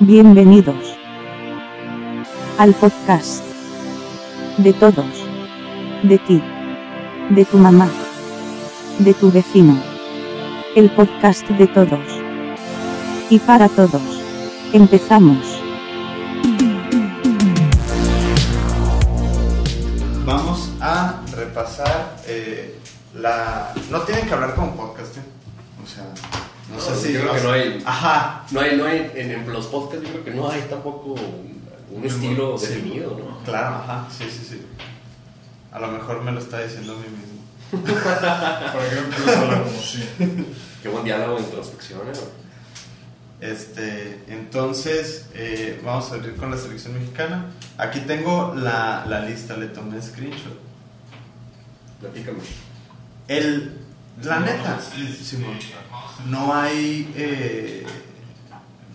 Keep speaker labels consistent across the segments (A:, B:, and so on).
A: Bienvenidos al podcast de todos, de ti, de tu mamá, de tu vecino. El podcast de todos y para todos. Empezamos.
B: Vamos a repasar eh, la... No tienen que hablar como podcast, ¿eh? O sea, no,
C: No,
B: sé
C: yo
B: si...
C: creo que no hay-
B: Ajá.
C: No hay, no hay, en, en los podcasts yo creo que no hay tampoco un, un estilo
B: Sí.
C: definido, ¿no?
B: Claro, ajá. Sí, sí, sí. A lo mejor me lo está diciendo a mí mismo.
D: Por ejemplo, solo como sí.
C: Qué buen diálogo de introspección, ¿eh?
B: Este, entonces, eh, vamos a abrir con la selección mexicana. Aquí tengo la, la lista, le tomé screenshot.
C: Platícame.
B: El... La neta,
D: Sí,
B: Simón, no hay... eh,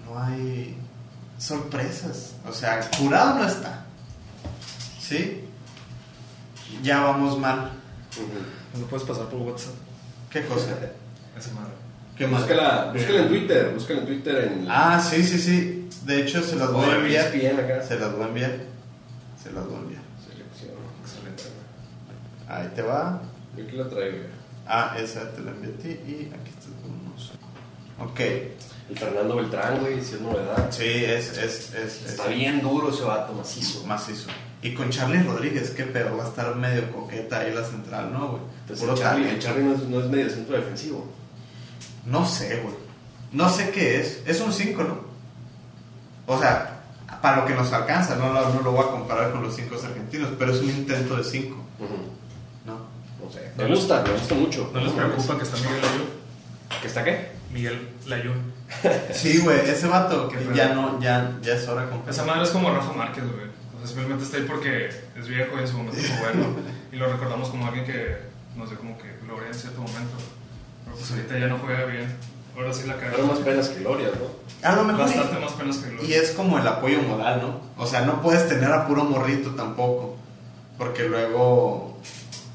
B: no hay sorpresas. O sea, jurado no está. ¿Sí? Ya vamos mal.
C: Ujú.
D: No puedes pasar por WhatsApp.
B: ¿Qué cosa?
D: Esa madre.
B: ¿Qué más?
C: Búscala, búscala en Twitter, búscala en Twitter en... E
B: Ah, sí, sí, sí. De hecho, se las voy a enviar.
C: ESPN acá.
B: Se las voy a enviar. Se las voy a enviar.
C: Selección, excelente.
B: Ahí te va.
C: Yo aquí la traigo.
B: Ah, esa te la envié a ti y aquí está tu unos. Ok.
C: El Fernando Beltrán, güey, si es novedad.
B: Sí, es, es, es, es
C: Está bien duro ese vato, macizo.
B: macizo. Y con Charlie Rodríguez, qué pedo, va a estar medio coqueta ahí la central, ¿no, güey?
C: Entonces,
B: Puro
C: el Charlie, el
B: talento.
C: Charlie no es, no es medio centro defensivo.
B: No sé, güey. No sé qué es. Es un 5, ¿no? O sea, para lo que nos alcanza, no, lo- no lo voy a comparar con los 5 argentinos, pero es un intento de 5,
C: Ujú.
B: ¿no?
C: No sé. Me gusta, me gusta mucho.
D: ¿No les preocupa que está Miguel Layún?
C: ¿Que está qué?
D: Miguel Layún.
B: Sí, güey, ese vato que
D: Qué
B: ya
D: pedo.
B: no, ya, ya es hora completa.
D: Esa madre es como Rafa Márquez, güey. O sea, simplemente está ahí porque es viejo y en su momento fue bueno. Y lo recordamos como alguien que, no sé, como que gloria en cierto momento. Pero pues ahorita ya no juega bien. Ahora sí la
C: Pero
D: cagaron.
C: más penas que glorias, ¿no?
B: A lo mejor.
D: Bastante más penas que
B: Y
D: gloria.
B: es como el apoyo moral, ¿no? O sea, no puedes tener a puro morrito tampoco. Porque luego.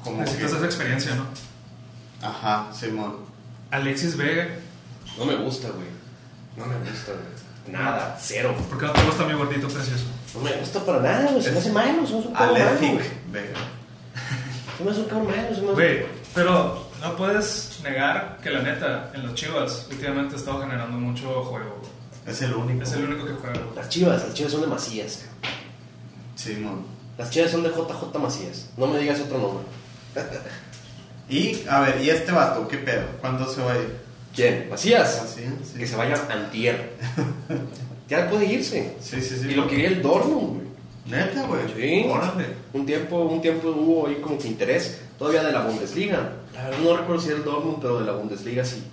B: Como que.
D: Necesitas esa experiencia, ¿no?
B: Ajá, Simón.
D: Alexis Vega.
C: No me gusta, güey. No me gusta, güey. Nada, cero.
D: ¿Por qué no te gusta mi gordito precioso?
C: No me gusta para nada, güey. Se me hace malo, se me hace un cabrón malo.
B: Alethic,
C: güey.
B: Vega.
C: Se me hace un cabrón malo, se me hace
D: Güey, pero no puedes negar que la neta, en los Chivas, últimamente ha estado generando mucho juego. güey.
B: Es el único.
D: Es el único que juega. güey.
C: Las chivas, las chivas son de Macías. cabrón.
B: Simón.
C: Las chivas son de JJ Macías. No me digas otro nombre.
B: Y, a ver, ¿y este vato? ¿Qué pedo? ¿Cuándo se va a ir?
C: ¿Quién? Macías.
B: Así, Ah, sí.
C: Que se vaya antier. ya puede irse.
B: Sí, sí, sí.
C: Y lo quería el Dortmund, güey.
B: Neta, güey.
C: Sí.
B: Órale.
C: Un tiempo, un tiempo hubo ahí como que interés todavía de la Bundesliga. La verdad no recuerdo si era el Dortmund, pero de la Bundesliga sí.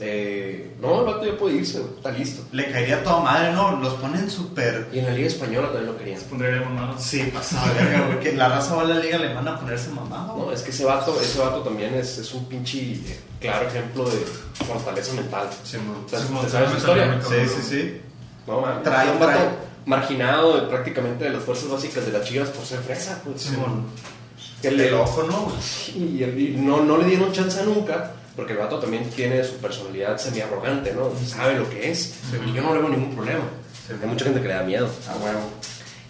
C: Eh, no, el vato ya puede irse, güey. está listo.
B: Le caería a toda madre, ¿no? Los ponen súper.
C: Y en la Liga Española también lo querían.
D: Pondría mamá, ¿no?
B: Sí, pasado, de verga, güey. Que la raza va a la liga alemana a ponerse mamado, güey.
C: No, es que ese vato, ese vato también es, es un pinche eh, claro ejemplo de fortaleza mental.
B: Simón.
C: ¿Te,
D: Sí,
C: te sabes su historia?
B: Sí, sí, sí.
C: No, man.
B: Trae-
C: un vato
B: trae.
C: marginado de, prácticamente de las fuerzas básicas de las chivas por ser fresa. Pues.
B: Simón.
C: Que
B: El
C: le-
B: ojo, ¿no? güey?
C: y, el- y no, no le dieron chance nunca, porque el vato también tiene su personalidad semi-arrogante, ¿no? Sabe lo que es. Y yo no le veo ningún problema.
B: Sí.
C: Hay mucha gente que le da miedo.
B: A huevo.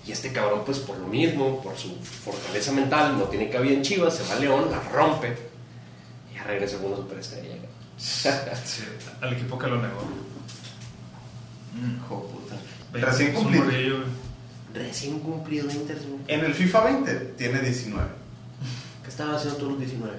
C: Y este cabrón, pues por lo mismo, por su fortaleza mental, no tiene cabida en Chivas, se va a León, la rompe. Y ya regresa como una superestrella.
D: Sí, al equipo que lo negó. Mm.
B: Hijo de puta.
D: Vega
B: Recién
D: es un
B: cumplido.
D: morrillo, güey.
C: Recién cumplido Inter, ¿no?
B: En el FIFA 20 tiene 19.
C: ¿qué estaba haciendo tú los 19?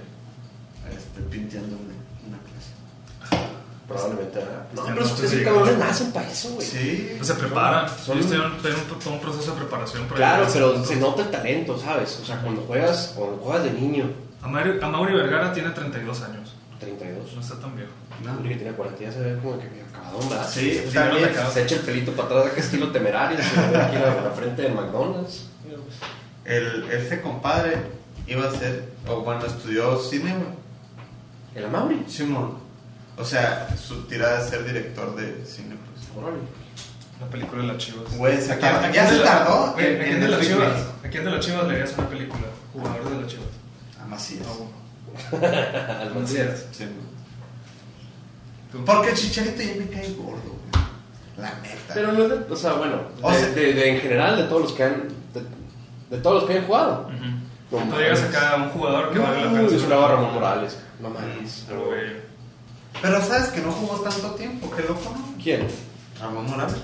B: Este, pinteando una, una clase.
C: Probablemente era. Pues, No,
D: Ya
C: pero
D: no
C: ustedes
D: te
C: esos
D: digo.
C: cabrones nacen para eso, güey.
B: Sí.
D: No se preparan.
C: Son-
D: Ellos tienen, tienen un- todo un proceso de preparación. para
C: Claro,
D: llegar a ese
C: pero
D: punto.
C: se nota el talento, ¿sabes? O sea, cuando juegas, cuando juegas de niño,
D: A Mauri, a Mauri Vergara tiene 32 años.
C: 32.
D: No está tan viejo.
B: No.
C: Yo que tenía 40 ya se ve como que acabadón, ¿verdad?
B: Sí,
D: Sí,
B: también.
D: no te cago.
C: Se echa el pelito para atrás, que estilo temerario, se ve aquí en la, la frente de McDonald's.
B: El, ese compadre iba a ser, o bueno, estudió cine, güey.
C: El Amaury.
B: Simón. O sea, su tirada es ser director de cine, pues.
C: Órale.
D: Una película de las chivas.
B: Güey, se acaba-
D: ¿A quién
B: ya
D: de
B: se
D: la-
B: tardó
D: güey, ¿A
B: en-
D: quién
B: en
D: de las
B: Netflix.
D: chivas? ¿A quién de las chivas le harías una película? Jugador de las chivas.
B: Ah, Macías.
D: A uno.
C: Al
D: Macías.
B: Simón.
D: Tú.
B: Porque Chicharito ya me cae gordo, güey. La neta.
C: Pero no es de, o sea, bueno,
B: O
C: de-
B: sea-
C: de- de- en general de todos los que han, de, de todos los que han jugado.
D: Ujú. No digas acá a un jugador que valga la pena.
C: Uy,
D: ser
C: es una barra
D: jugador.
C: Morales. No mames.
D: Pero, güey,
B: Pero sabes que no jugó tanto tiempo, qué loco, ¿no?
C: ¿Quién?
B: Ramón Morales.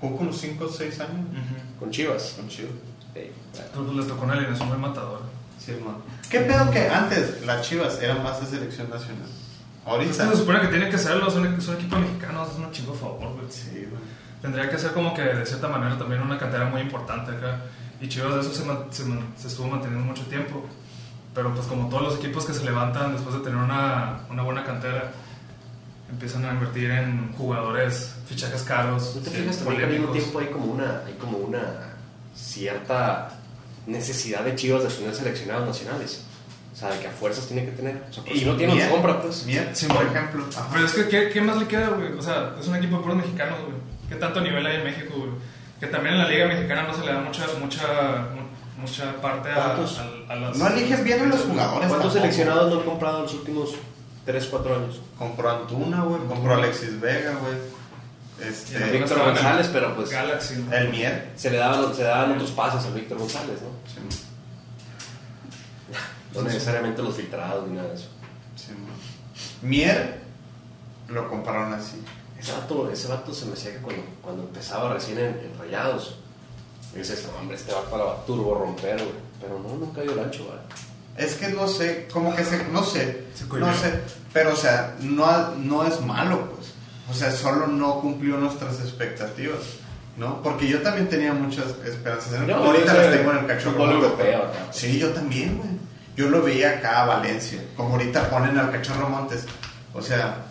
B: Jugó como 5 o 6 años.
D: ujú.
C: Con Chivas.
B: Con chido.
C: Sí, claro.
D: Entonces pues, le tocó una alineación muy matadora.
B: Sí, hermano. ¿Qué pedo que antes las chivas eran más de selección nacional?
D: Esto
B: Ahorita.
D: se supone que tiene que serlo, son, son equipo mexicano, es un chingo favor, güey.
B: Sí, güey.
D: Tendría que ser como que de cierta manera también una cantera muy importante acá. Y Chivas de eso se, man- se man- se estuvo manteniendo mucho tiempo. Pero pues como todos los equipos que se levantan después de tener una, una buena cantera, empiezan a invertir en jugadores, fichajes caros,
C: ¿No te
D: eh,
C: fijas también que al mismo tiempo hay como una, hay como una cierta necesidad de Chivas de tener seleccionados nacionales? O sea, de que a fuerzas tiene que tener. O sea, pues, si no tiene,
B: Mier-
C: no compra, pues.
B: Mier,
D: Sí,
B: por
D: güey.
B: ejemplo. Ajá.
D: Pero es que, ¿qué, qué más le queda, güey? O sea, es un equipo de puros mexicanos, güey. ¿Qué tanto nivel hay en México, güey? Que también en la Liga Mexicana no se le da mucha, mucha, mu- mucha parte a,
C: ¿Cuántos?
D: a- a las...
B: No eliges bien a los jugadores.
C: ¿Cuántos
B: tampoco. Eh,
C: seleccionados no han comprado en los últimos 3, 4 años?
B: Compró Antuna, güey. Compró Alexis Vega, güey.
D: Y a
B: Este.
C: Víctor
D: Estaban en
C: González, pero pues-
D: Galaxy, ¿no?
B: El Mier.
C: Se le daban, se daban otros pases a Víctor González, ¿no?
B: Sí,
C: No necesariamente los filtrados ni nada de eso.
B: sí, Mier lo compraron así.
C: Ese vato, ese vato se me hacía que cuando, cuando empezaba recién en, en Rayados, dices, no, hombre, este vato la va a turbo romper, güey. Pero no, nunca dio el ancho, güey.
B: Es que no sé, como que se, no sé,
D: Se cohibió.
B: no sé, pero o sea, no, no es malo, pues. O sea, solo no cumplió nuestras expectativas, ¿no? Porque yo también tenía muchas esperanzas en él.
C: No,
B: Ahorita
C: yo sé,
B: las tengo en el cachorro.
C: fútbol
B: Monterrey.
C: europeo, acá.
B: Sí, yo también, güey. Yo lo veía acá a Valencia, como ahorita ponen al cachorro Montes. O sea,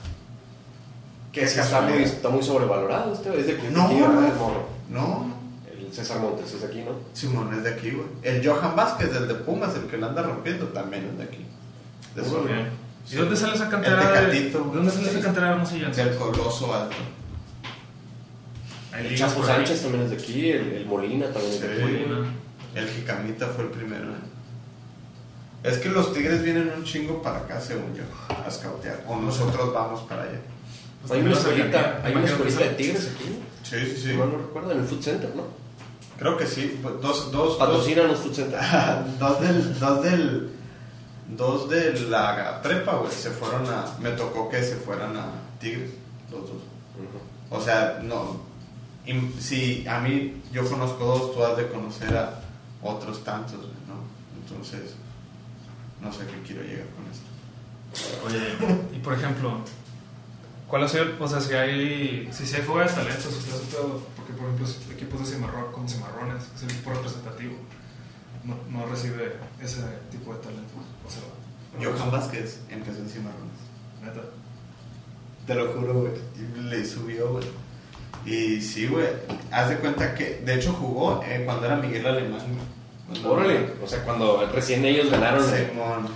C: Que
B: es
C: está muy, está muy sobrevalorado este, es de aquí,
B: No,
C: de aquí, ¿verdad?
B: no.
C: El morro.
B: No,
C: El César Montes es de aquí, ¿no?
B: Simón es de aquí, güey. El Johan Vázquez, el de Pumas, el que lo anda rompiendo, también es de aquí. De
D: Muy
B: Sonora.
D: bien. ¿Y
B: Sí.
D: dónde sale esa
B: El
D: cantera? de-
B: Tecatito.
D: ¿De dónde sale esa cantera de Hermosillo?
B: Del Coloso Alto.
D: Hay
C: El
D: ligas
C: Chapo
D: por ahí.
C: Sánchez también es de aquí, el, el Molina también es de
B: Sí.
C: aquí.
D: Muy buena.
B: El Jicamita fue el primero. ¿eh? Es que los Tigres vienen un chingo para acá, según yo, a scoutear. O nosotros vamos para allá.
D: Pues
C: Hay
D: también
C: una
D: la cercanía.
C: escuelita, hay una
D: Imagino que
C: escuelita de
D: son-
C: tigres aquí,
B: Sí, sí,
C: si
B: sí.
C: mal no recuerdo, en el Food Center, ¿no?
B: Creo que sí. pues, Dos, dos, dos,
C: Patrocinan los Food Center.
B: dos del, dos del, dos de la prepa, güey. Se fueron a, me tocó que se fueran a Tigres, los dos.
C: Ujú.
B: O sea, no. im- Si a mí yo conozco dos, tú has de conocer a otros tantos, ¿no? Entonces, no sé a qué quiero llegar con esto.
D: Oye, y por ejemplo, ¿cuál ha sido, el- o sea, si hay, si sí hay fuga de talentos, o sea, eso todo, porque por ejemplo, equipos de Cimarrón con Cimarrones, es el equipo representativo, no, no recibe ese tipo de talentos, o sea,
B: Johan Vázquez empezó en Cimarrones.
D: neta.
B: Te lo juro, güey. Y Le subió, güey. Y sí, güey. Haz de cuenta que, de hecho, jugó eh, cuando era Miguel Alemán. güey. Cuando-
C: Órale, o sea, cuando recién ellos ganaron.
B: Simón.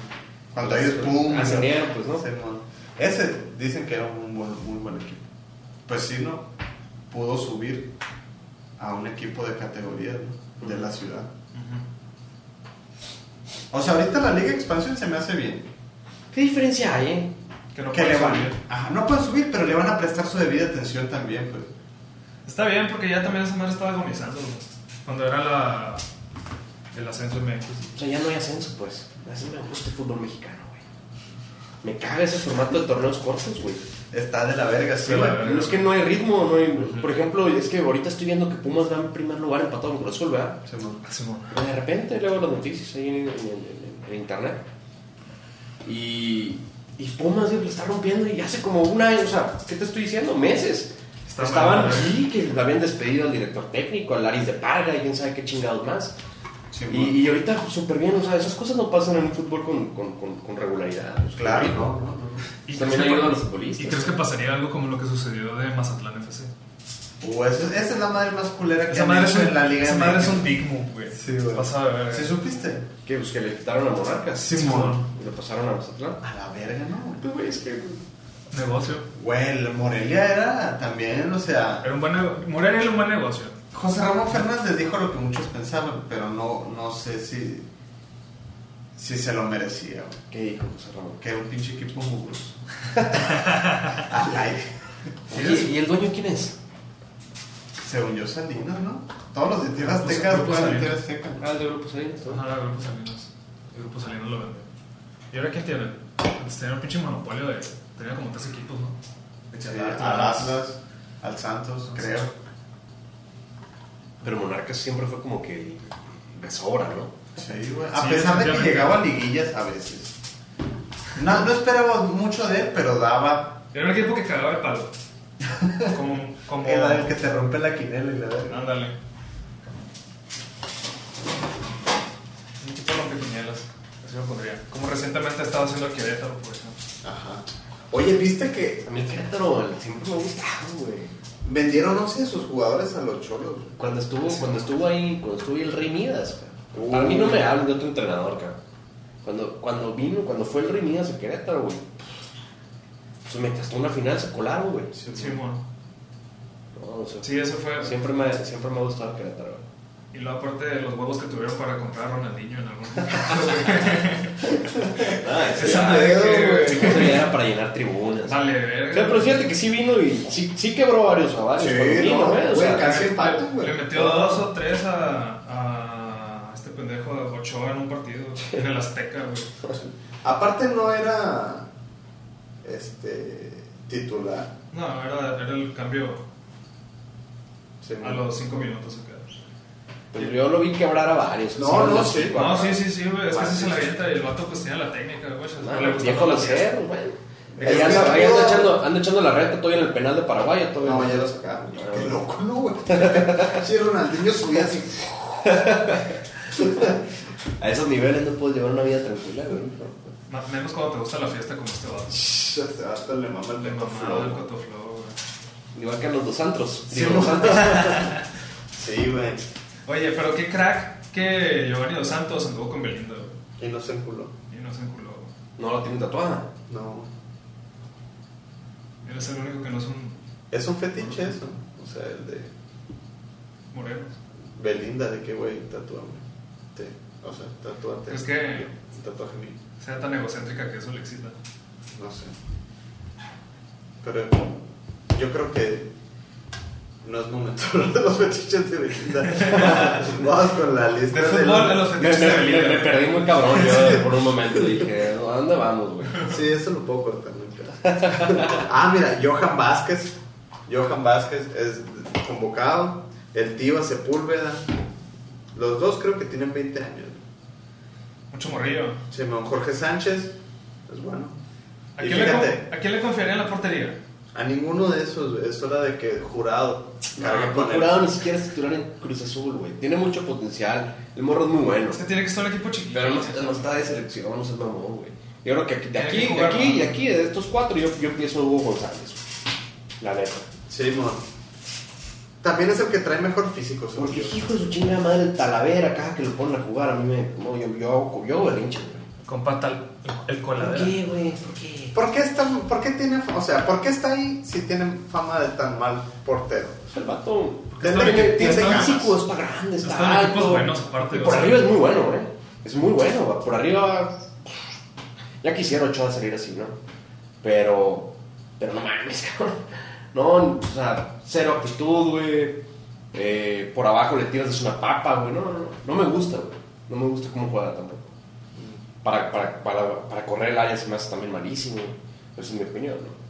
B: Cuando
C: Pues,
B: ellos, pum.
C: ascendieron, pues, ¿no?
B: Simón. Ese dicen que era un buen, muy buen equipo. Pues sí, ¿no? Pudo subir a un equipo de categoría ¿no? de la ciudad. O sea, ahorita la Liga de Expansión se me hace bien.
C: ¿Qué diferencia hay, eh?
D: Que no
B: que
D: puede
B: le van.
D: subir.
B: Ajá, no pueden subir, pero le van a prestar su debida atención también, pues.
D: Está bien, porque ya también esa madre estaba agonizando, güey. cuando era la, el ascenso en México.
C: O sea, ya no hay ascenso, pues. Así me gusta el fútbol mexicano, güey. Me caga ese formato de torneos cortos, güey.
B: Está de la verga, sí,
D: Sí,
B: güey.
D: la verga.
C: No es que no hay ritmo, no hay... Por ejemplo, es que ahorita estoy viendo que Pumas va en primer lugar empatado con Cruz Azul, ¿verdad?
B: Ah, Simón.
D: Simón.
C: Pero de repente leo las noticias ahí en, en- en- en- en internet. Y, y Pumas güey, le está rompiendo y hace como un año, o sea, ¿qué te estoy diciendo? Meses.
D: Está
C: Estaban
D: mal,
C: aquí, que habían despedido al director técnico, al Laris de Parga y quién sabe qué chingados más.
B: Simón.
C: Y, y ahorita pues, súper bien, o sea, esas cosas no pasan en un fútbol con, con- con- con regularidad. pues,
B: Claro,
C: con ritmo.
B: no, no, no.
C: Pues También
D: crees que-
C: ayuda a los futbolistas.
D: ¿Y crees que pasaría algo como lo que sucedió de Mazatlán FC?
B: Uh, esa, es- esa es la madre más culera que
D: Esa
B: han
D: madre es
B: hecho
D: un,
B: en la Liga
D: esa madre es
B: MX.
D: un big move, güey.
B: Sí, güey.
D: Pasada de verga.
B: ¿Sí supiste?
C: Que, pues, que le quitaron a Monarcas.
B: Simón.
C: Y lo pasaron a Mazatlán.
B: A la verga, no, güey.
C: Pues, güey, es que...
D: Negocio.
B: Güey, el Morelia era también, o sea,
D: Era un buen nego- Morelia era un buen negocio.
B: José Ramón Fernández dijo lo que muchos pensaban, pero no, no sé si, si se lo merecía, güey.
C: ¿Qué dijo José Ramón?
B: que un pinche equipo mugroso. Al aire.
C: Oye, ¿Y el dueño quién es?
B: Según yo, Salinas, ¿no? Todos los de Tierra
D: Pues,
B: Azteca
D: pues,
B: juegan en
D: Salinas.
B: Tierra Azteca.
C: Ah, el de Grupo Salinas. ¿no?
D: No, era Grupo Salinas. El Grupo Salinas lo vendió. ¿Y ahora quién tiene? Antes tenía un pinche monopolio de. Tenía como tres equipos, ¿no? De
B: Sí,
D: Chalate,
B: al
D: Atlas.
B: Atlas, al Santos, creo.
C: Pero Monarcas siempre fue como que el de sobra, ¿no?
B: Sí, güey. A
D: Sí,
B: pesar de que
D: efectivamente.
B: llegaba a liguillas a veces. No, no esperaba mucho de él, pero daba.
D: Era un equipo que cagaba el palo. Como. como
B: Era el que te rompe la quinela y la verga.
D: Ándale. Un equipo rompequinielas. Así lo pondría. Como recientemente ha estado haciendo Querétaro, por ejemplo.
B: Ajá. Oye, ¿viste que
C: A mí el Querétaro siempre me ha gustado, güey.
B: vendieron 11 de sus jugadores a los cholos? güey?
C: Cuando estuvo, cuando estuvo ahí, cuando estuvo ahí el Rey Midas, güey.
B: Uh.
C: Para mí no me hablan de otro entrenador, cabrón. Cuando, cuando vino, cuando fue el Rey Midas a Querétaro, güey. Se metió hasta una final, se colaron, güey.
D: Sí, bueno.
C: No, no sé.
D: Sí, eso fue.
C: Siempre me, siempre me ha gustado Querétaro, güey.
D: Y luego, aparte de los huevos que tuvieron para comprar a Ronaldinho en algún
C: Ah,
D: Esa madre, güey.
C: Eso ya era para llenar tribunas.
D: Vale,
C: O
D: verga.
C: sea, pero fíjate que sí vino y sí, sí quebró varios a varios.
B: Sí,
C: cuando vino,
B: no,
C: güey, o
B: güey,
C: sea,
B: casi
D: Le-
B: empate,
D: le-
B: güey.
D: Le metió dos o tres a, a este pendejo de Ochoa en un partido. En el Azteca, güey.
B: Aparte no era este titular.
D: No, era, era el cambio
B: Se me-
D: a los cinco minutos. acá.
C: pues yo lo vi quebrar a varios.
B: No,
C: Sí,
B: no,
C: lo-
B: sí.
D: No, sí, sí, sí, güey. Es que
B: Ah,
D: así
B: sí,
D: se la
B: sí.
D: avienta y el vato pues tiene la técnica, güey.
C: No,
D: No le gusta
C: viejo
D: nada.
C: lo cerro, güey.
B: Es
C: Ahí
B: que
C: anda,
B: no
C: ahí anda
B: pudo-
C: echando, anda echando la renta todavía en el penal de Paraguay. Todavía
B: No, ya lo sacaron.
C: Ah,
B: Qué
C: bueno.
B: loco, ¿no, güey? Sí, Ronaldinho subía así.
C: A esos niveles no puedes llevar una vida tranquila, güey.
D: Ma- Menos cuando te gusta la fiesta como este vato.
B: Este vato le mama el
D: Le
B: peco
D: mamado el
B: flow.
D: cotoflow, güey.
C: Igual que a los dos antros.
B: Sí,
C: Digo, los
B: ¿no?
C: antros.
B: Sí, güey.
D: Oye, pero qué crack que Giovanni Dos Santos anduvo con Belinda, güey.
B: Y no se enculó.
D: Y no se enculó, güey.
C: No la tienen tatuada.
B: No.
D: Eres el único que no es un
B: Es un fetiche eso. O sea, el de
D: moreno.
B: Belinda, de que, güey, tatúame. Te- O sea, tatúate.
D: Es que-
B: Un Tatuaje mío.
D: Sea tan egocéntrica que eso le excita.
B: No sé. Pero yo creo que no es momento de hablar de los fetiches de Belinda. Vamos con la lista
D: De fútbol, de los
C: Este Me, me-
D: fetiches de
C: me-
D: Belinda.
C: me perdí muy cabrón yo por un momento. Dije, ¿a dónde vamos, güey?
B: Sí, eso lo puedo cortar nunca. ah, mira, Johan Vázquez. Johan Vázquez es convocado. El tío Sepúlveda. Los dos creo que tienen 20 años.
D: Mucho morrillo.
B: Se llama Jorge Sánchez. Es bueno.
D: ¿A
B: Y
D: quién, le,
B: fíjate.
D: con- ¿A quién le confiaría la portería?
B: A ninguno de esos, güey. es hora de que jurado cargue
D: pues
C: El
B: con él.
C: jurado Ah, ni siquiera es titular en Cruz Azul, güey. Tiene mucho potencial. El morro es muy bueno.
D: Es que tiene que estar un equipo chiquito.
C: Pero no, no está de selección, no se mamón, güey. Yo creo que aquí- de
D: Tiene que
C: aquí, de
D: jugar,
C: aquí,
D: ¿no?
C: de aquí, de estos cuatro, yo, yo pienso en Hugo González, güey. La neta.
B: Simón. También es el que trae mejor físico, según
C: Porque
B: yo.
C: hijo de su chingada madre, el Talavera, acá que lo ponen a jugar, a mí me. No, yo, yo hago yo el hincha, güey.
D: Con pata el, el
C: ¿Por qué, güey? ¿Por qué?
B: ¿Por qué, está, ¿Por qué tiene, o sea, por qué está ahí si tiene fama de tan mal portero?
C: Pues El vato.
B: Porque está
C: Tiene
B: en equipo-
C: tiene
B: está en
C: físico, está grande, está.
D: Está en
C: alto.
D: equipos buenos, aparte,
C: Y
D: o
C: por
D: sea.
C: arriba es muy bueno, güey. Es muy bueno, güey. Por arriba. Ya quisiera Ochoa salir así, ¿no? Pero. Pero no mames, cabrón. No, o sea, cero actitud, güey. Eh, por abajo le tiras es una papa, güey. No, no, no. No me gusta, güey. No me gusta cómo juega tampoco. Para, para, para, para correr el área se me hace también malísimo. güey. Esa es mi opinión, ¿no?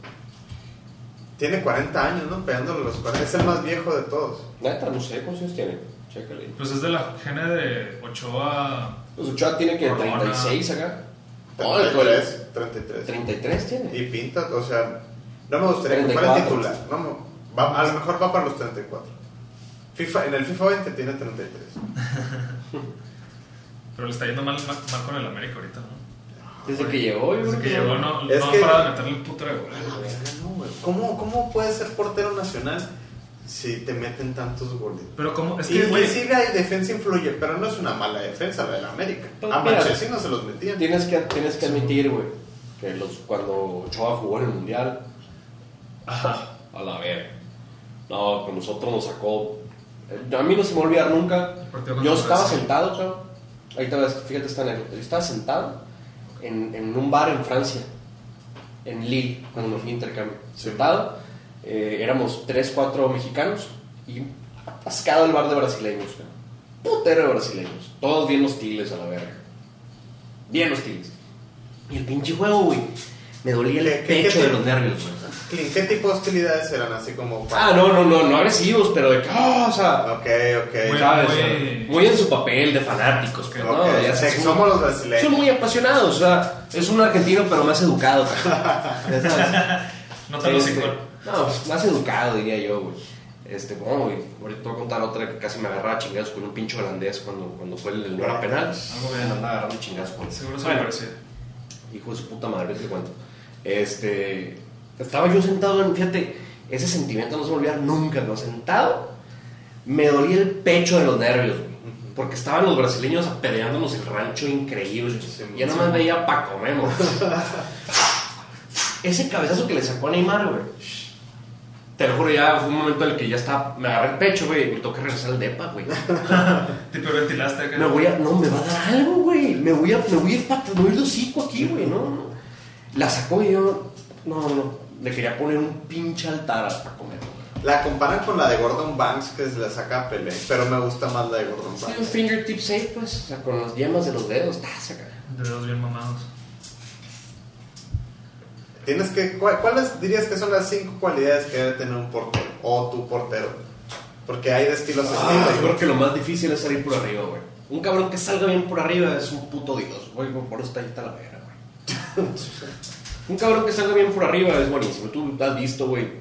B: Tiene 40 años, ¿no? Pegándole los 40. Es el más viejo de todos.
C: Neta, no sé cuántos años tiene. Chécale.
D: Pues es de la gene de Ochoa.
C: Pues Ochoa tiene que
D: Corona.
C: 36 acá. pues, No, el cual es
B: 33. 33.
C: 33 tiene.
B: Y pinta, o sea, no me gustaría que fuera
C: 34.
B: titular. No, me- va- a lo mejor va para los 34. FIFA, en el FIFA 20 tiene 33.
D: Pero le está yendo mal, mal, mal con el América ahorita, ¿no?
C: Desde que llegó, yo
D: Desde
C: creo
D: que llegó no,
B: Es
D: no
B: que-
D: han parado de meterle el puto de gol.
B: Ah, verga, no, güey. ¿Cómo, ¿Cómo puedes ser portero nacional si te meten tantos goles?
D: Pero como. Es
B: y
D: que, güey.
B: sí, la defensa influye, pero no es una mala defensa la del América. Ah,
C: Pues,
B: a
C: mira.
B: Manchester se los metían.
C: Tienes que, tienes que admitir, güey, que los, cuando Ochoa jugó en el Mundial, ajá, a la verga. No, con nosotros nos sacó. eh, A mí no se me va a olvidar nunca.
D: Partido contra
C: Yo estaba
D: Brasil.
C: sentado, cabrón. Ahí te vas, fíjate esta anécdota. Yo estaba sentado en, en un bar en Francia, en Lille, cuando me fui a intercambio. Sentado, eh, éramos 3, 4 mexicanos y atascado el bar de brasileños, cabrón. Putero de brasileños. Todos bien hostiles a la verga. Bien hostiles. Y el pinche juego, güey. Me dolía el
B: ¿Qué- qué-
C: pecho
B: qué-
C: de los nervios, güey.
B: ¿Qué qué tipo de hostilidades eran? Así como.
C: Ah, no, no, no, no agresivos, pero de que, ah, o sea,
B: Ok,
D: Muy-
B: ok.
C: ¿sabes?
D: muy-
C: Muy en su papel de fanáticos, pero
B: Ok,
C: no, ya
B: sí,
C: sabes,
B: somos los
C: Son
B: brasileños.
C: muy apasionados, o sea, es un argentino pero más educado. ya sabes.
D: No te lo
C: Este,
D: cinco.
C: No, pues, más educado diría yo, güey. Este, bueno, güey, ahorita te voy a contar otra que casi me agarraba a chingazos con un pinche holandés cuando, cuando fue el del lugar penal.
D: Algo bien.
C: Me andaba agarrando chingazos con ese.
D: Seguro se me
C: Bueno,
D: parecía.
C: Hijo de su puta madre, te cuento. Este, estaba yo sentado en, fíjate, ese sentimiento no se me olvida nunca, ¿no? Sentado, me dolía el pecho de los nervios, güey, Porque estaban los brasileños apedreándonos el rancho increíble.
B: Sí,
C: ya
B: sí.
C: nomás veía pa' comer, güey. Ese cabezazo que le sacó a Neymar, güey. Te lo juro, ya fue un momento en el que ya estaba, me agarré el pecho, güey, y me toca regresar al depa, güey.
D: Tipo ventilaste acá.
C: Me voy a. No, me va a dar algo, güey. Me voy a. Me voy a ir para. Me voy a ir de hocico aquí, güey, no, no. La sacó y yo. No, no. Le quería poner un pinche altar para comer, güey.
B: La comparan con la de Gordon Banks, que es la saca a Pelé, pero me gusta más la de Gordon
C: Sí, un
B: Banks.
C: fingertip safe, pues. O sea, con las yemas de los dedos, está saca.
D: De dedos bien mamados.
B: Tienes que, ¿cuál- ¿Cuáles dirías que son las cinco cualidades que debe tener un portero? O tu portero. Porque hay de estilos a
C: Ah,
B: estilos.
C: yo creo que lo más difícil es salir por arriba, güey. Un cabrón que salga bien por arriba es un puto dios, güey. güey, Por eso está ahí Talavera, güey. un cabrón que salga bien por arriba es buenísimo. Tú has visto, güey.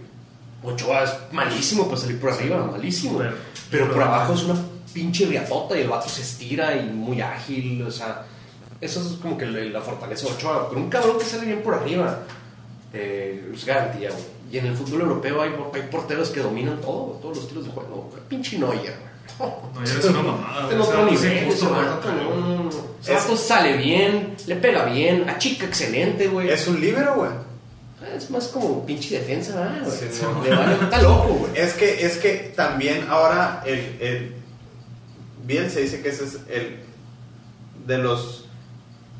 C: Ochoa es malísimo para salir por arriba, malísimo.
D: Pero-
C: Pero por abajo es una pinche riatota y el vato se estira y muy ágil, o sea. Eso es como que le- la fortaleza de Ochoa. Pero un cabrón que sale bien por arriba eh, es garantía, güey. Y en el fútbol europeo hay, hay porteros que dominan todo, güey, todos los tiros de juego. güey. Pinche Neuer, güey.
D: No, ya eres una mamada.
C: Este
D: güey.
C: otro
D: Ah, O sea,
C: nivel,
D: es
C: ese
D: injusto,
C: vato,
D: güey.
C: no, no, no. Ese
B: Es-
C: vato sale bien, le pega bien, achica excelente, güey.
B: Es
C: Es,
B: un libero, güey.
C: más como pinche defensa, ¿verdad, güey.
B: Sí,
C: O sea,
B: no.
C: le vale, está loco, güey.
B: Es que, es que también ahora el, el bien se dice que ese es el de los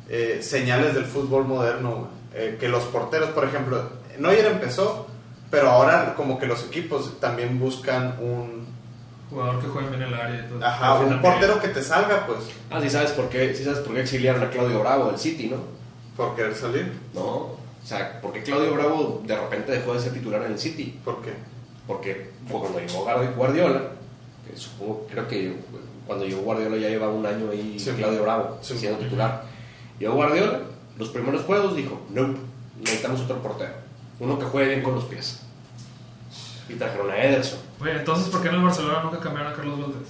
B: eh, señales del fútbol moderno, eh, que los porteros, por ejemplo, Neuer empezó, pero ahora como que los equipos también buscan un,
D: Jugador que juega bien el área y todo.
B: ajá,
D: Al
B: un
D: final,
B: portero que te salga, pues,
C: Ah, sí sabes por qué, sí sabes por qué exiliaron a Claudio Bravo del City, ¿no?
B: por querer salir,
C: No. O sea, ¿por qué Claudio Bravo de repente dejó de ser titular en el City?
B: porque
C: Porque fue cuando llegó Guardi- Guardiola, que supongo, creo que cuando llegó Guardiola ya llevaba un año ahí
B: Sí.
C: Claudio Bravo
B: Sí.
C: siendo titular. Llegó Guardiola, los primeros juegos dijo, no, necesitamos otro portero, uno que juegue bien con los pies. Y trajeron a Ederson,
D: Güey, entonces, ¿por qué en el Barcelona nunca cambiaron a Carlos Valdés?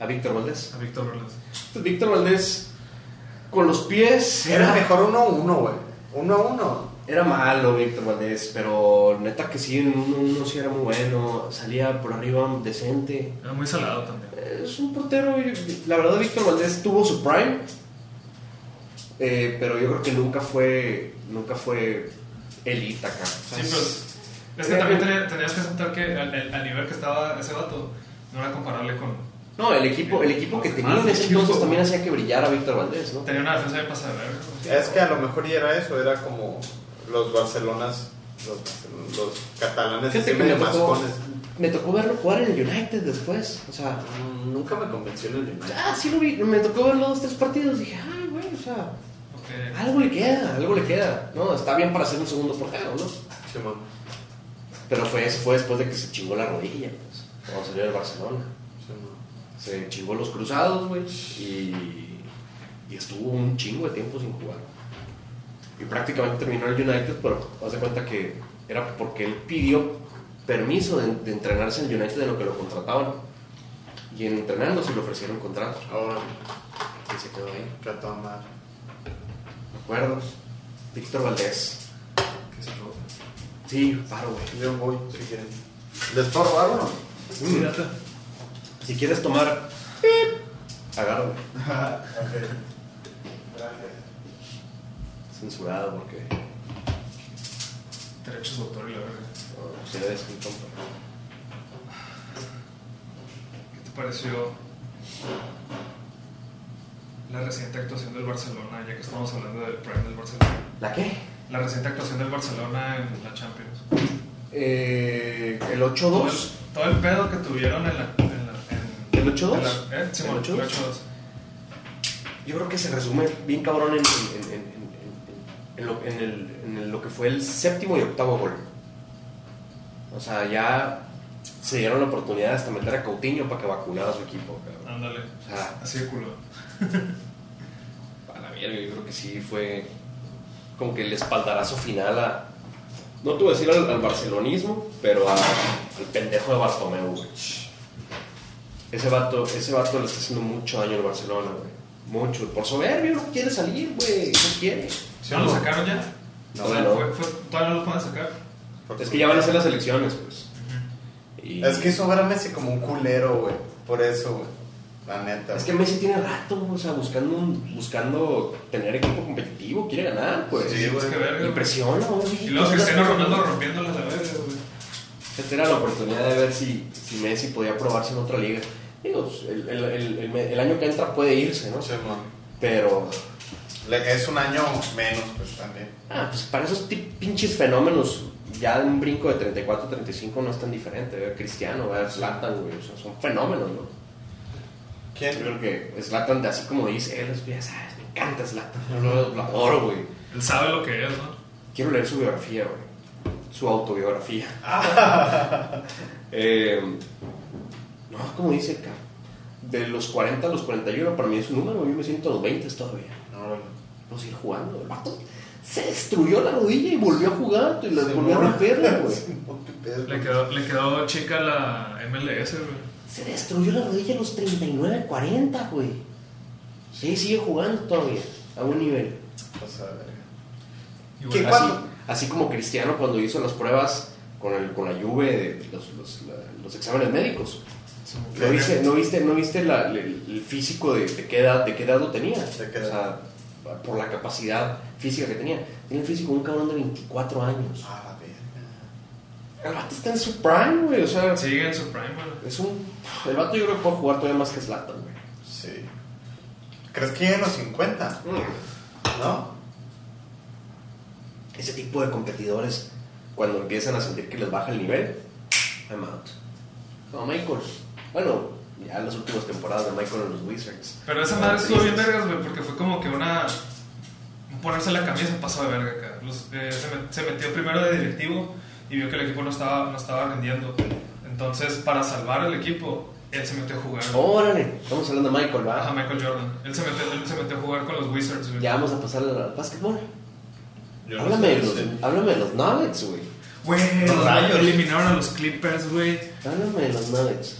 C: a Víctor Valdés.
D: A Víctor Valdés.
C: Pues Víctor Valdés con los pies
B: era mejor uno a uno, güey, uno a uno,
C: Era malo Víctor Valdés, pero neta que sí, en uno, uno sí era muy bueno, salía por arriba decente.
D: Era muy salado también.
C: Es un portero, y la verdad Víctor Valdés tuvo su prime, eh, pero yo creo que nunca fue, nunca fue elite acá. O sea,
B: Pues,
C: es-
D: Sí, pero es, es
B: eh,
D: que también tenía- tenías que aceptar que al, al- al nivel que estaba ese vato, no era comparable con...
C: No, el equipo, el equipo que tenía en ese entonces también hacía que brillara Víctor Valdés, ¿no?
D: Tenía una defensa de pasa de verga.
B: es que a lo mejor y era eso, era como los Barcelonas, los, los catalanes,
C: Fíjate que
B: siempre
C: me
B: de
C: tocó,
B: mascones.
C: me tocó verlo jugar en el United después, o sea,
B: Nunca me convenció el United.
C: ah, sí lo vi, me tocó verlo dos, tres partidos, dije, ah, güey, o sea...
D: Ok.
C: Algo le queda, algo le queda. No, está bien para ser un segundo portero, ¿no?
B: Simón.
C: Pero fue, eso fue después de que se chingó la rodilla, pues. Cuando salió del Barcelona.
B: Simón.
C: Se chingó los cruzados, güey. Y, y estuvo un chingo de tiempo sin jugar. Y prácticamente terminó el United, pero haz de cuenta que era porque él pidió permiso de, de entrenarse en el United de lo que lo contrataban. Y en entrenándose le ofrecieron contrato.
B: Ahora,
C: Y se quedó ahí.
B: retomar.
C: ¿De acuerdo? Víctor Valdés.
D: Que se robó.
C: Sí, paro, güey.
B: Yo voy, si quieren. ¿Les puedo robar uno? Mm.
D: Sí, data.
C: Si quieres tomar, agárralo. Censurado porque
D: Derechos de autor y la verga.
C: no, ustedes son tontos.
D: ¿Qué te pareció la reciente actuación del Barcelona, ya que estamos hablando del Prime del Barcelona?
C: ¿La qué?
D: La reciente actuación del Barcelona en la Champions.
C: Eh, el
D: Todo
C: 8-2.
D: el, todo el pedo que tuvieron en la, en la
C: ¿El 8-2?
D: El- ¿Eh? Sí,
C: ¿El
D: bueno, el
C: 8-2?
D: 8-2.
C: Yo creo que se resume bien cabrón en, en- en- en- en- en lo, en el- en el- lo que fue el séptimo y octavo gol. O sea, ya se dieron la oportunidad hasta meter a Coutinho para que vacunara a su equipo. cabrón.
D: Ándale.
C: O sea,
D: Así de culo.
C: para la verga, yo creo que sí fue como que el espaldarazo final a. No te voy a decir al, al barcelonismo, pero a- al pendejo de Bartomeu, güey. Ese vato, ese vato le está haciendo mucho daño al Barcelona, güey. Mucho. Por soberbio, no quiere salir, güey. No quiere.
D: ¿Sí lo sacaron ya?
C: No,
D: O sea,
C: no.
D: fue- fue- todavía no lo pueden sacar.
C: Es que ya van a ser las elecciones, pues. Y-
B: Es que hizo ver a Messi como un culero, güey. Por eso, güey. La neta.
C: es que Messi tiene rato, o sea, buscando, un- buscando tener equipo competitivo, quiere ganar, pues.
B: Sí, güey.
D: Es que verga. güey.
C: Impresiona, güey.
D: Y luego Cristiano Ronaldo rompiéndolas a la verga, güey.
C: Esta era la oportunidad de ver si, si Messi podía probarse en otra liga. Digo, pues, el, el- el- el- el año que entra puede irse, ¿no?
B: Sí, man.
C: Pero,
B: Le- Es un año menos, pues también.
C: ah, pues para esos ti- pinches fenómenos, ya un brinco de 34 35 no es tan diferente. ¿eh? Cristiano, ¿eh? Zlatan, güey, o sea, son fenómenos, ¿no? Yo
B: ¿Quién?
C: creo que Zlatan, así como dice él, ya sabes, me encanta Zlatan, yo lo, lo adoro, güey.
D: Él sabe lo que es, ¿no?
C: Quiero leer su biografía, güey. Su autobiografía. Eh, no, como dice acá. De los 40 a los 41, para mí es un número, yo me siento a los 20 todavía.
B: No,
C: Vamos a ir jugando. El vato se destruyó la rodilla y volvió a jugar, y la
B: Sí,
C: volvió a
B: no.
C: romperla, güey.
B: no, qué pedo.
D: Le quedó, le quedó chica la MLS, güey.
C: Se destruyó la rodilla a los 39, 40, güey. Sí, sigue jugando todavía, a un nivel.
B: O sea, verga.
D: Igual
B: ¿Qué
D: así.
C: Así,
B: cuándo?
C: así como Cristiano cuando hizo las pruebas con, el, con la Juve de los, los- la- los exámenes médicos.
D: Se me-
C: ¿No viste, no viste, no viste la- el, el físico de, de qué edad, de qué edad lo tenía?
B: De qué
C: O sea, por la capacidad física que tenía. Tiene el físico de un cabrón de 24 años.
B: Ah, la verga.
C: El vato está en su prime, güey. O sea,
D: Sigue en su prime, güey.
C: es un... El vato yo creo que puede jugar todavía más que Zlatan, güey.
B: Sí. ¿Crees que en los 50? ¿No?
C: Ese tipo de competidores, cuando empiezan a sentir que les baja el nivel, I'm out. Como Michael. Bueno, ya las últimas temporadas de Michael en los Wizards.
D: Pero esa madre estuvo bien vergas, güey, porque fue como que una. un Ponerse la camisa pasó de verga acá. Los- eh, se, met- se metió primero de directivo y vio que el equipo no estaba, no estaba rindiendo. Entonces, para salvar al equipo, él se metió a jugar.
C: Órale, estamos hablando de Michael, ¿va?
D: Ajá, Ah, Michael Jordan. Él se metió, él se metió a jugar con los Wizards, güey.
C: Ya vamos a pasar al básquetbol.
B: Yo
C: Háblame, de
B: no
C: los,
B: sé, sí.
C: háblame de los Nuggets, güey.
D: Güey,
B: Los rayos.
D: eliminaron a los Clippers, güey.
C: Háblame de los Nuggets.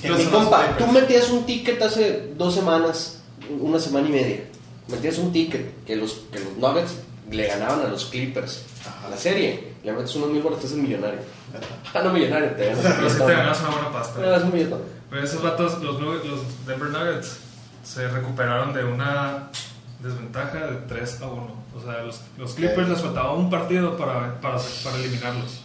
B: ¿Quién
C: Mi
B: son los
C: compa, tú
B: Clippers?
C: metías un ticket hace dos semanas, una semana y media. Metías un ticket que los, que los Nuggets le ganaban a los Clippers.
B: Ajá.
C: A la serie. Le metes unos mil boletos, estás millonario.
B: Neta.
C: Ah, no millonario, te ganas un
D: Pero sí te
C: billetón.
D: ganas una buena
C: Te
D: pasta.
C: ganas un billetón.
D: Pero esos vatos, los, Nug- los Denver Nuggets, se recuperaron de una desventaja de 3 a 1. O sea, los, los Clippers les faltaba un partido para, para, para eliminarlos.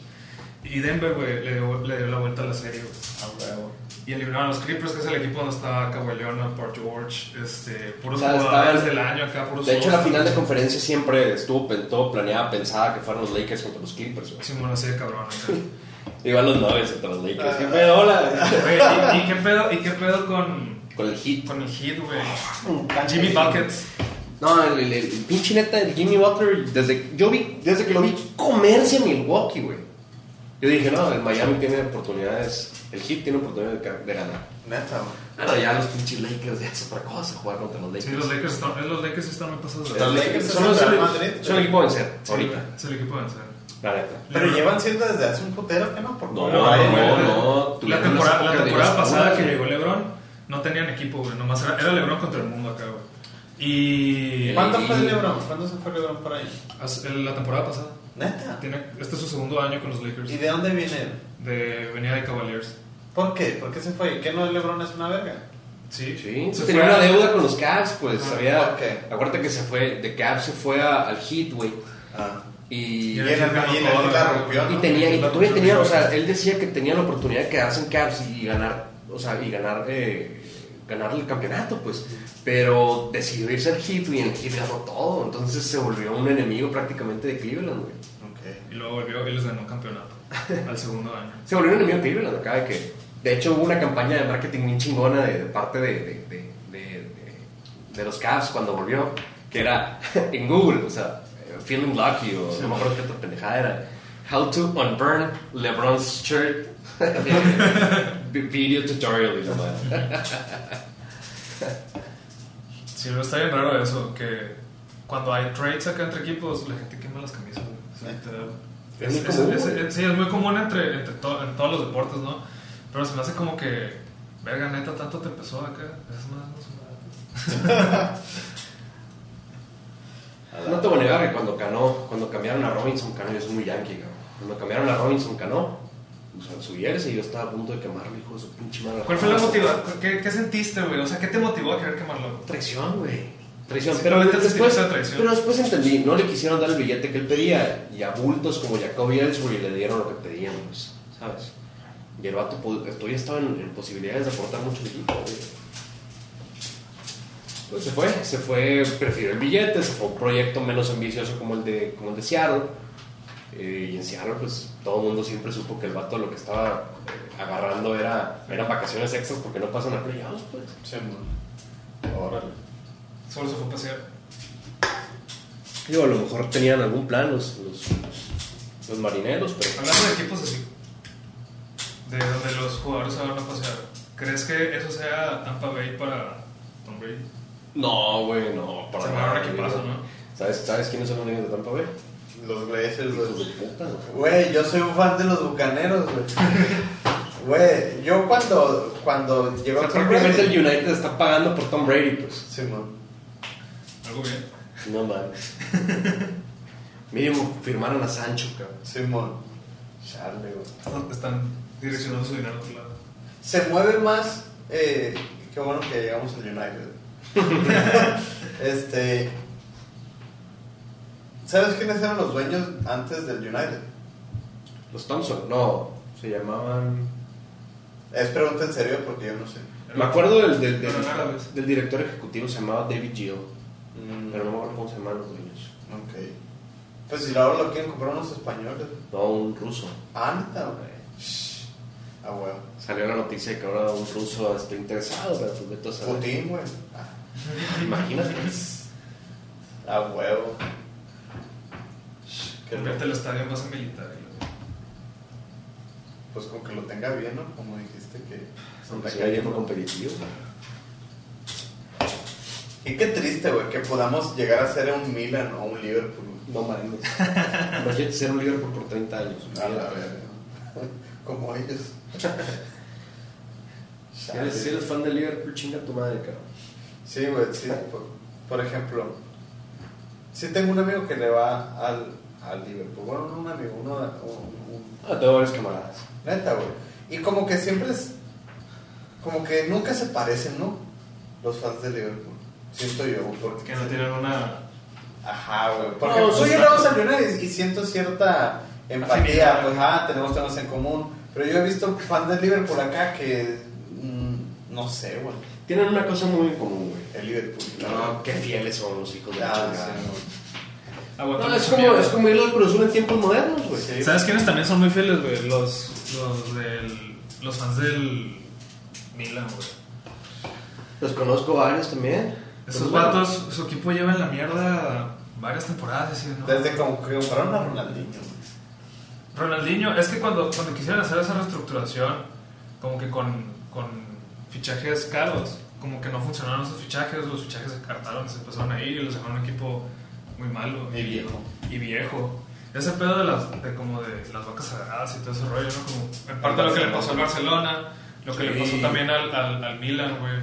D: Y Denver, güey, le, dio- le dio la vuelta a la serie, güey.
B: Ah, huevo.
D: Y eliminaron a los Clippers, que es el equipo donde estaba Kawhi Leonard, Port George, este, puros
C: O sea,
D: jugadores
C: estaba-
D: del año acá, puros
C: De hecho, la
D: hombres.
C: final de conferencia siempre estuvo pen- todo planeada, pensada que fueran los Lakers contra los Clippers. güey.
D: Simón, así de cabrón acá.
C: Iban los Nuggets contra los
B: Ah.
C: Lakers. ¡Qué pedo, hola!
D: Güey, ¿y, y qué pedo, ¿Y qué pedo con,
C: Con el hit.
D: con el Heat, güey? Jimmy Buckets.
C: No, el, el- el pinche neta de Jimmy Butler, desde, yo vi, desde que lo vi comerse a Milwaukee, güey. Yo dije, no, el Miami tiene oportunidades, el Heat tiene oportunidades de, ca- de ganar.
B: Neta, güey.
C: Pero ya los pinches Lakers ya es otra cosa jugar contra los Lakers.
D: Sí, los Lakers están, eh, los Lakers sí están muy pasados de
B: Los
C: El-
D: verga.
B: Lakers
C: son,
B: es
C: los-
B: el Real
C: son el-
B: Madrid.
C: son el equipo a vencer,
D: Sí,
C: ahorita,
D: Es el equipo de vencer.
C: la neta.
B: Pero llevan siendo desde hace un putero que no, por
C: No, eh,
B: favor.
C: no,
B: Ay,
C: no.
D: La
C: tuvieron
D: temporada,
C: las épocas de
D: la temporada
C: los
D: pasada
C: Bulls,
D: que
C: güey.
D: llegó LeBron, no tenían equipo, güey. Nomás era, era LeBron contra el mundo acá, güey. Y.
B: ¿Cuándo fue LeBron? ¿Cuándo se fue LeBron para ahí?
D: as- el- La temporada pasada.
B: Neta.
D: Tiene, este es su segundo año con los Lakers.
B: ¿Y de dónde viene él?
D: De, venía de Cavaliers.
B: ¿Por qué? ¿Por qué se fue? ¿Que no LeBron es una verga?
D: Sí.
C: Sí,
D: Se
C: tenía
D: fue
C: una
D: a-
C: deuda con los Cavs, pues
D: Ajá.
C: había...
B: Ok.
C: Acuérdate que se fue, de Cavs se fue a- al Heat, güey.
B: Ah.
C: Y...
B: Y
D: Ya
B: en el y en el- la rompió,
C: Y
B: ¿no?
C: tenía, y
D: Claro,
C: todavía
D: sí,
C: tenía,
D: sí.
C: o sea, él decía que tenía la oportunidad de quedarse en Cavs y ganar, o sea, y ganar, eh, ganar el campeonato, pues. Pero decidió irse al Heat y en el Heat ganó todo, entonces se volvió un enemigo prácticamente de Cleveland, güey.
B: Ok.
D: Y luego volvió y les ganó un campeonato. al segundo año.
C: Se volvió un enemigo de Cleveland, acá de que De hecho, hubo una campaña de marketing muy chingona de, de parte de, de- de- de- de- de los Cavs cuando volvió, que era en Google, o sea, feeling lucky, o no me acuerdo qué otra pendejada era. How to unburn LeBron's shirt. Video tutorial y la madre.
D: Sí, pero está bien raro eso, que cuando hay trades acá entre equipos, la gente quema las camisas. güey. O sea, te-
C: Es
D: es-
C: muy
D: es-
C: común,
D: es-
C: güey.
D: sí, es muy común entre, entre to- en todos los deportes, ¿no? Pero se me hace como que, verga, neta, tanto te empezó acá. Es más, no es más.
C: No te voy a negar que cuando Cano, cuando cambiaron a Robinson Cano, yo soy muy yankee, cabrón. Cuando cambiaron a Robinson Cano, o sea, su jersey yo estaba a punto de quemarlo, hijo de su pinche madre.
D: ¿Cuál fue la motivación? ¿Qué, qué sentiste, güey? O sea, ¿qué te motivó a querer quemarlo?
C: Traición, güey. Traición.
D: Sí,
C: pero,
D: vete al
C: después,
D: sentimiento de traición.
C: pero después entendí, no le quisieron dar el billete que él pedía y a bultos como Jacoby Ellsbury le dieron lo que pedían, pues, ¿sabes? Y el vato pod- todavía estaba en, en posibilidades de aportar mucho al equipo, güey. Pues se fue, se fue, prefirió el billete, se fue a un proyecto menos ambicioso como el de, como el de Seattle. Eh, y en Seattle, pues todo el mundo siempre supo que el vato lo que estaba eh, agarrando era, eran vacaciones extras porque no pasan a playoffs, pues.
B: Órale.
D: Solo se fue a pasear.
C: Digo, a lo mejor tenían algún plan los, los, los marineros, pero
D: Hablando de equipos así, de donde los jugadores se van a pasear, ¿crees que eso sea Tampa Bay para Tom Brady?
C: no, güey, no, para
D: Se
C: nada.
D: agarraron equipazo,
C: güey.
D: ¿no?
C: ¿Sabes, ¿Sabes quiénes son los niños de Tampa Bay?
B: Los Glazers,
C: Hijos de
B: güey.
C: puta, güey.
B: Güey, yo soy un fan de los bucaneros, güey. Güey, yo cuando, cuando llegó
C: O sea,
B: Tom
C: prácticamente
B: Brady-
C: el United está pagando por Tom Brady, pues.
B: Simón.
D: Algo bien.
C: No mames. Mínimo firmaron a Sancho, cabrón.
B: Simón. Charle, güey.
D: Están, están direccionando su dinero a otro lado.
B: Se mueve más. eh, qué bueno que llegamos al United. este. ¿Sabes quiénes eran los dueños antes del United?
C: Los Thompson, no, se llamaban.
B: Es pregunta en serio porque yo no sé.
C: Me acuerdo del, del, del,
D: Pero en árabes.
C: del director ejecutivo, se llamaba David Gill,
B: Mm,
C: pero no me acuerdo cómo se llamaban los dueños.
B: Ok. Pues si ahora lo quieren comprar unos españoles.
C: No, un ruso.
B: Ah, neta, güey. Shh. Ah, huevo.
C: Salió la noticia de que ahora un ruso está interesado, pero pues vete a saber.
B: Putin, güey. Ah,
C: Imagínate.
B: Ah, huevo. Shh,
D: Que
B: qué
D: repente
B: loco.
D: el estadio más militar.
B: Pues con que lo tenga bien, ¿no? Como dijiste que.
C: Aunque sea yendo competitivo.
B: Y qué triste, güey, que podamos llegar a ser un Milan o un Liverpool.
C: No mames. Imagínate ser un Liverpool por 30 años.
B: A la verga. Como ellos.
C: Si eres, si eres fan de Liverpool, chinga tu madre, cabrón.
B: Sí, güey, sí. Por, por ejemplo, sí tengo un amigo que le va al, al Liverpool. Bueno, no un amigo, uno, un- un-
C: Ah, tengo varios camaradas.
B: Neta, güey. Y como que siempre es. Como que nunca se parecen, ¿no? Los fans de Liverpool. Siento yo, güey, porque.
D: Que no tienen una.
B: Ajá, güey. Porque pues Ah,
C: No,
B: tú
C: sí.
B: y yo le vamos al United y siento cierta empatía,
D: Afinidad.
B: pues, ah, tenemos temas en común. Pero yo he visto fans de Liverpool acá que. mm, no sé, güey.
C: Tienen una cosa muy en común, güey.
B: El Liverpool.
C: No, qué fieles son los hijos de la
B: Ah,
C: chingada.
D: aguantan
C: No, es
D: mucho
C: como,
D: miedo.
C: es como ir al Cruz Azul en tiempos modernos, güey.
B: Pues sí, güey.
D: ¿Sabes quiénes también son muy fieles, güey? Los, los, del, los fans del Milan, güey.
C: Los conozco varios también.
D: Esos
C: Pero bueno,
D: vatos, su equipo lleva en la mierda varias temporadas. así, ¿no?
B: Desde como que compraron a Ronaldinho. güey.
D: Ronaldinho, es que cuando, cuando quisieron hacer esa reestructuración, como que con, con fichajes caros, como que no funcionaron esos fichajes, los fichajes se cartaron, se empezaron a ir y los dejaron un equipo muy malo.
B: Y viejo.
D: Y viejo. Ese pedo de las, de como de las vacas sagradas y todo ese rollo, ¿no? Como, en parte lo que le pasó al Barcelona, lo que le pasó
C: Sí.
D: también al, al, al Milan, güey.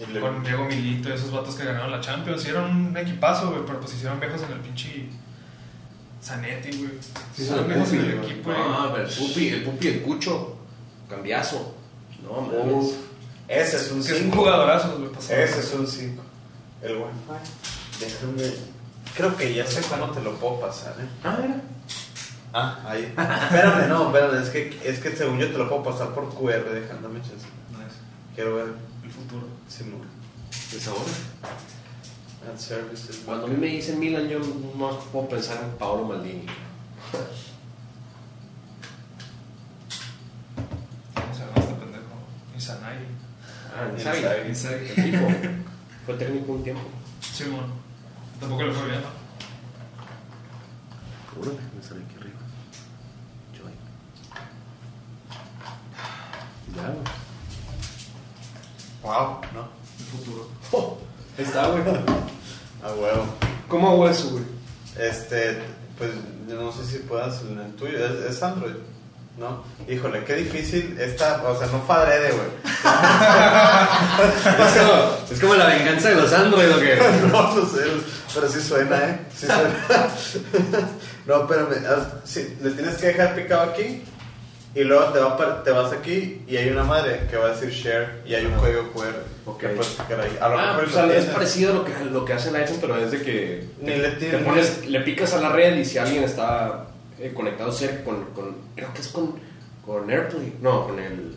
B: Y le-
D: Con Diego Milito y esos vatos que ganaron la Champions. Y eran un equipazo, güey, pero pues se hicieron viejos en el pinche Zanetti, güey. Se
C: Sí, son
D: hicieron
C: el
D: viejos
C: Pupi,
D: en el
C: güey.
D: equipo,
C: No,
D: güey.
C: Ah, pero el Pupi, el Pupi, el Cucho. Cambiazo. No, mames.
B: Uf, Ese es un
D: Que es un
B: 5.
D: jugadorazo, güey. pues, pasado.
B: Ese es un 5. El wifi. Déjame. Creo que ya sé cuándo te lo puedo pasar, ¿eh?
C: Ah, mira.
B: Ah, ahí. espérame, no, espérame. Es que, es que según yo te lo puedo pasar por QR, dejándome chance.
D: No es
B: Quiero ver.
D: El futuro.
B: Simón.
C: Es ahora.
B: Ad services.
C: Cuando a mí me dicen Milan, yo no puedo pensar en Paolo Maldini.
D: ¿Cómo se llama este pendejo? Sanay.
C: Ah,
B: Inzaghi.
C: Inzaghi.
D: Inzaghi.
C: El tipo. Fue técnico un tiempo.
D: Simón. Tampoco le fue bien, ¿no?
C: Uno, me sale aquí arriba. Joy. Ya, güey.
B: Wow, ¿no?
D: El futuro.
C: Oh, ahí está, güey.
B: A huevo.
C: ¿Cómo hago eso, güey?
B: Este, pues yo no sé si puedas en el tuyo, es, es Android, ¿no? Híjole, qué difícil está, o sea, no padre de, güey.
C: Es como, es como la venganza de los Android, ¿o qué?
B: no, no sé, pero sí suena, ¿eh? Sí suena. no, espérame, haz- sí, le tienes que dejar picado aquí y luego te, va para- te vas aquí y hay una madre que va a decir share y hay un código QR
C: Ok.
B: que puedes picar ahí. A lo
C: Ah,
B: mejor
C: pues,
B: lo
C: es
B: tienes.
C: parecido a lo que, lo que hace el iPhone, pero es de que
B: Ni le
C: te
B: tienes.
C: pones, le picas a la red y si alguien está eh, conectado cerca con, con- Creo que es con, con AirPlay. No, con el.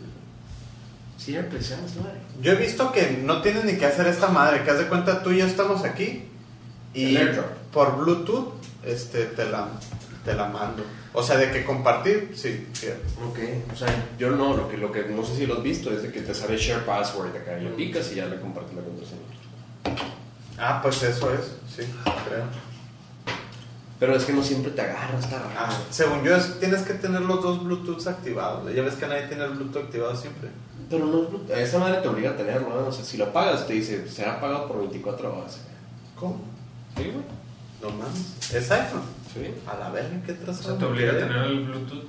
C: Sí, AirPlay, se llama esta madre.
B: Yo he visto que no tienes ni que hacer esta madre, que haz de cuenta tú y yo estamos aquí y
C: El airdrop.
B: por Bluetooth este, te, la, te la mando. O sea, de que compartir, sí, cierto.
C: Ok, o sea, yo no, lo que, lo que no sé si lo has visto es de que te sale share password acá y le picas y ya le compartes la contraseña.
B: Ah, pues eso es, sí, creo.
C: Pero es que no siempre te agarras, está raro.
B: Ah, según yo, es- tienes que tener los dos Bluetooths activados. Ya ves que nadie tiene el Bluetooth activado siempre.
C: Pero no, es Bluetooth. esa madre te obliga a tenerlo, ¿no? O sea, si lo apagas te dice, será pagado por 24 horas.
B: ¿Cómo?
C: Sí, güey.
B: No mames. Es iPhone.
C: Sí.
B: A la verga, qué
D: O
B: trazo.
D: sea, te obliga a tener el Bluetooth.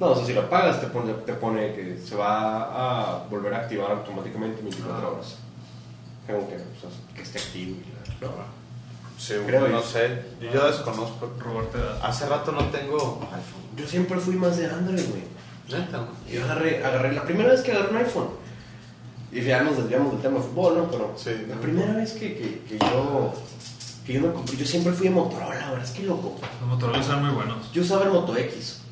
C: No, o sea, si lo apagas te pone, te pone que se va a volver a activar automáticamente 24
D: Ah.
C: horas. Creo que, o sea, que esté activo. y la- No,
B: Sí,
C: Creo
B: no
C: yo.
B: sé. Yo ya desconozco.
D: Robarte edad.
B: Hace rato no tengo iPhone.
C: yo siempre fui más de Android, güey.
B: Neta, güey.
C: Yo agarré, agarré, la primera vez que agarré un iPhone, y ya nos desviamos del tema de fútbol, ¿no? Pero
B: Sí.
C: la primera vez que, que, que yo, que yo me compré, yo siempre fui de Motorola, la verdad es que loco.
D: Los Motorola eran muy buenos.
C: Yo usaba el Moto X.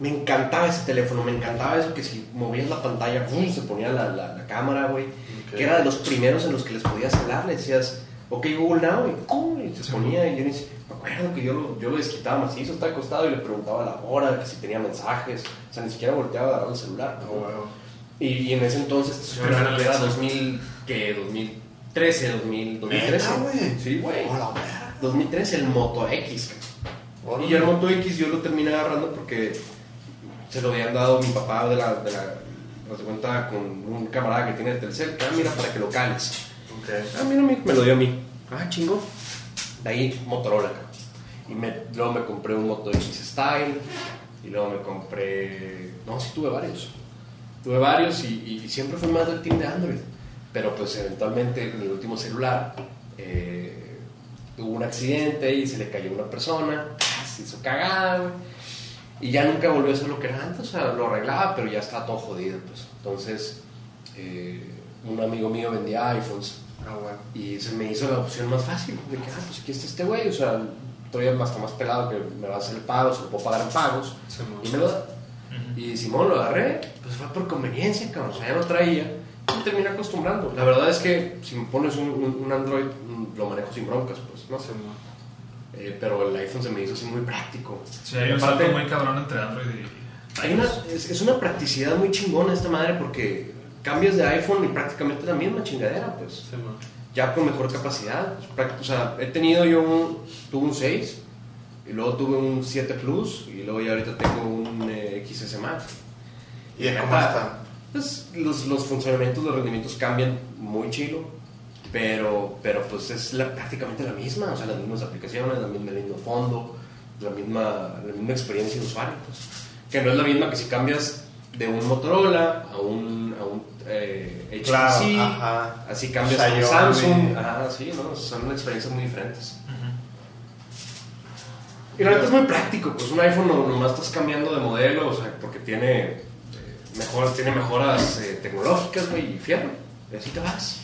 C: Me encantaba ese teléfono, me encantaba eso que si movías la pantalla, ¡fum! se ponía la, la- la cámara, güey.
B: Ok.
C: Que era de los primeros en los que les podías hablar, le decías, ok Google Now, y, ¡cum! y se
D: Sí.
C: ponía. Y yo ni si- me acuerdo que yo lo, yo lo desquitaba macizo, estaba acostado y le preguntaba la hora, que si tenía mensajes. O sea, ni siquiera volteaba a agarrar el celular.
B: No,
C: ¿no?
B: huevo.
C: y, y en ese entonces,
D: Sí,
C: yo creo
D: era
C: que era
D: Alexa.
C: 2000, ¿qué? 2013, 2000, 2013.
B: ¿Neta, güey?
C: Sí, güey.
B: Hola, verga.
C: 2013, el Moto X, cabrón.
B: Órale.
C: Y yo el Moto X yo lo terminé agarrando porque se lo habían dado mi papá de la, de la haz de cuenta con un camarada que tiene el Telcel, ah, mira, para que lo cales.
B: Ok.
C: Ah, mira, me, me lo dio a mí. Ah, chingo. De ahí Motorola, cabrón. Y me, luego me compré un Moto X Style. Y luego me compré... No, sí tuve varios. Tuve varios y, y- y siempre fui más del team de Android. Pero pues eventualmente mi último celular eh, tuvo un accidente y se le cayó una persona. Se hizo cagada, güey. Y ya nunca volvió a ser lo que era antes. O sea, lo arreglaba, pero ya está todo jodido. Pues. Entonces, eh, un amigo mío vendía iPhones.
B: Ah, bueno.
C: Y se me hizo la opción más fácil. De que, ah, pues aquí está este güey, o sea, todavía más está más pelado que me va a hacer el pago, se lo puedo pagar en pagos.
B: Se
C: Y
B: me-
C: me lo da. Y Simón lo agarré, pues fue por conveniencia, cabrón, o sea, ya lo traía. Y me terminé acostumbrando. La verdad es que si me pones un, un- un Android, mm, lo manejo sin broncas, pues, no sé.
B: Se me-
C: Eh, pero el iPhone se me hizo así muy práctico.
D: Sí, hay un
C: Aparte-
D: salto muy cabrón entre Android y.
C: hay una, es, es una practicidad muy chingona esta madre porque cambias de iPhone y prácticamente la misma chingadera, pues.
B: se me-
C: ya con mejor capacidad. Pues, Práct- O sea, he tenido yo un, tuve un 6 y luego tuve un 7 Plus y luego ya ahorita tengo un eh, XS Max.
B: ¿Y de cómo
C: Neta,
B: está?
C: Pues los, los funcionamientos, los rendimientos cambian muy chilo, pero, pero pues es la- prácticamente la misma, o sea, las mismas aplicaciones, la misma, el mismo fondo, la misma, la misma experiencia de usuario, pues. que no es la misma que si cambias de un Motorola a un, a un eh, HTC,
B: Claro, ajá.
C: así cambias a un
B: Xiaomi.
C: Samsung, ajá, sí, ¿no? son experiencias muy diferentes. Y la neta es muy práctico, pues un iPhone no- nomás estás cambiando de modelo, o sea, porque tiene, eh, mejor, tiene mejoras eh, tecnológicas, güey, y fierro. Y así te vas.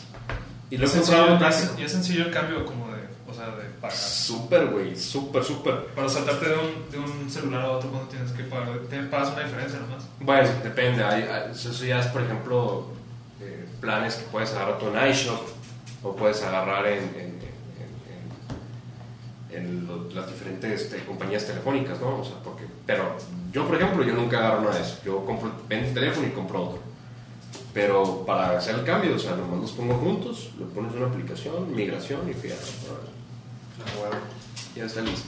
C: Y
D: Y
C: lo
D: es
C: he encontrado
D: sencillo,
C: muy práctico.
D: es- y es sencillo el cambio como de. O sea, de pagar.
C: Súper, güey, súper, súper.
D: Para saltarte de un, de un celular a otro cuando tienes que pagar. Te pagas una diferencia nomás.
C: Bueno, depende. Hay, hay- eso ya es, por ejemplo, eh, planes que puedes agarrar tú en iShop o puedes agarrar en, en- en- en- en lo- las diferentes te- compañías telefónicas, ¿no? O sea, porque, pero yo, por ejemplo, yo nunca agarro nada de eso. Yo compro, vendo un teléfono y compro otro. Pero para hacer el cambio, o sea, nomás nos pongo juntos, lo pones en una aplicación, migración y fíjate. órale,
B: Ah, huevo.
C: Ya está listo.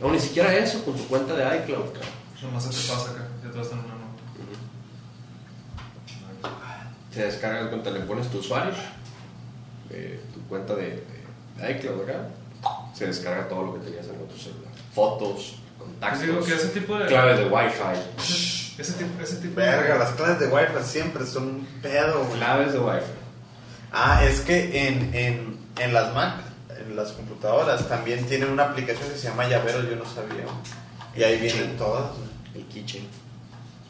C: No, ni siquiera eso, con tu cuenta de iCloud, cabrón.
D: Nomás se te pasa acá, ya todo está en una nota.
C: Te descargas cuenta, le pones tu usuario, eh, tu cuenta de, de iCloud acá, se descarga todo lo que tenías en tu celular. Fotos, contactos,
D: Pues digo que ese tipo de-
C: claves de Wi-Fi.
D: Ese, ese tipo, ese tipo
B: Verga, las clases de Wi-Fi siempre son un pedo, güey.
C: Claves de Wi-Fi.
B: Ah, es que en, en, en las Mac, en las computadoras, también tienen una aplicación que se llama Llavero, yo no sabía. güey. Y ahí vienen
C: Sí.
B: todas, güey.
C: El kitchen.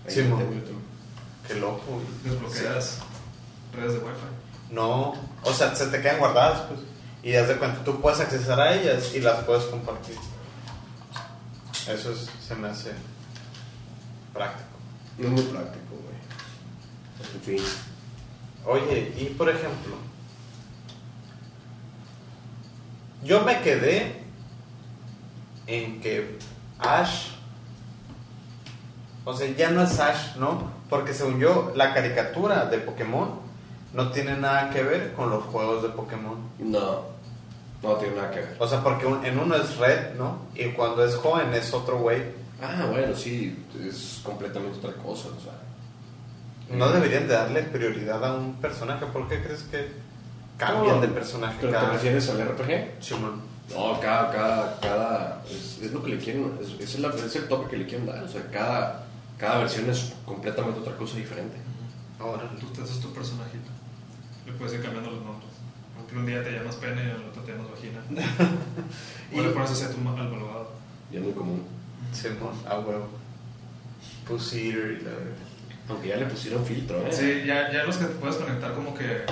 C: Ahí
B: Sí,
C: te-
B: mo. Qué loco, güey.
D: desbloqueadas redes de Wi-Fi.
B: No, o sea, se te quedan guardadas, pues. Y haz de cuenta, tú puedes accesar a ellas y las puedes compartir. Eso es- se me hace práctico.
C: No es muy práctico, güey. En fin.
B: Oye, y por ejemplo, yo me quedé en que Ash, o sea, ya no es Ash, ¿no? Porque según yo, la caricatura de Pokémon no tiene nada que ver con los juegos de Pokémon.
C: No. No tiene nada que ver.
B: O sea, porque un- en uno es Red, ¿no? Y cuando es joven es otro güey.
C: Ah, bueno, sí, es completamente otra cosa, o sea.
B: No deberían de darle prioridad a un personaje. ¿Por qué crees que cambian
C: No,
B: de personaje
C: ¿Pero te
B: cada
C: refieres al RPG?
B: Simón.
C: No, cada, cada, cada, es, es lo que le quieren, es, es, el, es el toque que le quieren dar, o sea, cada, cada versión es completamente otra cosa diferente.
B: Órale.
D: Tú te haces tu personajito. Le puedes ir cambiando los nombres. Porque un día te llamas pene y el otro te llamas vagina. o le pones así a tu ma- al malvado.
C: Y es muy común.
B: Simón, a huevo. Pusir y la verga.
C: Aunque ya le pusieron filtro, ¿eh?
D: Sí, ya, ya los que te puedes conectar como que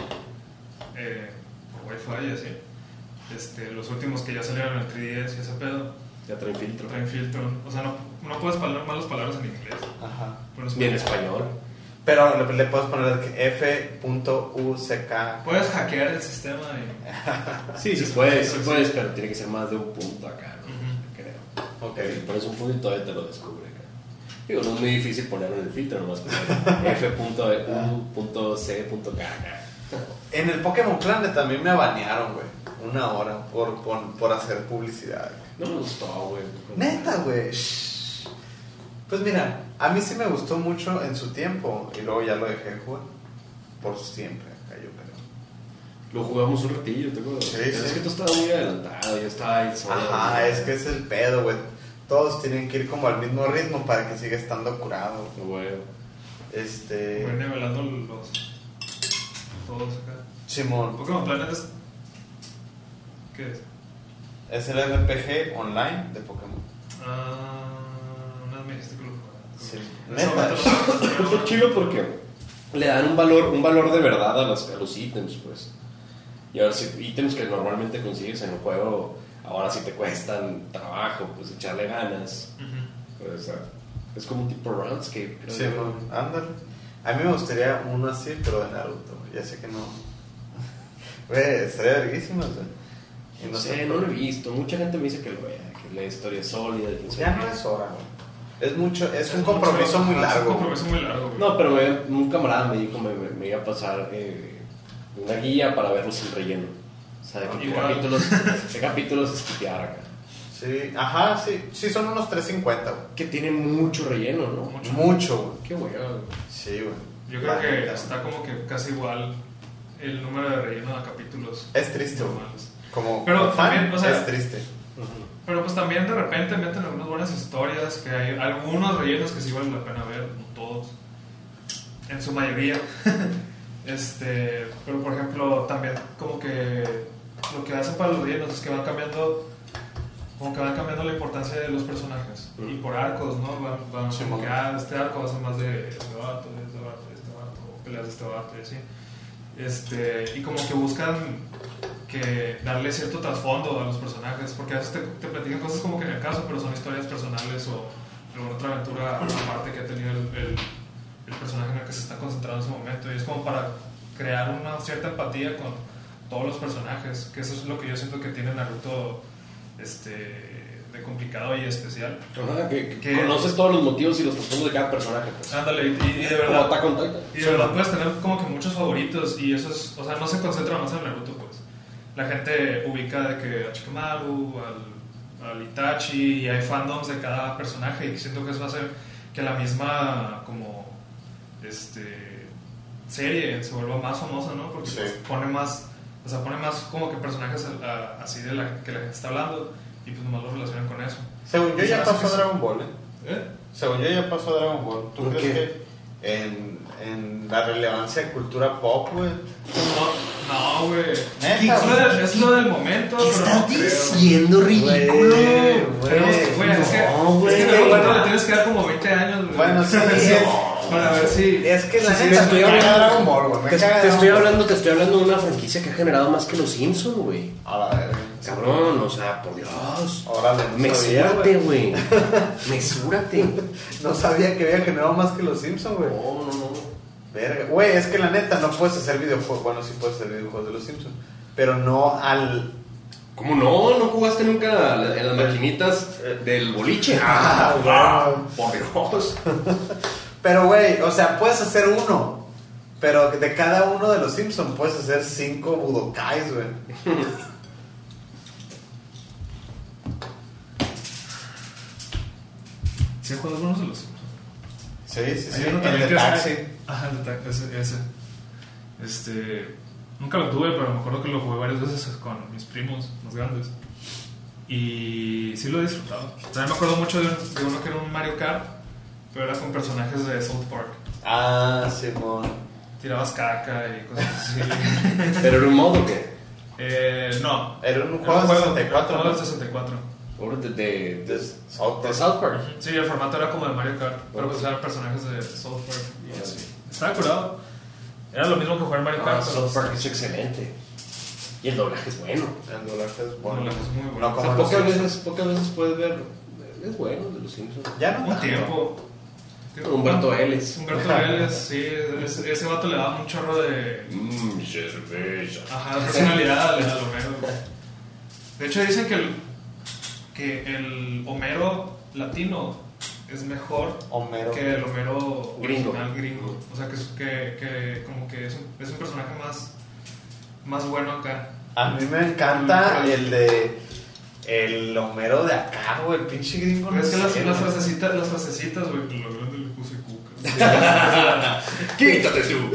D: eh, por Wi-Fi y así. Este, los últimos que ya salieron en el 3DS y ese pedo,
C: Ya traen filtro.
D: traen filtro. O sea, no, no puedes hablar malas palabras en inglés.
B: Ajá.
D: Pones-
C: Bien español.
B: Pero le, le puedes poner que F.UCK.
D: Puedes hackear el sistema y...
C: Sí, sí puedes, sí puedes, pero tiene que ser más de un punto acá, ¿no?
D: Ujú.
C: Creo.
B: Ok.
C: Si pones un punto y todavía te lo descubre acá. Digo, no es muy difícil ponerlo en el filtro, nomás poner E, f.u.c.k. acá.
B: En el Pokémon Clan también me banearon, güey. Una hora por, por, por hacer publicidad.
C: No me gustó, güey.
B: Neta, güey. Shh. Pues mira, a mí sí me gustó mucho en su tiempo. Y luego ya lo dejé de jugar. Por siempre, acá yo creo.
C: Lo jugamos un ratillo, ¿te acuerdas?
B: Sí,
C: Pero
B: sí.
C: Es que tú estabas muy adelantado, yo estaba ahí solo.
B: Ajá, Ah, es que es el pedo, güey. Todos tienen que ir como al mismo ritmo para que siga estando curado.
C: No, güey.
B: Este.
D: Voy nivelando los... Todos acá.
B: Simón.
D: Pokémon Planet es... ¿Qué es?
B: Es el RPG online de Pokémon.
D: Ah... Una vez me dijiste que lo jugaba.
B: Sí.
D: En ese
B: Neta.
D: momento lo-
C: Pues está chido porque le dan un valor, un valor de verdad a, las- a los ítems, pues. Y ahora sí, ítems que normalmente consigues en un juego, ahora sí te cuestan trabajo, pues echarle ganas.
D: Ujú.
C: Pues, o sea, es como un tipo roundscape, creo.
B: Sí,
C: yo.
B: bueno, ándale. A mí me gustaría uno así, pero de Naruto. Ya sé que no. Güey, estaría verguísimo, o sea. Y
C: no
B: sé,
C: sé, no lo he visto. Mucha gente me dice que lo vea, que la historia es sólida. que sé
B: Ya
C: qué.
B: no es hora, güey. Es mucho, es, un
D: mucho-
B: compromiso muy
D: es
B: largo.
D: un compromiso muy largo, güey.
C: No, pero me- un camarada me dijo que me, me- me iba a pasar eh, una guía para verlos sin relleno. O sea, de que
D: Ah, Igual.
C: capítulos, de capítulos esquipear acá.
B: Sí, ajá, sí. Sí, son unos 350, güey.
C: Que tiene mucho relleno, ¿no?
D: Mucho.
B: Mucho, güey.
C: Qué hueva, güey.
B: Sí, güey.
D: Yo
B: La
D: creo que
B: neta.
D: está como que casi igual el número de relleno de capítulos.
B: Es triste, güey.
D: normales.
B: Como
D: Pero
B: fan,
D: también, o sea,
B: es triste.
D: Pero pues también de repente meten algunas buenas historias, que hay algunos rellenos que sí valen la pena ver, no todos, en su mayoría. este, pero por ejemplo, también como que lo que hacen para los rellenos es que van cambiando, como que van cambiando la importancia de los personajes. Y por arcos, ¿no? Van, van
B: Sí,
D: como
B: mo.
D: que, ah, este arco va a ser más de este vato, de este vato, de este vato, o peleas de este vato y así. Este, y como que buscan que darle cierto trasfondo a los personajes, porque a veces te, te platican cosas como que en el caso, pero son historias personales o alguna otra aventura aparte que ha tenido el, el- el personaje en el que se está concentrando en ese momento. Y es como para crear una cierta empatía con todos los personajes, que eso es lo que yo siento que tiene Naruto este, de complicado y especial.
C: Ajá, que, que
D: ¿Qué?
C: conoces todos los motivos y los trasfondos de cada personaje. Pues.
D: Ándale, y, y de
C: Como
D: verdad.
C: Attack on Titan.
D: Y de verdad pues, puedes tener como que muchos favoritos y eso es, o sea, no se concentra más en Naruto, pues. La gente ubica de que a Chikamaru, al, al Itachi, y hay fandoms de cada personaje y siento que eso hace que la misma, como, este, serie se vuelva más famosa, ¿no? Porque
B: Sí.
D: pues, pone más, o sea, pone más como que personajes a- a- así de la que la gente está hablando y pues nomás lo relacionan con eso.
B: Según yo
D: Se me
B: ya
D: hace
B: pasó
D: que-
B: Dragon Ball, ¿eh?
D: ¿Eh?
B: Según yo ya pasó Dragon Ball. ¿Tú
C: ¿Por
B: crees
C: qué?
B: que en, en la relevancia de cultura pop, güey?
D: No, no, güey.
B: Neta,
D: Es lo del- Es lo del momento,
C: ¿Qué
D: pero no
C: estás
D: creo.
C: diciendo, ridículo?
B: Güey,
D: Tenemos que- güey, es que,
C: no, güey.
D: es que me encuentro que tienes que dar como 20 años, güey.
B: Bueno, sí,
D: para ver
B: sí.
D: si- para ver si.
B: Es que la
C: Sí, sí,
B: neta,
C: te estoy
B: me caga
C: hablando-
B: Dragon Ball, güey. me
C: Te,
B: caga
C: te
B: Dragon
C: estoy
B: Ball.
C: hablando, te estoy hablando de una franquicia que ha generado más que los Simpsons, güey.
B: A la verga.
C: Cabrón, o sea, por Dios.
B: Órale, no sabía,
C: Mesúrate,
B: güey.
C: güey. Mesúrate.
B: No sabía que había generado más que los Simpsons, güey.
C: No, no, no.
B: Verga. Güey, es que la neta no puedes hacer videojuegos. Bueno, sí puedes hacer videojuegos de los Simpsons. Pero no al.
C: ¿Cómo no? ¿No jugaste nunca a la- en las maquinitas del boliche?
B: Ah,
C: ah, por Dios.
B: Pero, güey, o sea, puedes hacer uno. Pero de cada uno de los Simpsons puedes hacer cinco Budokais, güey.
D: ¿Sí juegas algunos de los Simpsons?
B: Sí, sí, sí.
D: Hay uno
B: el
D: también
B: de
D: que es-
B: taxi.
D: Ajá, el de taxi, ese, ese. Este. Nunca lo tuve, pero me acuerdo que lo jugué varias veces con mis primos más grandes. Y sí lo he disfrutado. También me acuerdo mucho de, un- de uno que era un Mario Kart, pero era con personajes de South Park.
B: Ah, Simón.
D: Tirabas caca y cosas así.
C: ¿Pero era un modo que?
D: eh, no.
B: Era un
D: Era
B: juego de 64.
D: era un Ah, juego
B: ¿no?
D: del 64.
C: Ahora de, de,
B: De
C: de,
B: South
C: de
B: Park.
C: South Park.
D: Sí, el formato era como de Mario Kart, pero pues eran personajes de South Park y así. Estaba curado. Era lo mismo que jugar Mario
C: Ah,
D: Kart, pero
C: South Park es excelente. Y el doblaje es bueno.
B: El doblaje es bueno.
D: El doblaje es muy
B: No
D: bueno. O
C: O
B: como
C: sea,
B: los
C: pocas
B: Simpsons.
C: veces, pocas veces puedes verlo. Es bueno, de los Simpsons.
B: Ya no
D: un
B: tanto.
D: tiempo.
C: Humberto Vélez.
D: Humberto Vélez, sí, ese, ese vato le daba un chorro de
C: Mmm, cerveza.
D: ajá, personalidad al, al Homero. De hecho, dicen que el, que el Homero latino es mejor
B: Homero.
D: que el Homero
C: Gringo.
D: original gringo. O sea, que, es- que, que como que es un, es un personaje más, más bueno acá.
B: A mí me encanta el de. El Homero de acá, güey. El pinche gringo.
D: Pero es que las,
B: sé,
D: las
B: güey.
D: frasecitas, las frasecitas, güey, que lo grande le puse cuca.
C: ¡Quítate tú!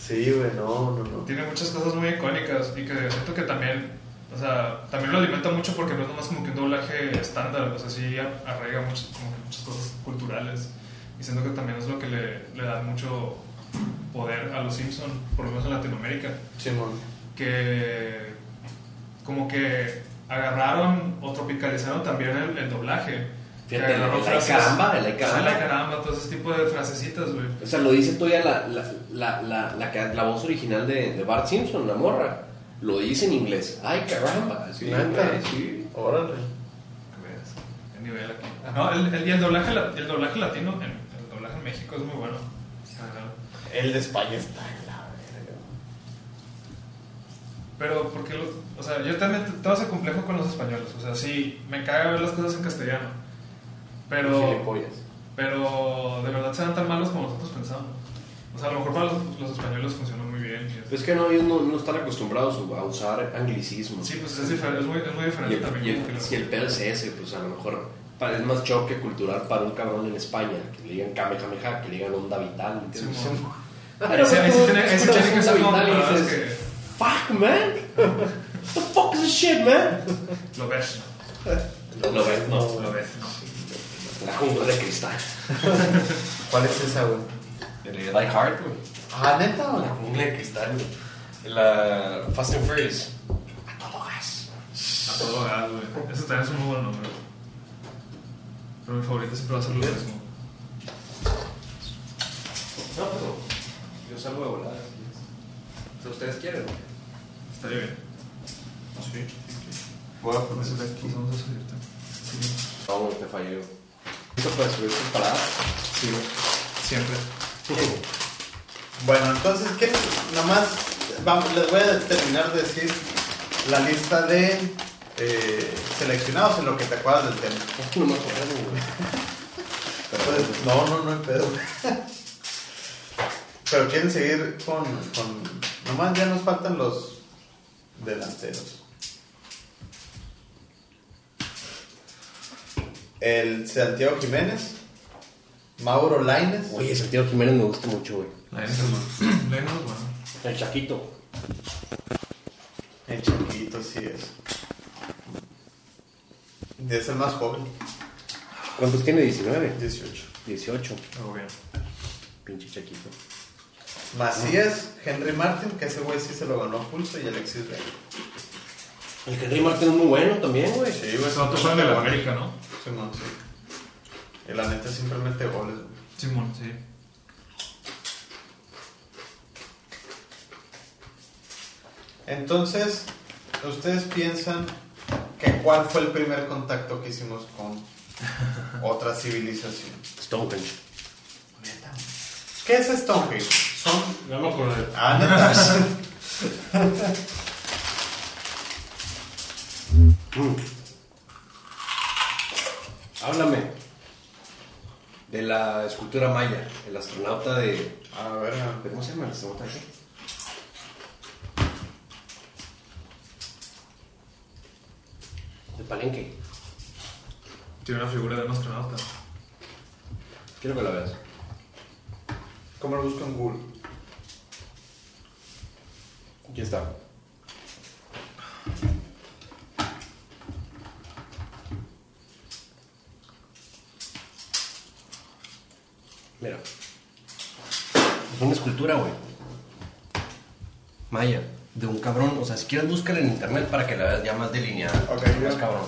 B: Sí, güey, no, no, no.
D: Tiene muchas cosas muy icónicas y que siento que también, o sea, también lo alimenta mucho porque no es nomás como que un doblaje estándar, o sea, sí a- arraiga muchas, como que muchas cosas culturales y siento que también es lo que le, le da mucho poder a los Simpson, por lo menos en Latinoamérica,
B: Simón.
D: que como que agarraron o tropicalizaron también el, el doblaje. Que
C: Fíjate, el
D: agarraron
C: ay
D: frases-
C: caramba, el ay
D: Sí,
C: caramba.
D: ay caramba, todo ese tipo de frasecitas, güey.
C: O sea, lo dice todavía la, la, la, la, la, que- la voz original de, de Bart Simpson, la morra. Lo dice en inglés. ¡Ay, caramba! Ah, Sí,
B: ¿Neta?
C: güey, sí.
B: Órale.
D: ¿Ves? El nivel aquí. No, el, el, y el doblaje, la- el doblaje latino, el, el doblaje en México es muy bueno.
B: El de España está en la verga.
D: Pero porque los, o sea, yo también t- todo ese complejo con los españoles, o sea, sí, me caga ver las cosas en castellano. Pero
C: Gilipollas.
D: pero de verdad serán tan malos como nosotros pensamos. O sea, a lo mejor para los, los españoles funciona muy bien. y es-
C: Es que no, ellos no, no están acostumbrados a usar anglicismos.
D: Sí, pues es, diferente, es, muy, es muy
C: Y
D: diferente
C: el,
D: también.
C: y el-
D: como que lo-
C: si el pedo es ese, pues a lo mejor para- es más choque cultural para un cabrón en España, que le digan kamehameha, que le digan onda vital.
D: Sí,
C: ¿entiendes?
D: mo-
C: Pero
D: Sí, ahí sí
C: tú
D: tiene- ahí sí
C: escuchas
D: tiene que
C: onda
D: ser como
C: vital y
D: palabras
C: dices,
D: que-
C: Fuck, man. What the fuck is this shit, man?
D: Lo ves, ¿no?
C: Lo ves, no.
D: Lo ves, ¿no?
C: La jungla de cristal.
B: ¿Cuál es esa, güey?
C: Die Hard, güey.
B: Ah, neta, güey.
C: La jungla de cristal, güey. La Fast and Furious. A todo gas.
D: A todo gas, güey. Eso también es un muy buen nombre. Pero mi favorito siempre va a ser lo mismo.
C: No, pero yo salgo de volada. Si ustedes quieren.
D: Estaría bien. Sí.
B: Voy a
D: Por
B: poner
D: eso
B: esa
D: le
B: aquí.
D: vamos a subirte. Sí.
C: No, te fallé. ¿Listo para subir sus paradas? Sí,
D: Siempre.
B: Bueno, entonces, ¿qué? Nomás vamos, les voy a terminar de decir la lista de eh, seleccionados en lo que te acuerdas del tema.
C: No me acuerdo, güey.
B: Entonces, no, no, no hay pedo. Pero quieren seguir con, con. Nomás ya nos faltan los delanteros. El Santiago Jiménez, Mauro Laines,
C: Oye, Santiago Jiménez me gusta mucho, güey.
D: La neta es bueno. La neta es bueno.
C: El Chaquito.
B: el chiquito, sí es. Es el más joven,
C: ¿Cuántos tiene? 19.
B: 18.
C: 18.
D: Pero bien.
C: Pinche Chaquito.
B: Macías, Henry Martin, que ese güey sí se lo ganó pulso, y Alexis Vega.
C: El Henry Martin es muy bueno también, güey.
B: Sí, güey.
D: Pues otros son de la América, ¿no?
B: Simón, sí. Y la neta siempre mete goles, güey.
D: Simón, sí.
B: Entonces, ¿ustedes piensan que cuál fue el primer contacto que hicimos con otra civilización?
C: Stonehenge.
B: ¿Qué es Stonehenge? Son...
D: Ya me acordé.
B: Ah, neta.
C: Mm. Háblame de la escultura maya, el astronauta de.
B: A ver,
C: ¿de ¿Cómo se llama el astronauta ese? De Palenque.
D: Tiene una figura de un astronauta.
C: Quiero que la veas.
B: ¿cómo lo busco en Google?
C: Aquí está. Mira. Es una escultura, güey. Maya. De un cabrón. O sea, si quieres búscala en internet para que la veas ya más delineada.
B: Ok,
C: más
B: ya.
C: cabrón.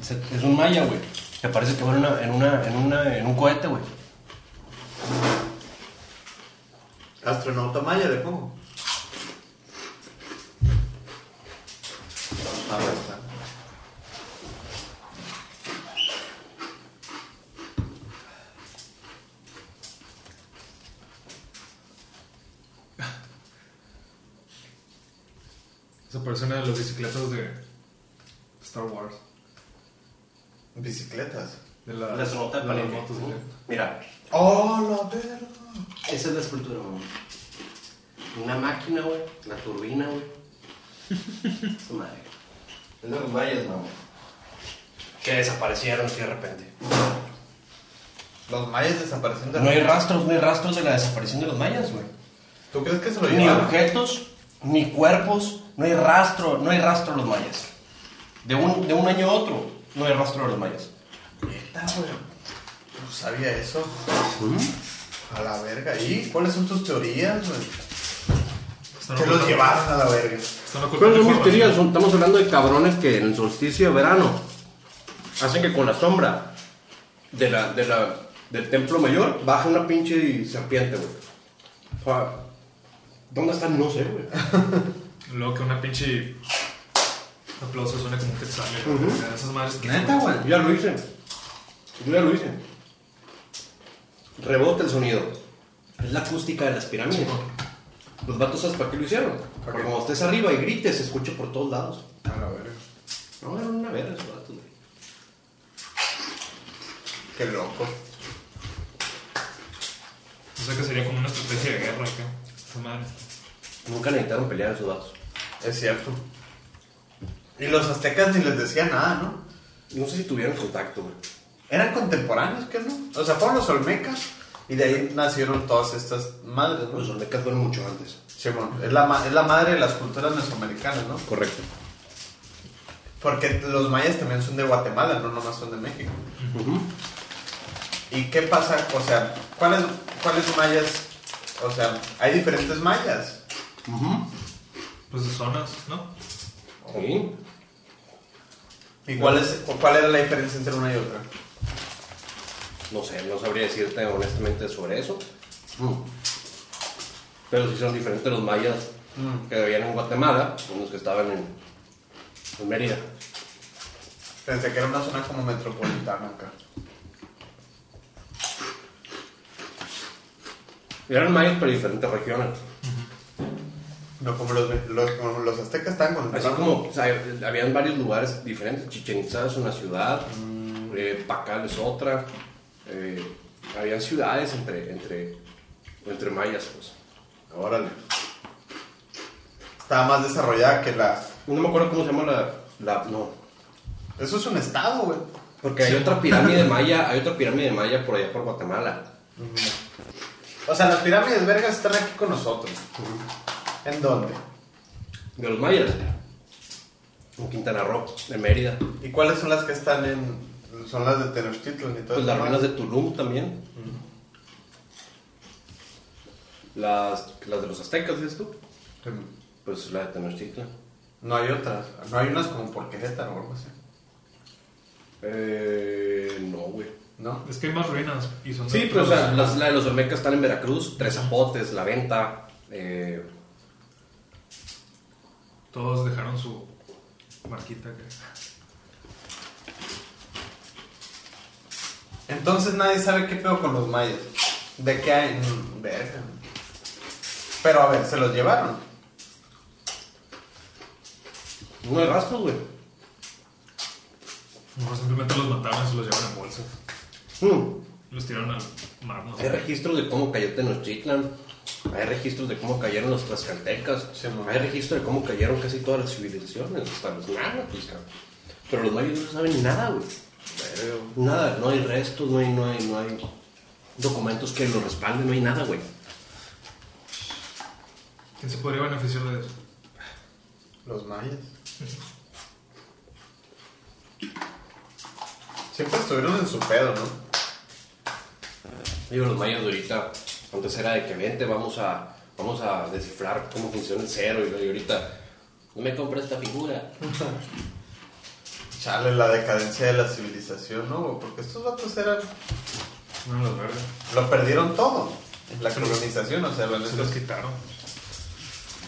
C: Es, es un maya, güey. Que parece que va en una, en una, en una, en un cohete, güey.
B: Astronauta Maya de Congo. Ah, ahí está.
D: Esa persona de las bicicletas de Star Wars.
B: Bicicletas.
D: De la,
B: Ah.
C: El astronauta de
D: de las
C: Palenque.
D: motos, güey.
C: Mira,
B: ¡Oh, la verga!
C: Esa es la escultura, güey. Una máquina, güey. La turbina, güey. Su madre. Es de los mayas, mamá. Que desaparecieron así de repente.
B: Los mayas desaparecieron de
C: No hay rastros, no hay rastros de la desaparición de los mayas, güey.
B: ¿Tú crees que se lo
C: Ni
B: llevaron?
C: objetos, ni cuerpos, no hay rastro, no hay rastro de los mayas. De un, de un año a otro, no hay rastro de los mayas.
B: Neta, güey. No Pues, sabía eso.
C: ¿Mm?
B: A la verga. ¿Y cuáles son tus teorías, güey?
D: Están
B: ¿Qué los
D: ocultando-
B: llevaron a la verga?
D: Están
C: Pero
D: ocultando
C: son mis
D: información.
C: teorías, son- estamos hablando de cabrones que en el solsticio de verano hacen que con la sombra de la, de la, del templo mayor baja una pinche serpiente, güey. O sea, ¿Dónde están? No sé, güey.
D: Luego que una pinche aplauso suena como que sale. güey. Esas madres que.
C: güey. Yo ya lo hice. Yo ya lo hice. Rebota el sonido. Es la acústica de las pirámides. Los vatos, ¿sabes para qué lo hicieron? Porque cuando estés arriba y grites, se escucha por todos lados.
B: A la verga.
C: No, eran una verga esos vatos, güey.
B: Qué loco.
D: O sea que sería como una estrategia de guerra acá. Esas madres.
C: Nunca necesitaron pelear esos vatos.
B: Es cierto. Y los aztecas ni les decían nada, ¿no?
C: No sé si tuvieron contacto, güey.
B: Eran contemporáneos, ¿qué no? O sea, fueron los olmecas y de ahí nacieron todas estas madres,
C: Los
B: ¿no?
C: olmecas fueron mucho antes.
B: Simón, es la, ma- es la madre de las culturas mesoamericanas, ¿no?
C: Correcto.
B: Porque los mayas también son de Guatemala, no nomás son de México. ¿Y qué pasa? O sea, ¿cuáles, ¿cuáles mayas? O sea, hay diferentes mayas.
D: Pues de zonas, ¿no?
C: Sí.
B: ¿Y cuál, es, o cuál era la diferencia entre una y otra?
C: No sé, no sabría decirte honestamente sobre eso. Pero sí son diferentes los mayas
B: Mm.
C: que vivían en Guatemala con los que estaban en, en Mérida.
B: Pensé que era una zona como metropolitana acá.
C: Eran mayas pero diferentes regiones.
B: No, como los, los- como los aztecas estaban con el
C: Así
B: ramo.
C: como, o sea, habían varios lugares diferentes. Chichen Itza es una ciudad, eh, Pacal es otra. eh, habían ciudades entre, entre, entre mayas, pues.
B: Órale. Estaba más desarrollada que la.
C: No me acuerdo cómo se llama la. la- no.
B: Eso es un estado, güey.
C: Porque hay otra pirámide maya, hay otra pirámide maya por allá por Guatemala.
B: O sea, las pirámides vergas están aquí con nosotros. ¿En dónde?
C: De los mayas. En Quintana Roo, de Mérida.
B: ¿Y cuáles son las que están en.? Son las de Tenochtitlan y todo
C: Pues las
B: eso?
C: ruinas de Tulum también. Las, las de los aztecas, ¿dices tú? Pues la de Tenochtitlan.
B: No hay otras. No hay unas como por Querétaro o algo así.
C: Eh, no, güey.
B: ¿No?
D: Es que hay más ruinas y son de
C: Sí, pero o
D: otros-
C: sea, las, la de los Olmecas están en Veracruz, Tres Zapotes, La Venta. eh,
D: Todos dejaron su marquita. Que...
B: Entonces nadie sabe qué pedo con los mayas. ¿De qué hay? Mm, verga. Pero a ver, se los llevaron.
C: no hay rastros, güey.
D: No, simplemente los mataron y se los llevan en bolsas.
C: Mm.
D: Los tiraron al mar, no
C: Hay
D: sé.
C: registros de cómo cayó Tenochtitlan. Hay registros de cómo cayeron los tlaxcaltecas.
B: Sí, mon.
C: hay registros de cómo cayeron casi todas las civilizaciones, hasta los náhuatl, cabrón. Pero los mayas no saben nada, güey. Nada, no hay restos, no hay, no hay, no hay documentos que lo respalden, no hay nada, güey.
D: ¿Quién se podría beneficiar de eso?
B: Los mayas. Siempre estuvieron en su pedo, ¿no?
C: Digo, los mayas de ahorita, antes era de que vente, vamos a, vamos a descifrar cómo funciona el cero, y, y ahorita, no me compras esta figura.
B: Chale, la decadencia de la civilización, ¿no? Porque estos vatos eran...
D: No los verdes.
B: Lo perdieron todo. En la colonización, o sea, la
D: Se
B: neta.
D: los quitaron.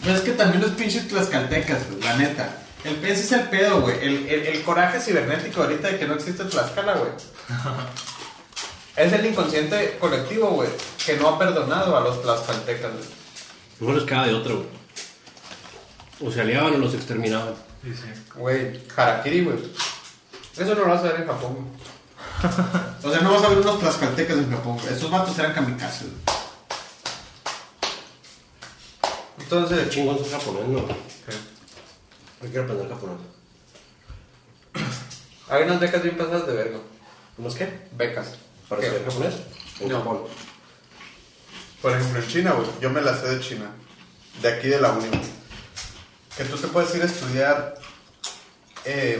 E: Pero es que también los pinches tlaxcaltecas, güey, la neta.
B: El, ese es el pedo, güey. El, el- el coraje cibernético ahorita de que no existe Tlaxcala, güey. es el inconsciente colectivo, güey. Que no ha perdonado a los tlaxcaltecas, güey.
C: No les quedaba de otro, güey. O se aliaban o los exterminaban.
D: Y sí.
B: Güey, harakiri, güey. Eso no lo vas a ver en Japón, güey.
E: O sea, no vas a ver unos tlaxcaltecas en Japón, güey. Estos vatos eran kamikazes, güey.
C: Qué
B: Entonces,
C: chingón soy japonés, no. Yo quiero aprender japonés.
B: hay unas becas bien pasadas de verga.
C: ¿Unos qué?
B: Becas.
C: ¿Para
B: ¿Qué?
C: estudiar japonés? En
B: No.
C: Japón.
B: Por ejemplo, en China, güey. Yo me la sé de China. De aquí de la Unión. Que tú te puedes ir a estudiar eh,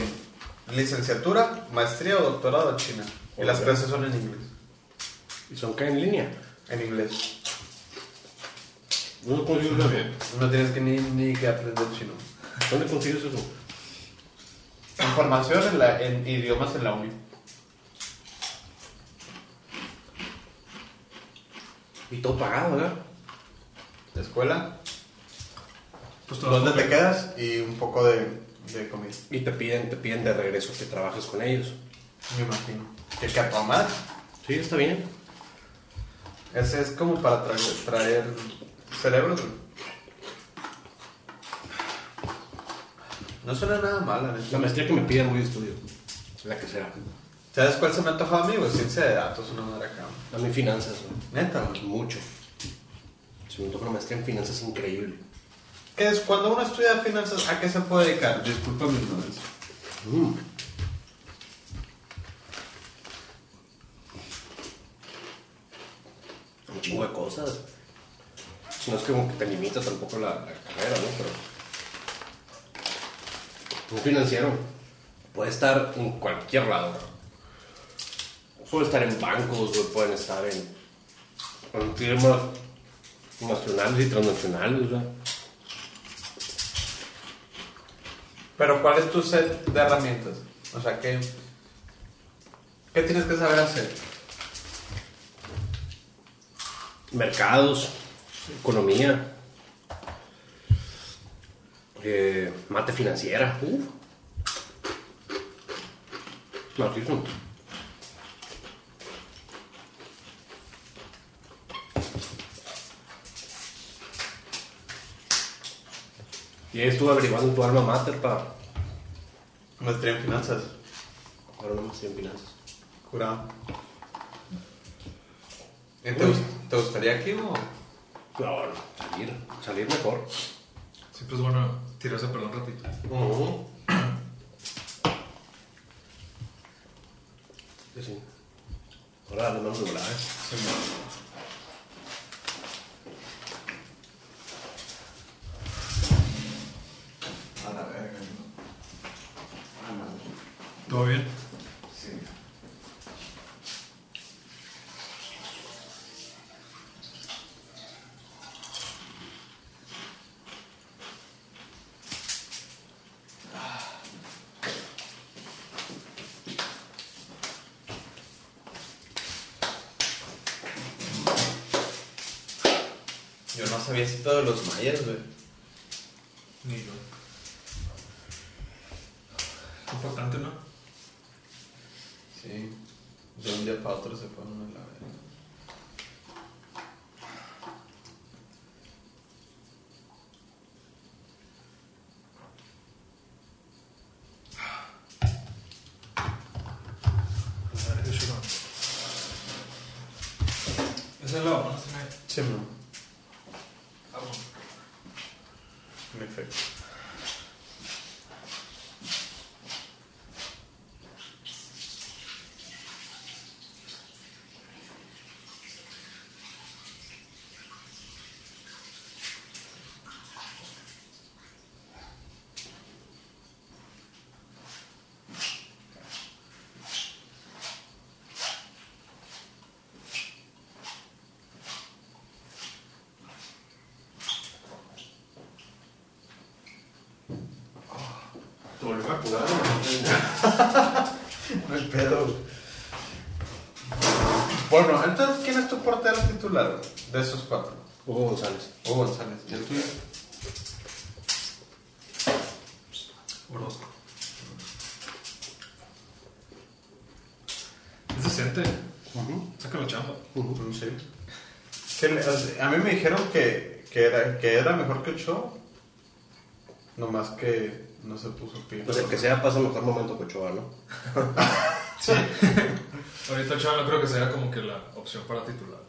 B: licenciatura, maestría o doctorado en China. Y las
C: Ok.
B: clases son en inglés.
C: ¿Y son qué en línea?
B: En inglés.
C: ¿Dónde consigues eso?
B: No tienes que ni, ni que aprender chino.
C: ¿Dónde consigues eso?
B: Información en, la, en idiomas en la Unión.
C: Y todo pagado, ¿verdad?
B: La escuela.
D: Pues todas
B: ¿Dónde te
D: copias.
B: quedas? Y un poco de, de comida.
C: Y te piden, te piden de regreso que trabajes con ellos.
B: Me imagino. Que capa más.
C: Sí, está bien.
B: Ese es como para tra- traer cerebros. güey. No suena nada mal, la
C: La
B: neta.
C: maestría que me piden voy a estudiar. La que sea.
B: ¿Sabes cuál se me ha antojado a mí, güey? Ciencia de datos, una madre acá. güey.
C: A mí finanzas, güey.
B: Neta, güey.
C: Mucho. Se me toca una maestría en finanzas increíble.
B: ¿Qué es? Cuando uno estudia finanzas, ¿a qué se puede dedicar?
E: Disculpa mi ignorancia.
C: Mm. Un chingo de cosas. No es que como que te limita tampoco la, la carrera, ¿no? Pero. Un financiero puede estar en cualquier lado. Puede estar en bancos, güey, pueden estar en. en firmas nacionales y transnacionales, ¿verdad?
B: Pero ¿cuál es tu set de herramientas? O sea, ¿qué, qué tienes que saber hacer?
C: mercados, economía, eh, mate financiera. Uf. Macizo. Yo estuve averiguando tu alma mater para.
B: Maestría en finanzas.
C: Ahora no me estoy en finanzas.
B: Curado. ¿Te, gust- te gustaría aquí o...?
C: No, no, salir, salir mejor.
D: Siempre es pues bueno tirarse para un ratito.
C: No. Sí, sí. Ahora no me nublada, ¿eh?
E: A la verga.
D: ¿Todo bien?
E: Sí.
B: Yo no sabía esto de los mayas, güey.
D: Ni yo. Importante, ¿no?
B: Sí. De un día para otro se fueron a la verga.
D: Madre de Shurón. Esa es la vamos a tener.
B: Sí, no.
D: Ah, bueno.
B: En efecto.
C: Te volvieron a curar, ¿no?
B: No es pedo, güey. Bueno, entonces, ¿quién es tu portero titular güey? de esos cuatro?
C: Hugo González.
B: Hugo González. ¿Y el tuyo?
D: Orozco. Es decente. Saca la chamba.
B: No sé. Que le- o sea, a mí me dijeron que, que, era, que era mejor que Ochoa. Nomás que no se puso pie.
C: Pues el que sea pasa mejor momento que Ochoa, ¿no?
D: Ahorita el chaval no creo que sea como que la opción para titular.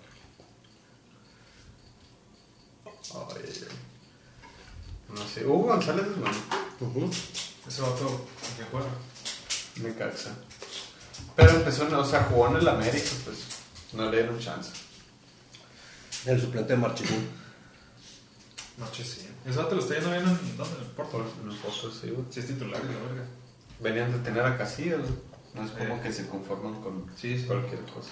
B: Ay, ay, ay. No sé. Hugo González es bueno.
D: Ese vato, ¿con quién juega?
B: Me caxa. Pero empezó, en- o sea, jugó en el América, pues no le dieron chance.
C: El suplente de Marchibú.
D: Noche sí. Ese vato lo está yendo bien en dónde? En Porto.
B: Por un poco sí, güey.
D: Si es titular, que la verga.
B: Venían de tener a Casillas, güey. No es como
D: Eh.
B: que se conforman con
D: Sí, sí.
B: cualquier cosa.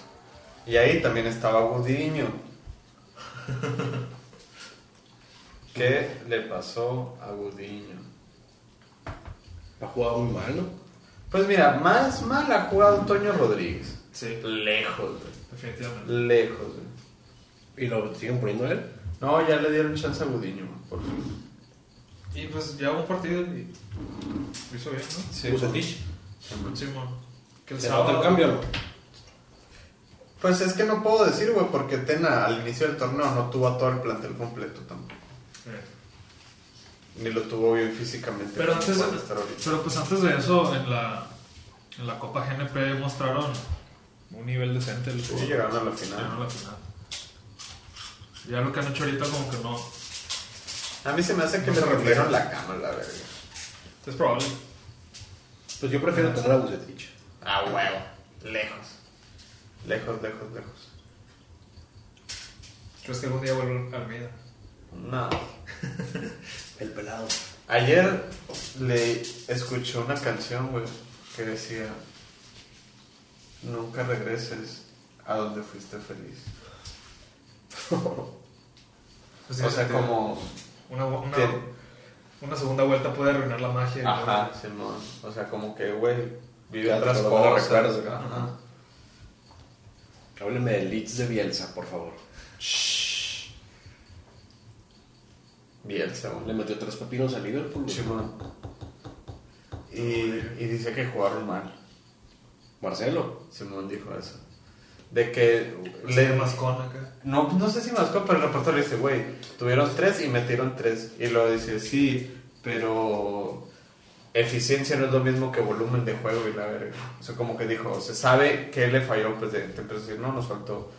B: Y ahí también estaba Gudiño. ¿Qué le pasó a Gudiño?
C: Ha jugado muy mal, ¿no?
B: Pues mira, más mal ha jugado Toño Rodríguez.
D: Sí,
B: Lejos, güey.
D: definitivamente.
B: Lejos, güey.
C: Y lo siguen poniendo a él.
B: No, ya le dieron chance a Gudiño, güey, por fin.
D: Y pues ya hubo un partido y lo hizo bien, ¿no? pues,
B: Sí,
C: Bucetich.
D: Simón. Que el
C: Se nota
D: sábado
C: el cambio, ¿no?
B: Pues es que no puedo decir, güey, porque Tena al inicio del torneo no tuvo a todo el plantel completo tampoco.
D: Eh.
B: Ni lo tuvo bien físicamente.
D: Pero
B: como
D: antes,
B: puede estar ahorita.
D: pero pues antes de eso, en la, en la Copa GNP mostraron un nivel decente. los
B: Sí,
D: jugadores.
B: llegaron a la
D: Llegaron
B: final.
D: a la final. Ya lo que han hecho ahorita como que no.
B: A mí se me hace que
D: No
B: le
D: se
B: rompieron la cama, la verga.
D: Es probable.
C: Pues yo prefiero tener a Bucetich.
B: A huevo. Lejos. Lejos, lejos, lejos.
D: ¿Crees que algún día vuelva al Almeida?
B: No.
C: El pelado.
B: Ayer le escuché una canción, güey, que decía, nunca regreses a donde fuiste feliz.
D: Pues,
B: o
D: sí,
B: sea,
D: sí,
B: como...
D: Una, una,
B: que-
D: una segunda vuelta puede arruinar la magia. ¿no?
B: Ajá, Simón. O sea, como que, güey, vive
C: Quédate
B: otras
C: con los buenos
B: cosas.
C: recuerdos, ¿no?
B: Ajá.
C: Hábleme de Leeds de Bielsa, por favor.
B: Bien, según.
C: Le metió tres pepinos al Liverpool. güey.
B: Simón. Y, y dice que jugaron mal.
C: Marcelo.
B: Simón dijo eso. De que
D: Le
B: le
D: mascón acá.
B: No, no sé si mascó, pero el reportero le dice, güey, tuvieron tres y metieron tres. Y luego dice, sí, pero eficiencia no es lo mismo que volumen de juego y la verga. O sea, como que dijo, se sabe que le falló, pues de, te empezó a decir, no, nos faltó.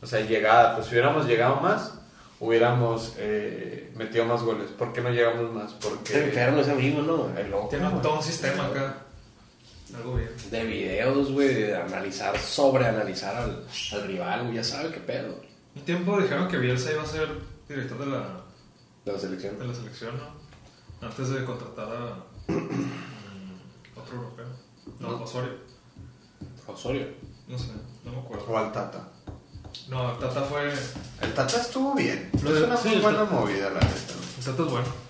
B: O sea, llegada, pues si hubiéramos llegado más, hubiéramos eh, metido más goles. ¿Por qué no llegamos más?
C: Está
B: Porque...
C: enfermo ese amigo, ¿no? El loco,
D: Tiene
C: güey.
D: todo un sistema acá. Algo bien.
C: De videos, güey, de analizar, sobreanalizar al, al rival, güey, ya sabe qué pedo.
D: Un tiempo dijeron que Bielsa iba a ser director de la,
C: De la selección.
D: de la selección, ¿no? Antes de contratar a mm, otro europeo. No, Osorio.
C: Osorio.
D: No sé, no me acuerdo.
B: O al Tata.
D: No, el Tata fue. El
B: El Tata estuvo bien. No es una
D: Sí,
B: muy
D: sí.
B: buena movida, la neta.
D: Tata es bueno.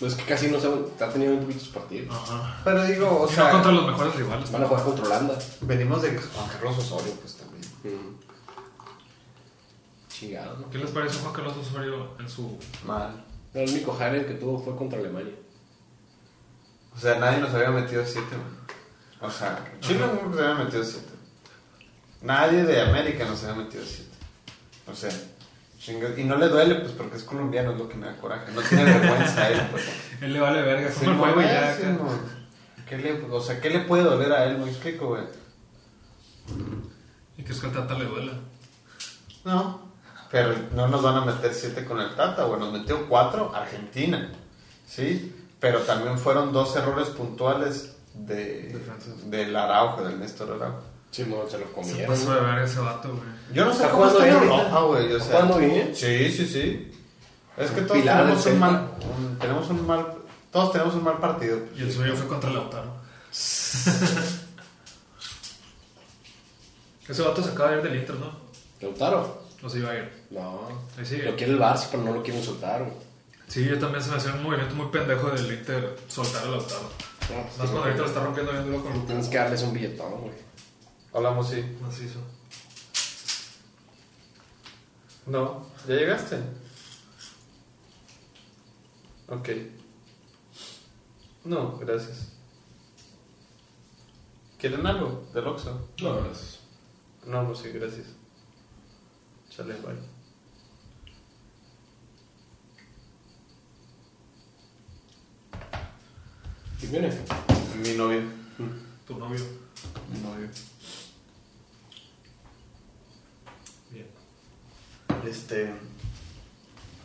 C: Pues es que casi no se ha tenido muy poquitos partidos.
D: Ajá.
B: Pero digo, o
D: Y no
B: sea,
D: contra los mejores rivales.
C: Van a jugar contra Holanda.
B: venimos de Juan Carlos Osorio, pues también.
C: Chingado, ¿no?
D: ¿Qué les parece Juan Carlos Osorio en su.
B: Mal.
C: El único highlight que tuvo fue contra Alemania.
B: O sea, nadie nos había metido siete, güey. O sea, Chile nunca se había metido siete. Nadie de América nos había metido siete. O sea, chinga- Y no le duele, pues porque es colombiano, es lo que me da coraje. No tiene vergüenza él, pues.
D: Él le vale verga,
B: Sí,
D: fue el juego y
B: no,
D: ya.
B: sí,
D: acá.
B: no. ¿Qué le, o sea, ¿qué le puede doler a él, me explico, güey?
D: Y que es que al Tata le duela.
B: No. Pero no nos van a meter siete con el Tata, güey. Nos metió cuatro Argentina. ¿Sí? Pero también fueron dos errores puntuales de,
D: De Francisco.
B: del Araujo, del Néstor Araujo.
C: Simón se los
D: Se
C: comieron.
D: pasó de verga ese vato, güey.
B: Yo no sé
C: ¿Está
B: cómo
C: jugando
B: está en
C: bien
B: Europa,
C: ahorita?
B: güey. O
C: ¿Está
B: sea,
C: jugando bien?
B: Sí, sí, sí. Es que
C: Un
B: todos
C: pilar
B: tenemos
C: del
B: un mal, un- tenemos un mal, todos tenemos un mal partido.
D: Y el suyo fue contra Lautaro. Ese vato se acaba de ir del Inter, ¿no?
C: ¿Lautaro?
D: O se iba a ir.
C: No.
D: Ahí sigue.
C: Lo quiere el Barça, pero no lo quieren soltar, güey.
D: Sí, yo también se me hacía un movimiento muy pendejo del Inter soltar a Lautaro.
C: No,
D: Más cuando ahorita lo está rompiendo bien duro con
C: Tienes
D: Lukaku.
C: que darles un billetón, güey.
B: Hablamos, sí.
D: Macizo.
B: No, ¿ya llegaste? Ok. No, gracias. ¿Quieren algo del Oxxo?
D: No,
C: gracias.
B: No, no, sí, gracias. Chale, bye.
C: ¿Y viene?
B: Mi novio.
D: Tu novio.
B: Mi novio.
D: Bien.
B: Este...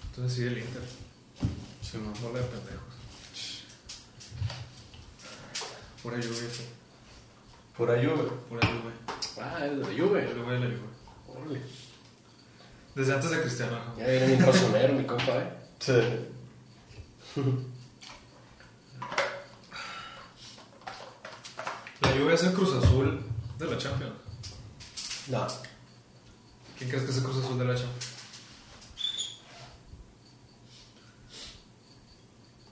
D: Entonces sigue el Inter.
B: Sí, no.
D: Bola de pendejos. Pura lluvia, sí.
B: Por ayuda.
D: Pura lluvia.
C: Ah, es de la
D: Yo le
C: Juve.
D: voy a la lluvia.
C: Órale.
D: Desde antes de Cristiano. ajá.
C: Ya viene mi cocinero, mi compa, eh.
B: Sí.
D: La lluvia es el Cruz Azul de la Champions.
C: No.
D: ¿Quién crees que es el Cruz Azul de la Champions?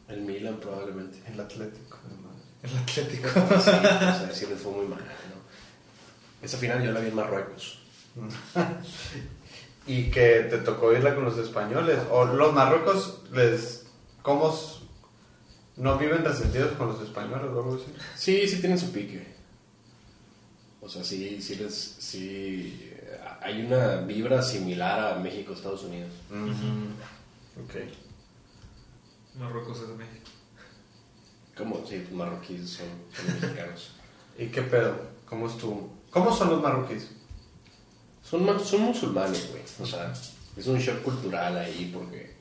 C: El Milan probablemente.
B: El Atlético de Madrid.
D: El Atlético.
C: Sí, o sea, sí les fue muy mal, ¿no? Esa final yo la vi en Marruecos.
B: Y que te tocó irla con los españoles. O los marruecos les... ¿Cómo? s- No viven resentidos con los españoles, o algo así.
C: Sí, sí tienen su pique. O sea, sí, sí les... Sí... eh, Hay una vibra similar a México, Estados Unidos.
B: Mm. Ok.
D: Marruecos es de México.
C: Como sí, los marroquíes son, son mexicanos.
B: ¿Y qué pedo? ¿Cómo estuvo? ¿Cómo son los marroquíes?
C: Son, ma- son musulmanes, güey. O sea, es un shock cultural ahí porque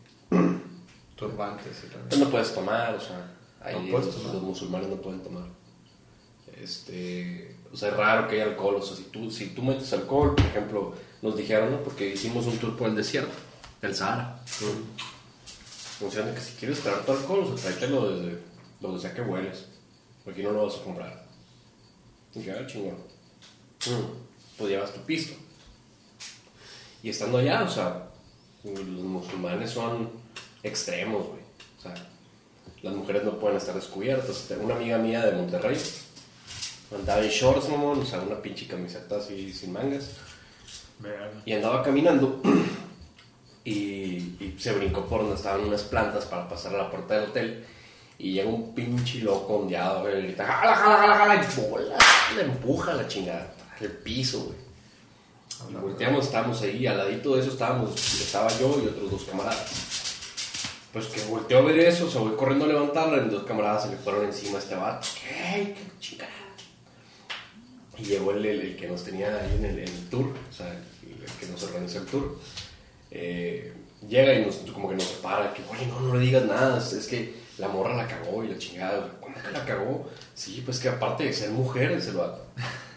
B: Turbantes y tal.
C: tú no puedes tomar, o sea, ahí
B: No puedes
C: los,
B: tomar.
C: los musulmanes no pueden tomar. Este, o sea, es raro que haya alcohol. O sea, si tú, si tú metes alcohol, por ejemplo, nos dijeron, ¿no? Porque hicimos un tour por el desierto, del Sahara. Funciona que si quieres traer tu alcohol, o sea, tráetelo desde donde sea que vueles. Porque no lo vas a comprar. Y dije, ah, chingón. Mm, Pues llevas tu pisto. Y estando allá, o sea, los musulmanes son extremos, güey. O sea, las mujeres no pueden estar descubiertas. Tengo Una amiga mía de Monterrey andaba en shorts, mamón, o sea, una pinche camiseta así sin mangas. Y andaba caminando y, y se brincó por donde estaban unas plantas para pasar a la puerta del hotel. Y llega un pinche loco ondeado, güey, le grita, jala, jala, jala, jala, y bola, le empuja a la chingada, el piso, güey. Y volteamos, estábamos ahí, al ladito de eso estábamos, estaba yo y otros dos camaradas. Pues que volteó a ver eso, se voy corriendo a levantarla y dos camaradas se le fueron encima a este vato. ¿Qué? ¿Qué chingada? Y llegó el, el- el que nos tenía ahí en el, en el tour, o sea, el, el que nos organizó el tour. Eh, llega y nos, como que nos separa, que oye, no, no le digas nada, es, es que la morra la cagó y la chingada. ¿Cómo que la cagó? Sí, pues que aparte de ser mujer, ese vato.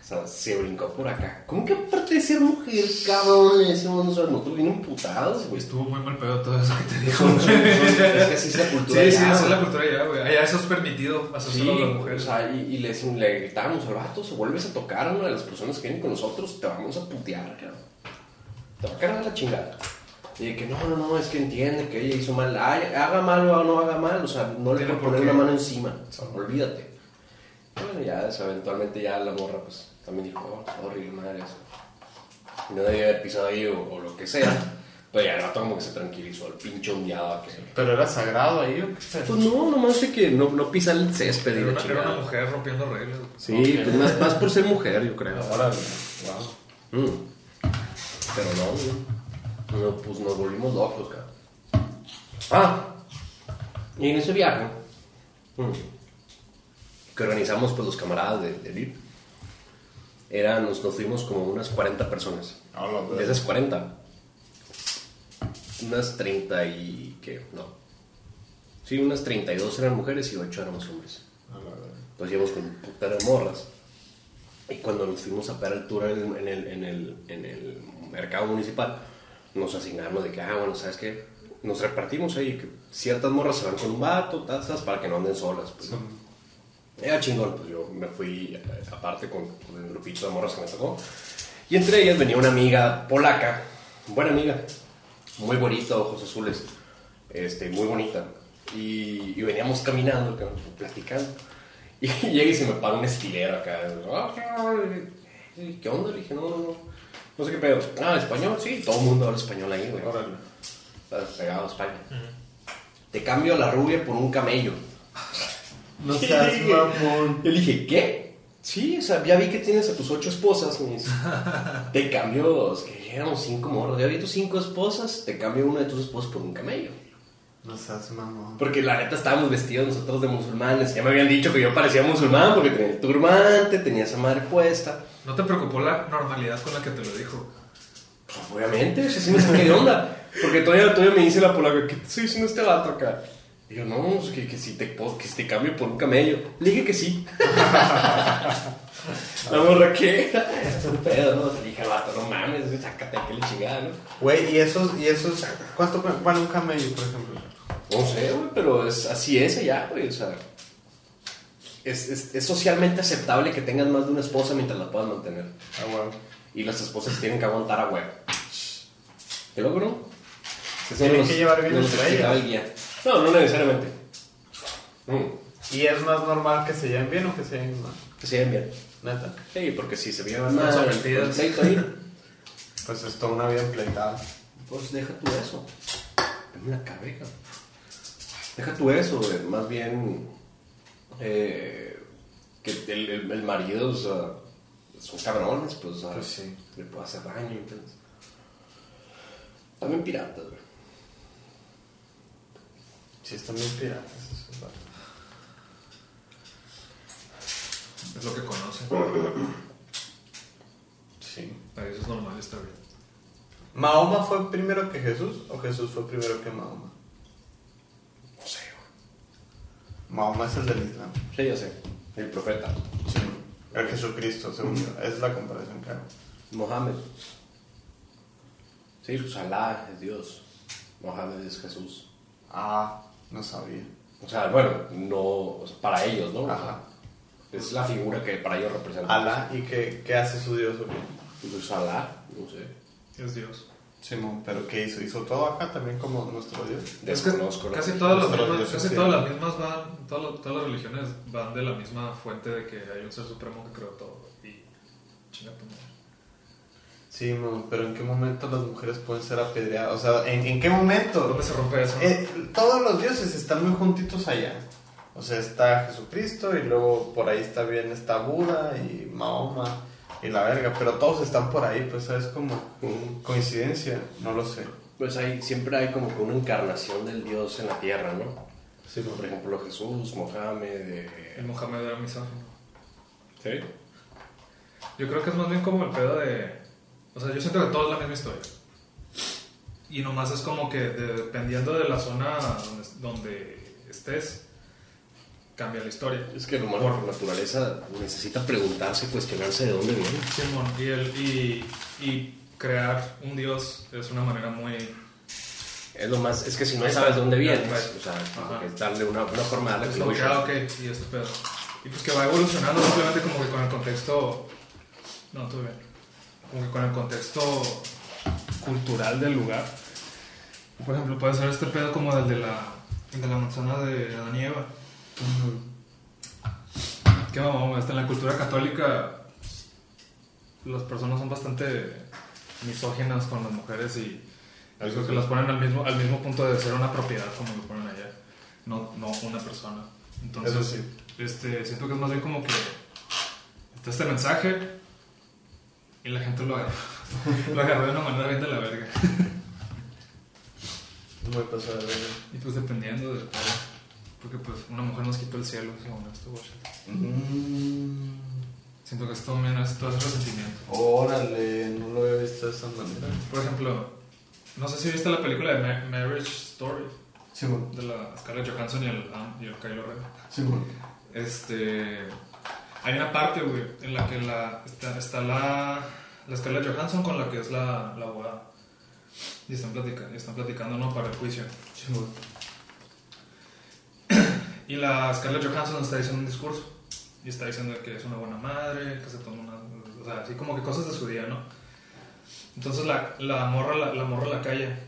C: O sea, se brincó por acá. ¿Cómo que aparte de ser mujer, cabrón? Le decimos nosotros, nosotros bien emputados, güey.
D: Estuvo muy mal pedo todo eso que te dijo.
C: Son- son- son- es que así es la cultura
D: Sí, sí,
C: allá,
D: esa es
C: güey.
D: la cultura ya, güey. Allá eso es permitido,
C: Sí,
D: hacérselo a las
C: o
D: mujeres.
C: sea, y, y le, decimos- le gritamos al vato, se vuelves a tocar a una de las personas que vienen con nosotros, te vamos a putear, cabrón. Te va a cargar la chingada. Y de que no, no, no, es que entiende que ella hizo mal, Ay, haga mal o no haga mal, o sea, no le
D: Tiene
C: puedo
D: por
C: poner
D: qué.
C: una mano encima, olvídate. Bueno, ya, o sea, eventualmente ya la morra, pues, también dijo, oh, sorry, madre, eso. No debía haber pisado ahí o, o lo que sea. Pero ya el vato como que se tranquilizó, el pinche ondeado que
B: Pero era sagrado ahí, ¿o qué?
C: Pues no, nomás de que no, no pisa el césped y
D: Era
C: la
D: una, era una
C: chingada.
D: mujer rompiendo reglas. güey.
C: Sí, pues más, más por ser mujer, yo creo.
B: Ahora, wow.
C: Mm. Pero no, güey. No, pues nos volvimos locos, cabrón. Ah, y en ese viaje mm, que organizamos pues los camaradas de, de VIP, eran, nos, nos fuimos como unas 40 personas.
B: Hola,
C: De esas 40, unas 30 y... ¿qué? No. Sí, unas 32 eran mujeres y 8 éramos hombres. Nos llevamos con putera de morras. Y cuando nos fuimos a pegar altura en, en el, en, el, en el mercado municipal, nos asignamos de que, ah, bueno, ¿sabes qué? Nos repartimos ahí, que ciertas morras se van con un vato, tazas, para que no anden solas. Pues, ¿no? Era chingón, pues yo me fui eh, aparte con, con el grupito de morras que me tocó. Y entre ellas venía una amiga polaca, buena amiga, muy bonita, ojos azules, este, muy bonita. Y, y veníamos caminando, cabrón, platicando. Y llega y se me para un estilero acá. "Ah, ¿qué- ¿Qué onda? Le dije, no, no, no. No sé qué pedo. Ah, español, sí, todo el mundo habla español ahí, güey.
B: Órale.
C: Estás pegado a España. Te cambio a la rubia por un camello.
E: No seas mamón.
C: Yo le dije, ¿qué? Sí, o sea, ya vi que tienes a tus ocho esposas. Me dice, te cambio, es que éramos cinco morros. Ya vi tus cinco esposas, te cambio una de tus esposas por un camello.
E: No seas mamón.
C: Porque la neta estábamos vestidos nosotros de musulmanes. Ya me habían dicho que yo parecía musulmán porque tenía el turbante, tenía esa madre puesta.
D: ¿No te preocupó la normalidad con la que te lo dijo?
C: Pues obviamente, o sea, sí me saqué de onda. Porque todavía, todavía me dice la polaca, ¿qué te estoy diciendo este vato acá? Y yo, no, es que, que si te, po- que si te cambio por un camello. Le dije que sí. la morra, ¿qué? Es un pedo, ¿no? Le dije al vato, no mames, güey, sácate que le chingada, ¿no?
B: Güey, y esos, y esos, ¿cuánto vale un camello, por ejemplo?
C: No sé, güey, pero es, así es allá, güey, o sea... Es, es, es socialmente aceptable que tengas más de una esposa mientras la puedas mantener.
B: Ah, bueno.
C: Y las esposas tienen que aguantar a huevo. ¿Qué logro? Se
B: tienen que llevar bien entre ellas.
C: No, no necesariamente. Mm,
B: ¿Y es más normal que se lleven bien o que se lleven mal?
C: que se lleven bien.
B: Neta.
C: Sí, porque si se llevan
D: Están
C: mal,
D: sometidas.
C: con pleito ahí,
B: Pues es toda una vida empleitada.
C: pues deja tu eso. Dame la cabeza. Deja tu eso, güey, más bien eh, que el, el- el marido, o sea, son cabrones, pues, o sea,
B: Pues sí.
C: le puede hacer daño, entonces. También piratas, güey.
B: Sí, están bien piratas. esos vatos.
D: Es lo que conoce.
B: Sí.
D: Para eso es normal, está bien.
B: ¿Mahoma fue primero que Jesús o Jesús fue primero que Mahoma?
C: No sé, güey.
B: Mahoma es el del Islam.
C: Sí, yo sé. El profeta.
B: Sí. El Jesucristo, según yo. Es la comparación que hago.
C: Mohammed. Sí, pues Alá es Dios. Mohammed es Jesús.
B: Ah, no sabía.
C: O sea, bueno, no. o sea, para ellos, ¿no? O sea,
B: Ajá.
C: es la figura que para ellos representa.
B: Alá, ¿y qué, qué hace su Dios o qué?
C: Pues Alá, no sé.
D: Es Dios.
B: Simón, ¿pero qué hizo? ¿Hizo todo acá también como nuestro Dios?
D: Es que
C: Desconozco. ¿no?
D: casi todas las
B: Nuestro
D: mismas,
B: Dios
D: casi
B: es
D: todas las mismas van, todas, las- todas las religiones van de la misma fuente de que hay un ser supremo que creó todo. Y chinga tu madre.
B: Sí, mo, pero ¿en qué momento las mujeres pueden ser apedreadas? O sea, ¿en, en qué momento?
D: ¿Dónde se rompe eso?
B: Eh, todos los dioses están muy juntitos allá. O sea, está Jesucristo y luego por ahí está bien, está Buda y Mahoma. y la verga, pero todos están por ahí, pues es como coincidencia, no lo sé.
C: Pues hay, siempre hay como que una encarnación del Dios en la tierra, ¿no?
B: Sí,
C: Por ejemplo, Jesús, Mohamed. eh,
D: El Mohamed era misógino.
C: ¿Sí?
D: Yo creo que es más bien como el pedo de. O sea, yo siento que todo es la misma historia. Y nomás es como que de- dependiendo de la zona donde, donde estés, cambia la historia.
C: Es que el humano por naturaleza necesita preguntarse, cuestionarse de dónde viene.
D: Simón, y, el- y, y crear un dios es una manera muy.
C: Es lo más, es que si no sabes dónde vienes,
D: Right.
C: o sea, como
D: Ajá.
C: que darle una, una forma de darle
D: Es como que, ah, ok, y este pedo. Y pues que va evolucionando simplemente como que con el contexto. No, todo bien. Como que con el contexto cultural del lugar. Por ejemplo, puede ser este pedo como el de la, el de la manzana de Adán y Eva. Que mamón, hasta en la cultura católica las personas son bastante misóginas con las mujeres y yo creo que las ponen al mismo, al mismo punto de ser una propiedad como lo ponen allá, no, no una persona. Entonces,
B: Eso sí.
D: este, siento que es más bien como que está este mensaje y la gente lo agarró, lo agarró de una manera bien de la verga.
B: muy pasada de verga.
D: Y pues dependiendo de porque pues una mujer nos quitó el cielo, según esto, güey.
B: Mm.
D: Siento que esto también es todo ese resentimiento.
B: Órale, no lo había visto de esa manera.
D: Por ejemplo, no sé si viste la película de Ma- Marriage Story
E: Sí, güey.
D: de la Scarlett Johansson y el, Adam- y el Kylo Ren.
E: Sí, güey.
D: Este. Hay una parte, güey, en la que la, está, está la, la Scarlett Johansson con la que es la, la abogada. Y están, platicando, y están platicando, ¿no? Para el juicio.
E: Sí, güey.
D: Y la Scarlett Johansson está diciendo un discurso. Y está diciendo que es una buena madre, que se toma una. O sea, así como que cosas de su día, ¿no? Entonces la, la morra la, la morra la calla.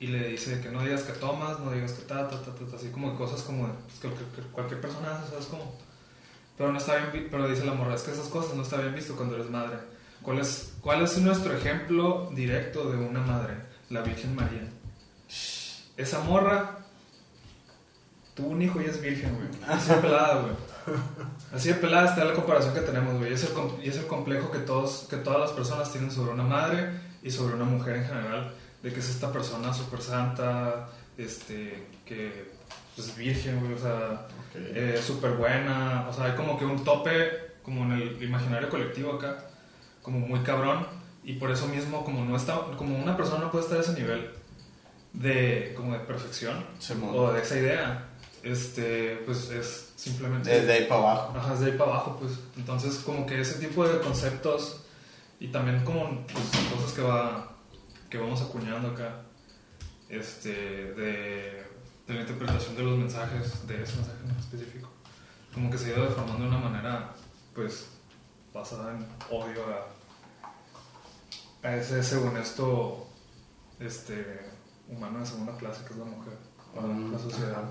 D: Y le dice que no digas que tomas, no digas que ta, ta, ta, ta, ta, así como que cosas como de, pues, que, que- que cualquier persona hace, ¿sabes cómo? Pero no está bien, vi- pero dice la morra, es que esas cosas no está bien visto cuando eres madre. ¿Cuál es, cuál es nuestro ejemplo directo de una madre? La Virgen María. Esa morra tuvo un hijo y es virgen, güey. Así de pelada, güey. Así de pelada está la comparación que tenemos, güey. Y es el, com- y es el complejo que, todos, que todas las personas tienen sobre una madre y sobre una mujer en general. De que es esta persona súper santa, este, que pues, es virgen, güey. O sea, eh, súper buena. O sea, hay como que un tope, como en el imaginario colectivo acá, como muy cabrón. Y por eso mismo, como, no está, como una persona no puede estar a ese nivel de, como de perfección
B: Simón.
D: o de esa idea, este, pues es simplemente...
B: Desde ahí para abajo.
D: Ajá, desde ahí para abajo, pues. Entonces, como que ese tipo de conceptos y también como pues, cosas que, va, que vamos acuñando acá, este, de, de la interpretación de los mensajes, de ese mensaje en específico, como que se ha ido deformando de una manera, pues, basada en odio a, a ese, según esto, este, humano de segunda clase, que es la mujer, o la- la sociedad.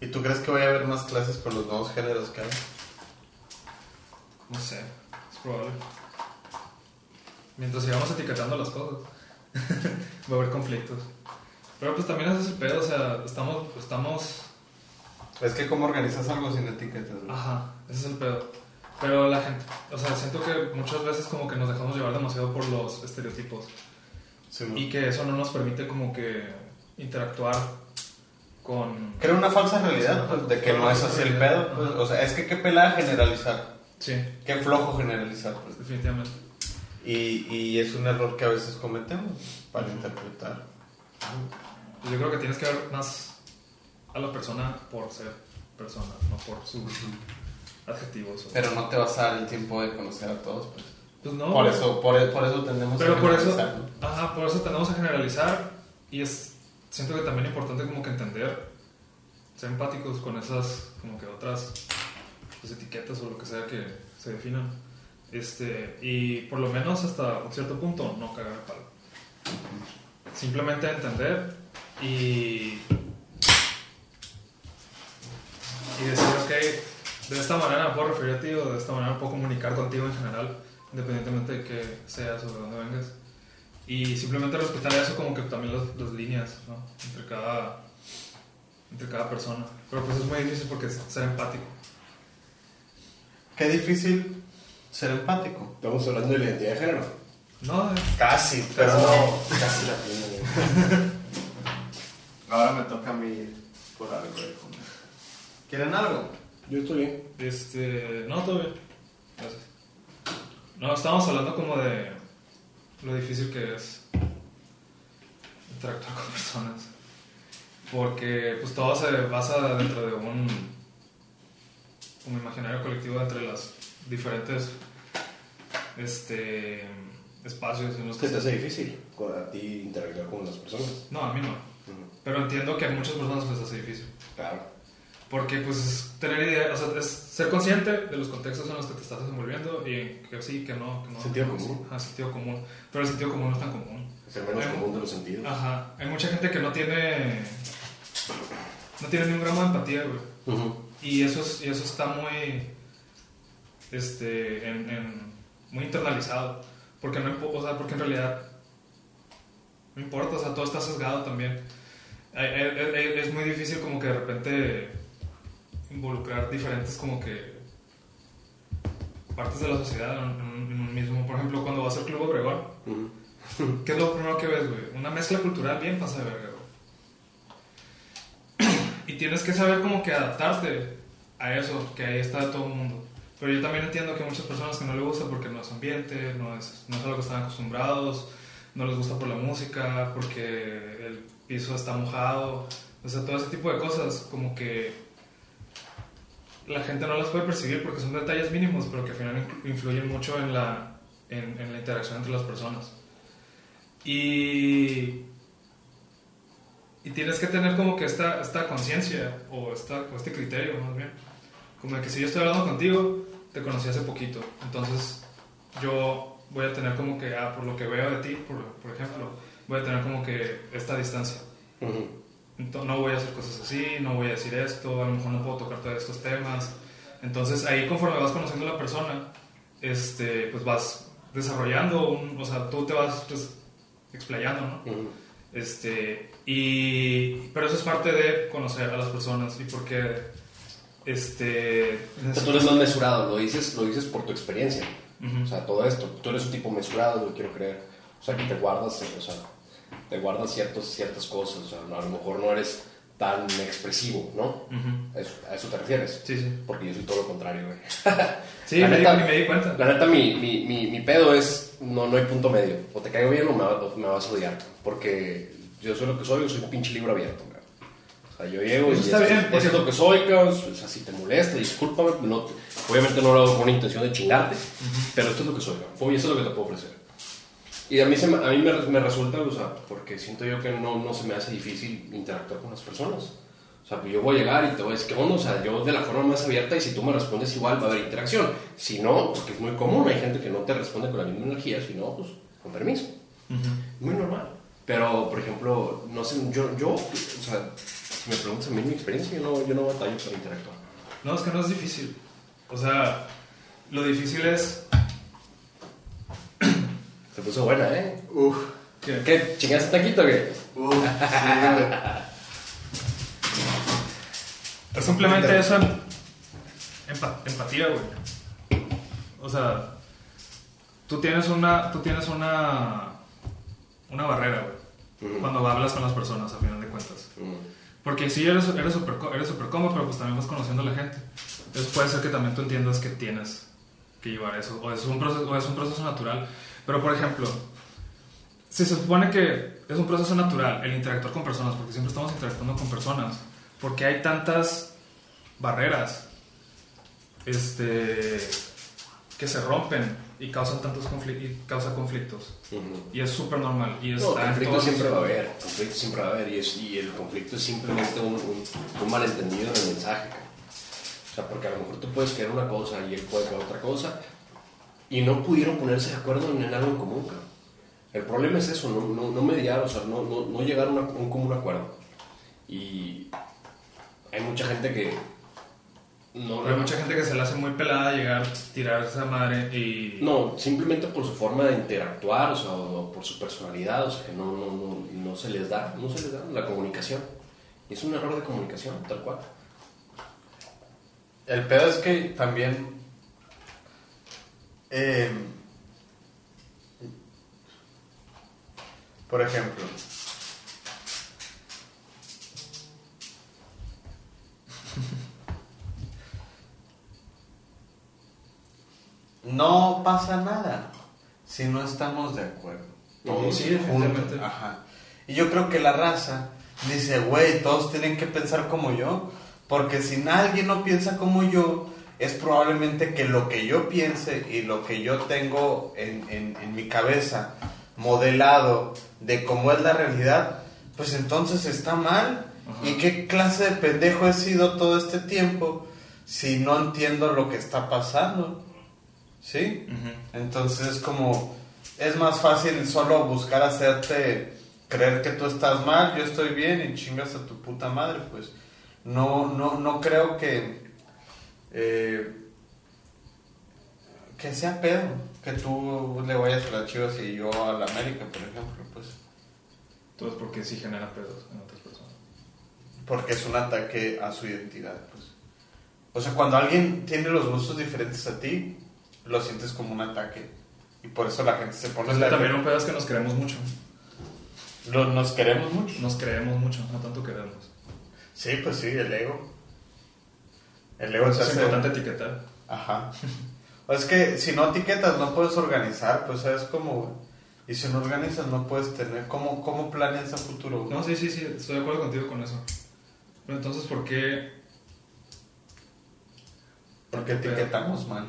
B: ¿Y tú crees que voy a haber más clases con los nuevos géneros que hay?
D: No sé, es probable. Mientras sigamos etiquetando las cosas, va a haber conflictos. Pero pues también ese es el pedo, o sea, estamos, estamos,
E: Es que cómo organizas algo sin etiquetas, güey.
B: Ah,
D: ajá, ese es el pedo. Pero la gente, o sea, siento que muchas veces como que nos dejamos llevar demasiado por los estereotipos
B: Simón.
D: y que eso no nos permite como que interactuar con...
B: Crea una falsa realidad, pues, de que no es así el pedo. pues. O sea, es que qué pelada generalizar.
D: Sí,
B: Qué flojo generalizar, pues.
D: definitivamente.
B: Y, y es un error que a veces cometemos para interpretar.
D: Pues Yo creo que tienes que ver más a la persona por ser persona, no por sus adjetivos. o-
B: Pero no te vas a dar el tiempo de conocer a todos, pues.
D: Pues no.
B: Por eso, por, por eso tenemos
D: Pero por eso,
B: generalizar, ¿no?
D: ajá, por eso tenemos que generalizar y es, siento que también es importante como que entender, ser empáticos con esas, como que otras pues, etiquetas o lo que sea que se definan. Este, y por lo menos hasta un cierto punto no cagar el palo. Simplemente entender y, y decir, ok, de esta manera me puedo referir a ti o de esta manera puedo comunicar contigo en general, independientemente de que seas o de dónde vengas. Y simplemente respetar eso como que también las, las líneas, ¿no? Entre cada, entre cada persona. Pero pues es muy difícil porque es ser empático.
B: Qué difícil
E: ser empático.
C: Estamos hablando de la identidad de género.
D: No, eh,
B: Casi, pero no.
C: Casi la tiene.
B: Ahora me toca a mí por algo de comer.
E: ¿Quieren algo?
C: Yo estoy bien.
D: este. No, todo bien. Gracias. No, estábamos hablando como de lo difícil que es interactuar con personas. Porque pues todo se basa dentro de un, un imaginario colectivo entre las diferentes este, espacios en los
C: Es
D: que
C: que te
D: se...
C: hace difícil con- a ti interactuar con las personas.
D: No, a mí no. Pero entiendo que a muchas personas les hace difícil.
C: Claro.
D: Porque pues es tener idea, o sea, es ser consciente de los contextos en los que te estás desenvolviendo y que sí, que no, que no.
C: Sentido
D: que no,
C: común.
D: Ajá, sentido común. Pero el sentido común no es tan común.
C: Es el menos
D: Hay-
C: común de los sentidos.
D: Ajá. Hay mucha gente que no tiene. No tiene ni un gramo de empatía, güey.
C: Ujú.
D: Y eso, es- y eso está muy. Este. En, en- muy internalizado. Porque no impo- o sea, porque en realidad. No importa, o sea, todo está sesgado también. Ay, ay, ay, ay, Es muy difícil, como que de repente. involucrar diferentes, como que. partes de la sociedad en, un- en un mismo. Por ejemplo, cuando vas al Club Obregón.
C: Ujú.
D: ¿Qué es lo primero que ves, güey? Una mezcla cultural bien pasa de verga, güey. Y tienes que saber como que adaptarte a eso, que ahí está todo el mundo. Pero yo también entiendo que hay muchas personas que no les gusta porque no es su ambiente, no es, no es a lo que están acostumbrados, no les gusta por la música, porque el piso está mojado. O sea, todo ese tipo de cosas, como que la gente no las puede percibir porque son detalles mínimos, pero que al final inclu- influyen mucho en la, en- en la interacción entre las personas. Y, y tienes que tener como que esta, esta conciencia o, esta, o este criterio más bien. Como de que si yo estoy hablando contigo, te conocí hace poquito. Entonces yo voy a tener como que, ah, por lo que veo de ti, por, por ejemplo, voy a tener como que esta distancia.
C: Ujú.
D: Ento- no voy a hacer cosas así, no voy a decir esto, a lo mejor no puedo tocar todos estos temas. Entonces ahí conforme vas conociendo a la persona, este, pues vas desarrollando, un- o sea, tú te vas pues, explayando, ¿no?
C: Ujú.
D: Este, y, pero eso es parte de conocer a las personas y porque este,
C: O sea, tú eres más mesurado, lo dices, lo dices por tu experiencia.
D: Ujú.
C: O sea, todo esto. Tú eres un tipo mesurado, yo quiero creer. O sea, que te guardas, eh, o sea, te guardas ciertos, ciertas cosas. O sea, no- a lo mejor no eres tan expresivo, ¿no?
D: Ujú.
C: Eso- a eso te refieres.
D: Sí, sí.
C: Porque yo soy todo lo contrario, güey.
D: Sí,
C: La
D: me, di,
C: neta-
D: me di cuenta.
C: La neta, mi, mi, mi, mi pedo es, no, no hay punto medio. O te caigo bien o me, va- o me vas a odiar. Porque yo soy lo que soy, yo soy un pinche libro abierto, cabrón. O sea, yo llego y
D: Eso Pues está
C: es-
D: bien,
C: eso
D: porque-
C: es lo que soy, cabrón. O sea, si te molesta, discúlpame. No, te- obviamente no lo hago con una intención de chingarte, pero esto es lo que soy, cabrón. Y eso es lo que te puedo ofrecer. Y a mí, se me, a mí me, me resulta, o sea, porque siento yo que no, no se me hace difícil interactuar con las personas. O sea, pues yo voy a llegar y te voy a decir, ¿qué onda? O sea, yo de la forma más abierta y si tú me respondes igual va a haber interacción. Si no, porque es muy común, hay gente que no te responde con la misma energía, si no, pues con permiso. Muy normal. Pero, por ejemplo, no sé, yo, yo o sea, si me preguntas a mí mi experiencia, yo no, yo no batallo para interactuar.
D: No, es que no es difícil. O sea, lo difícil es...
C: Se puso buena, ¿eh?
B: Uf,
D: que
C: ¿Qué? ¿Chingaste taquito o qué?
B: uf, sí, güey.
D: Es simplemente eso em- empa- empatía, güey. O sea, tú tienes una tú tienes una una barrera, güey.
C: Ujú.
D: Cuando hablas con las personas a final de cuentas.
C: Mm,
D: Porque sí eres eres super eres súper cómodo, pero pues también vas conociendo a la gente. Entonces puede ser que también tú entiendas que tienes que llevar eso o es un proceso o es un proceso natural. Pero por ejemplo, si se supone que es un proceso natural el interactuar con personas, porque siempre estamos interactuando con personas, porque hay tantas barreras este, que se rompen y causan tantos conflictos y causa conflictos.
C: ujú.
D: Y es súper normal. Y
C: No,
D: está en
C: conflicto
D: todas-
C: siempre va a haber, conflicto siempre va a haber, y, es- y el conflicto es simplemente un, un- un malentendido en el mensaje. cabrón. O sea, porque a lo mejor tú puedes creer una cosa y él puede creer otra cosa, y no pudieron ponerse de acuerdo en, en algo en común. cabrón. El problema es eso, no, no, no mediar, o sea, no, no, no llegar a una- un común acuerdo. Y hay mucha gente que no,
D: Hay mucha gente que se le hace muy pelada llegar, tirar esa madre y...
C: no, simplemente por su forma de interactuar, o sea, o por su personalidad, o sea, que no, no, no, no se les da, no se les da la comunicación. Y es un error de comunicación, tal cual.
B: El pedo es que también Eh, por ejemplo. No pasa nada si no estamos de acuerdo.
D: No,
B: Todos
D: sí,
B: juntos.
D: definitivamente.
B: Ajá. Y yo creo que la raza dice, güey, todos tienen que pensar como yo. Porque si alguien no piensa como yo, es probablemente que lo que yo piense y lo que yo tengo en, en- en mi cabeza modelado de cómo es la realidad, pues entonces está mal. ¿Y qué clase de pendejo he sido todo este tiempo si no entiendo lo que está pasando? ¿Sí? Entonces como es más fácil solo buscar hacerte creer que tú estás mal, yo estoy bien y chingas a tu puta madre, pues no, no, no creo que eh, que sea pedo que tú le vayas a las Chivas y yo a la América, por ejemplo, pues
D: Entonces, porque sí genera pedos en otras personas.
B: Pues porque es un ataque a su identidad, pues. O sea, cuando alguien tiene los gustos diferentes a ti, lo sientes como un ataque y por eso la gente se pone la
D: También un pedo es que nos creemos mucho.
B: Lo- nos queremos mucho.
D: Nos creemos mucho, no tanto queremos.
B: Sí, pues sí, el ego. El ego
D: Por
B: te
D: eso es
B: Pues hace-
D: importante etiquetar.
B: Ajá. O es que si no etiquetas no puedes organizar, pues sabes cómo, güey? Y si no organizas no puedes tener, ¿cómo, cómo planeas a futuro? güey?
D: No, sí, sí, sí, estoy de acuerdo contigo con eso. Pero entonces, ¿por qué?
B: Porque etiquetamos mal.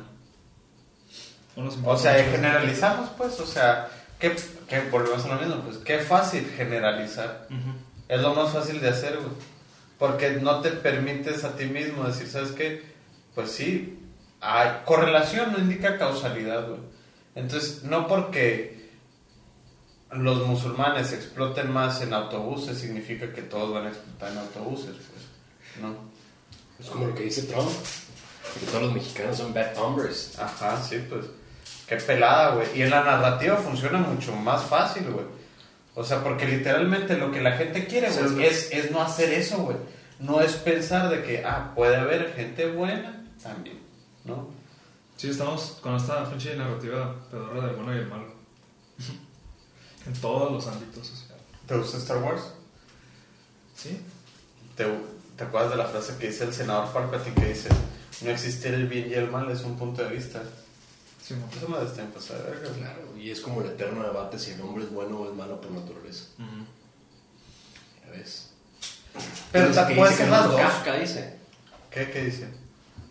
D: no nos
B: O
D: importa
B: sea,
D: mucho?
B: generalizamos pues, o sea, que, que volvemos a lo mismo, pues qué fácil generalizar.
D: Ujú.
B: Es lo más fácil de hacer, güey. Porque no te permites a ti mismo decir, ¿sabes qué? Pues sí, hay- correlación no indica causalidad, güey. Entonces, no porque los musulmanes exploten más en autobuses significa que todos van a explotar en autobuses, pues. No.
C: Es como lo que dice Trump, que todos los mexicanos son bad hombres.
B: Ajá, sí, pues. Qué pelada, güey. Y en la narrativa funciona mucho más fácil, güey. O sea, porque literalmente lo que la gente quiere,
D: Sí,
B: güey,
D: güey.
B: es, es no hacer eso, güey. No es pensar de que, ah, puede haber gente buena también, ¿no?
D: Sí, estamos con esta pinche narrativa pedorra del bueno y el malo. en todos los ámbitos sociales.
B: ¿Te gusta Star Wars?
D: ¿Sí?
B: ¿Te, te acuerdas de la frase que dice el senador Palpatine que dice, no existe el bien y el mal, es un punto de vista?
D: Sí, mo.
B: Eso me pues, destemposa, verga. güey.
C: Claro, y es como el eterno debate si el hombre es bueno o es malo por naturaleza.
D: Ujú.
C: Ya ves.
B: Pero
C: Entonces,
B: te
C: ¿qué
B: puede
C: dice
B: ser
C: que
B: las
C: el-
B: dos.
C: Kafka dice.
B: ¿Qué, qué dice?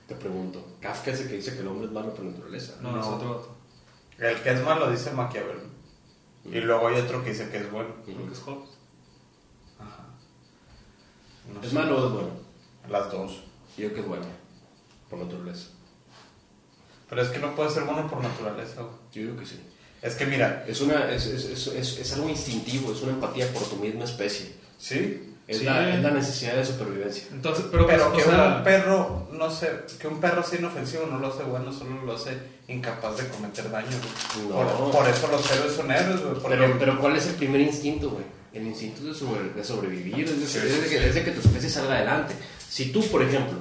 C: Te pregunto, Kafka es el que dice que el hombre es malo por naturaleza.
D: No,
B: No.
D: es otro vato.
B: El que es malo dice Maquiavelo. Y luego hay otro que dice que es bueno.
D: Creo que es Hobbes.
B: Ajá. No
C: ¿Es
B: sé.
C: malo o es bueno?
B: Las dos.
C: Yo creo que es bueno, por naturaleza.
B: Pero es que no puede ser bueno por naturaleza. güey.
C: Yo digo que sí.
B: Es que mira,
C: Es, una, es, es, es, es- es algo instintivo, es una empatía por tu misma especie.
B: sí,
C: Es,
D: Sí.
C: la, es la necesidad de supervivencia.
D: Entonces, pero,
B: pero,
D: pues, o
B: que
D: sea,
B: un perro, no sé, que un perro sea inofensivo no lo hace bueno, solo lo hace incapaz de cometer daño. güey.
C: No.
B: Por, por eso los héroes son héroes, güey, porque-
C: Pero, pero ¿cuál es el primer instinto, güey? El instinto de, sobre- de sobrevivir, es decir, es de que, es de que tu especie salga adelante. Si tú, por ejemplo,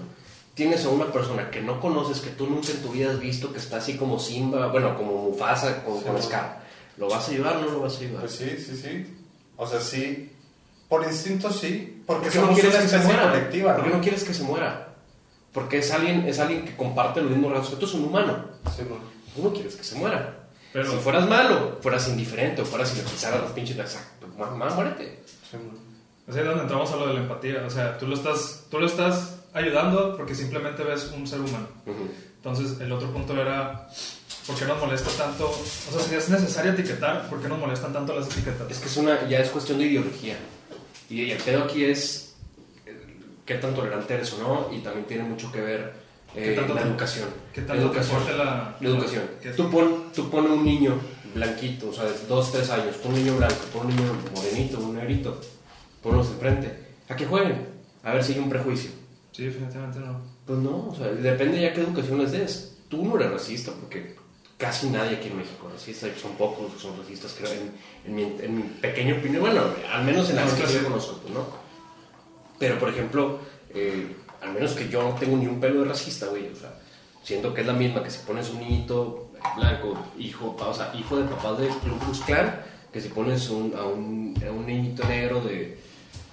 C: tienes a una persona que no conoces, que tú nunca en tu vida has visto, que está así como Simba, bueno, como Mufasa, con,
B: Sí,
C: con
B: güey.
C: Scar, ¿lo vas a ayudar o no lo vas a ayudar?
B: Pues sí, sí, sí. O sea, sí. Por instinto sí, porque
C: ¿Por qué
B: somos una
C: que se
B: especie
C: muera?
B: colectiva,
C: ¿Por qué
B: ¿no?
C: no quieres que se muera? Porque es alguien, es alguien que comparte los mismos rasgos que tú, es un humano.
B: Sí, güey.
C: Tú no quieres que se muera.
D: Pero-
C: si fueras malo, fueras indiferente o fueras ilegalizado a los pinches, exacto, ma- ma- muérete.
B: Sí, güey.
D: Es ahí donde entramos a lo de la empatía. O sea, tú lo estás, tú lo estás ayudando porque simplemente ves un ser humano. Entonces, el otro punto era, ¿por qué nos molesta tanto? O sea, si es necesario etiquetar, ¿por qué nos molestan tanto las etiquetas?
C: Es que es una, ya es cuestión de ideología. Y el pedo aquí es eh, qué tan tolerante eres o no, y también tiene mucho que ver
D: ¿Qué
C: eh,
D: tanto
C: la
D: te-
C: educación.
D: qué
C: la
D: tanto te
C: educación.
D: importa la-
C: la educación.
D: qué-
C: Tú pon, tú pon un niño blanquito, o sea, de dos, tres años, pon un niño blanco, pon un niño morenito, un negrito, ponlos enfrente, a que jueguen, a ver si hay un prejuicio.
D: Sí, definitivamente no.
C: Pues no, o sea, depende ya qué educación les des. Tú no eres racista, porque casi nadie aquí en México es racista, y son pocos los que son racistas, creo, en, en mi, en mi pequeña opinión. Bueno, al menos en las
D: Claro,
C: que
D: claro.
C: yo conozco, pues, ¿no? Pero, por ejemplo, eh, al menos que yo no tengo ni un pelo de racista, güey, o sea, siento que es la misma, que si pones un niñito blanco, hijo, pa- o sea, hijo de papás de Ku Klux Klan, que si pones un- a, un, a un niñito negro de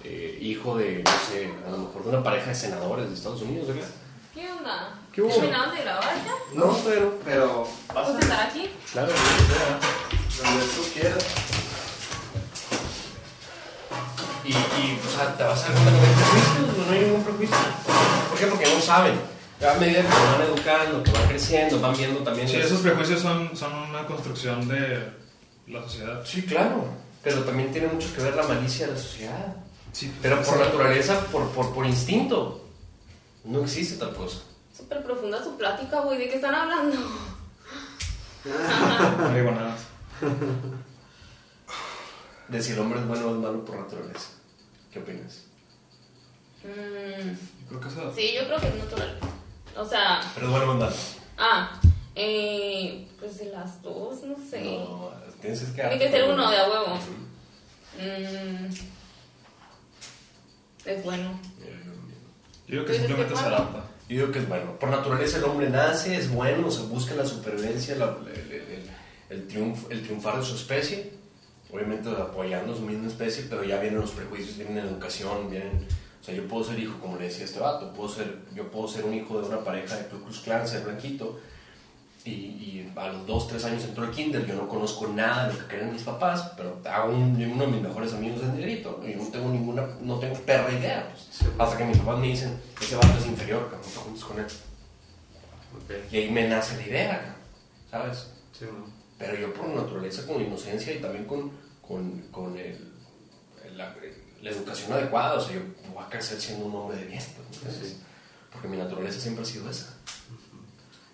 C: eh, hijo de, no sé, a lo mejor de una pareja de senadores de Estados Unidos, ¿verdad?
F: ¿Qué onda?
C: ¿Qué hubo?
F: ¿Terminaron de grabar ya?
C: No, pero,
B: Pero
F: ¿Vamos a
B: pasa
F: estar aquí?
C: claro.
B: donde tú quieras.
C: Y, y, o sea, te vas a dar cuenta que no hay prejuicios, güey, no hay ningún prejuicio. ¿Por qué? Porque no saben. A medida que se van educando, que van creciendo, van viendo también...
D: Sí,
C: las-
D: esos prejuicios son, son una construcción de la sociedad.
C: Sí, claro. Pero también tiene mucho que ver la malicia de la sociedad.
D: Sí,
C: Pero por naturaleza, por, por, por instinto, no existe tal cosa.
F: Súper profunda su plática, güey. ¿De qué están hablando?
D: No digo nada.
C: De si el hombre es bueno o es malo por naturaleza. ¿Qué opinas?
F: Mm,
D: Yo creo que eso...
F: sí, yo creo que es natural. O sea,
C: Pero es bueno o es malo.
F: ah, eh, pues de las dos, no sé.
C: No, tienes que
F: Tiene que ser uno de a huevo. Mm, es bueno.
D: Yo digo
F: ¿Tú
D: que
F: dices
D: simplemente
F: Pues que
D: se
F: malo?
D: adapta.
C: Yo digo que es bueno. Por naturaleza el hombre nace, es bueno, se busca la supervivencia, la- el, el- el- el triunf- el triunfar de su especie, obviamente apoyando a su misma especie, pero ya vienen los prejuicios, vienen la educación, vienen... O sea, yo puedo ser hijo, como le decía este vato, puedo ser, yo puedo ser un hijo de una pareja de Ku Klux Klan, ser blanquito, y, y a los 2, 3 años entró al kinder, yo no conozco nada de lo que creen mis papás, pero a un- uno de mis mejores amigos es negrito, ¿no? y no tengo ninguna, no tengo perra idea, pues. Hasta que mis papás me dicen, ese vato es inferior, cabrón, te juntas con él. Y ahí me nace la idea, cabrón, ¿sabes?
B: Sí, ¿no?
C: Pero yo por naturaleza, con la inocencia y también con, con, con el- la, la educación adecuada, o sea, yo voy a crecer siendo un hombre de bien, pues, ¿no? Entonces, porque mi naturaleza siempre ha sido esa.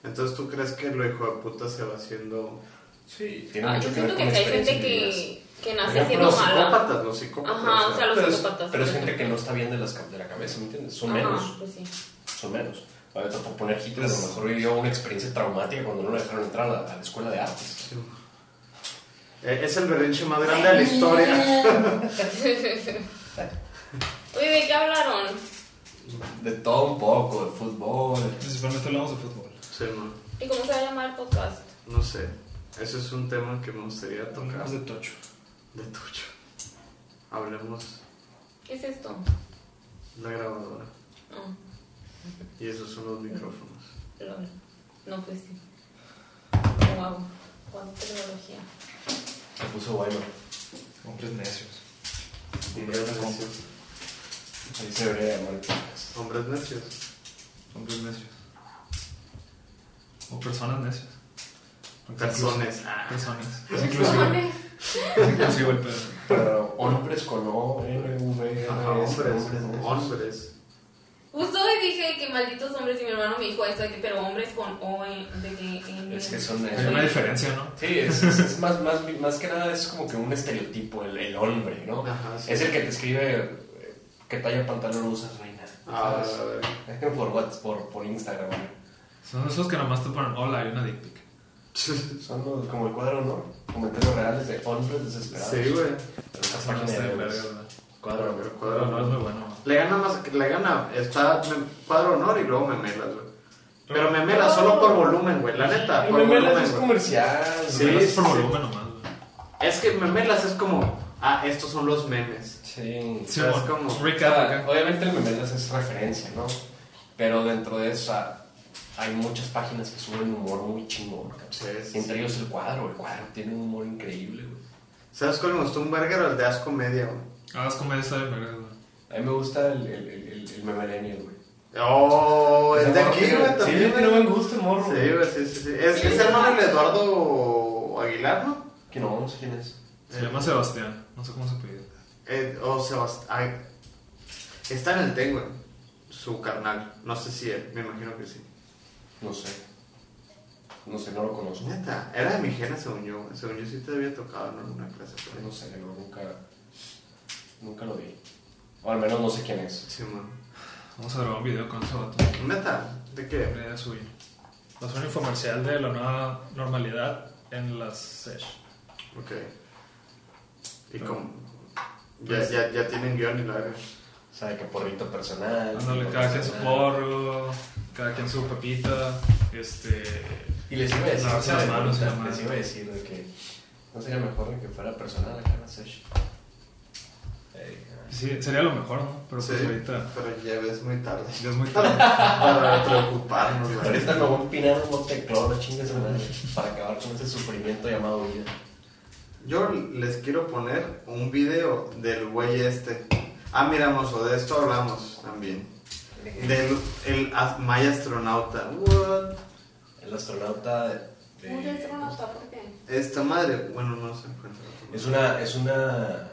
B: Entonces, ¿tú crees que lo hijo de puta se va haciendo
C: Sí, tiene
F: Ah,
C: mucho
F: yo
C: que ver
F: siento
C: con
F: que sí hay
C: experiencia
F: gente
C: y vivencia.
F: que,
C: Por
F: que nace
C: ejemplo,
F: siendo
B: los
F: mala.
B: psicópatas, los psicópatas?
F: Ajá, o sea, los
C: pero es,
F: psicópatas.
C: pero es gente que no está bien de, las, cap- de la cabeza, ¿me entiendes? Son
F: Ajá,
C: menos,
F: pues sí.
C: son menos. A ver, por poner Hitler, a lo mejor vivió una experiencia traumática cuando no lo dejaron entrar a la, a la escuela de artes.
B: Sí. Eh, es el berrinche más grande de la historia.
F: Oye, ¿de qué hablaron?
C: De todo un poco, de fútbol.
D: Principalmente hablamos de fútbol.
B: Sí, ¿no?
F: ¿Y cómo se va a llamar el podcast?
B: No sé. Eso es un tema que me gustaría tocar.
D: Hablamos de tocho.
B: De tuyo. Hablemos
F: ¿Qué es esto?
B: la grabadora.
F: Ah,
B: Y esos son los micrófonos.
F: lol. No, pues sí. Wow, cuánta tecnología.
C: Se puso bueno.
D: Hombres necios.
B: Hombres necios.
C: Ahí se debería llamar el podcast.
B: Hombres necios.
D: Hombres necios. O personas necias.
B: Personas. Ah.
D: Personas.
C: Pues
F: Personas.
D: Es inclusivo el pedo.
C: Pero hombres con O, R, V, R,
B: Ajá,
C: S,
B: hombres.
C: ¿no?
B: Hombres.
F: Justo hoy dije que malditos hombres y mi hermano me dijo esto, de que, pero hombres con O, eh, de que... en-
C: Es que son...
D: Hay una diferencia, ¿no?
C: Sí, es, es- es más, más, más que nada es como que un estereotipo, el, el hombre, ¿no?
B: Ajá, sí.
C: Es el que te escribe eh, qué talla pantalón usas, reina.
B: Ah,
C: ¿sabes?
B: a ver.
C: por WhatsApp, por, por Instagram. ¿no?
D: Son esos que nomás te ponen, hola, hay una dick pic.
C: Son los- como el cuadro, ¿no? Comentarios reales de hombres desesperados.
B: Sí, güey.
C: Pero esas
D: No
C: páginas
D: está
C: de
D: de
C: memes.
D: este verga, ¿verdad?
C: Cuadro, güey.
B: Pero
D: Pero
B: cuadro
D: no es muy
B: honor.
D: bueno.
B: Le gana más, le gana, está me- cuadro honor y luego memelas, güey. Pero memelas solo por volumen, güey, la neta.
C: Y
B: Por
C: memes
B: volumen,
C: es
B: güey.
C: comercial.
B: Sí.
D: Sí, es por
B: sí.
D: volumen nomás, güey.
B: Es que memelas es como, ah, estos son los memes.
C: Sí.
D: Sí,
B: Es
D: bueno,
B: como-
D: Rick
C: O sea,
D: Adler, acá.
C: obviamente el memelas es referencia, ¿no? Pero dentro de eso ah, hay muchas páginas que suben humor muy chingón. cabrón.
B: Sí, sí,
C: Entre ellos el cuadro, el cuadro tiene un humor increíble, güey.
B: ¿Sabes cuál me gustó un verguero? El de Asco Media, güey.
D: Ah, es comedia está de verga, güey.
C: A mí me gusta el, el, el, el, el memelenio, güey.
B: Oh, es de
C: Ese morro
B: aquí,
C: tiene-
B: güey,
C: Sí,
B: también.
C: tiene
B: güey.
C: buen gusto el morro.
B: Sí, güey, sí, sí, sí. Es que es hermano del Eduardo Aguilar, ¿no?
C: Que no, no sé quién es.
D: Se llama Sebastián, no sé cómo se pide.
B: Eh, o Sebastián. Está en el Ten, güey. Su carnal. No sé si él, me imagino que sí.
C: No sé. No sé, no lo conozco.
B: Neta, era de mi gena, según yo. güey. Según yo sí te había tocado en alguna clase. por ahí.
C: No sé, no, nunca, nunca lo vi. O al menos no sé quién es.
B: Sí, man.
D: Vamos a grabar un video con ese vato.
B: Neta, ¿de qué?
D: Idea suya. Va a ser un infomercial de la nueva normalidad en las SESH.
B: Ok. Y como. Ya,
D: Pues,
B: ya, ya tienen guión y la verga.
C: O sea, de que porrito personal.
D: Dándole
C: tipo
D: cada quien su
C: personal.
D: porro, cada quien su papita, este,
C: Y les iba a decir,
D: Lavarse las
C: ¿sabes?
D: manos y la mano.
C: les iba a decir de que no sería mejor de que fuera personal acá en la sesh. Ey, ah.
D: pues Sí, sería lo mejor, ¿no? Pero pues
B: Sí,
D: ahorita
B: pero ya ves muy tarde.
D: ya es muy tarde.
B: Para preocuparnos, güey.
C: Ahorita me voy a empinar un monte de cloro, chingas madre, para acabar con ese sufrimiento llamado vida.
B: Yo les quiero poner un video del güey este. Ah, miramos, o de esto hablamos también. Del el as- Maya astronauta. What?
C: El astronauta de-
F: Un astronauta, ¿por qué?
B: Esta madre, bueno, no se encuentra.
C: es una es una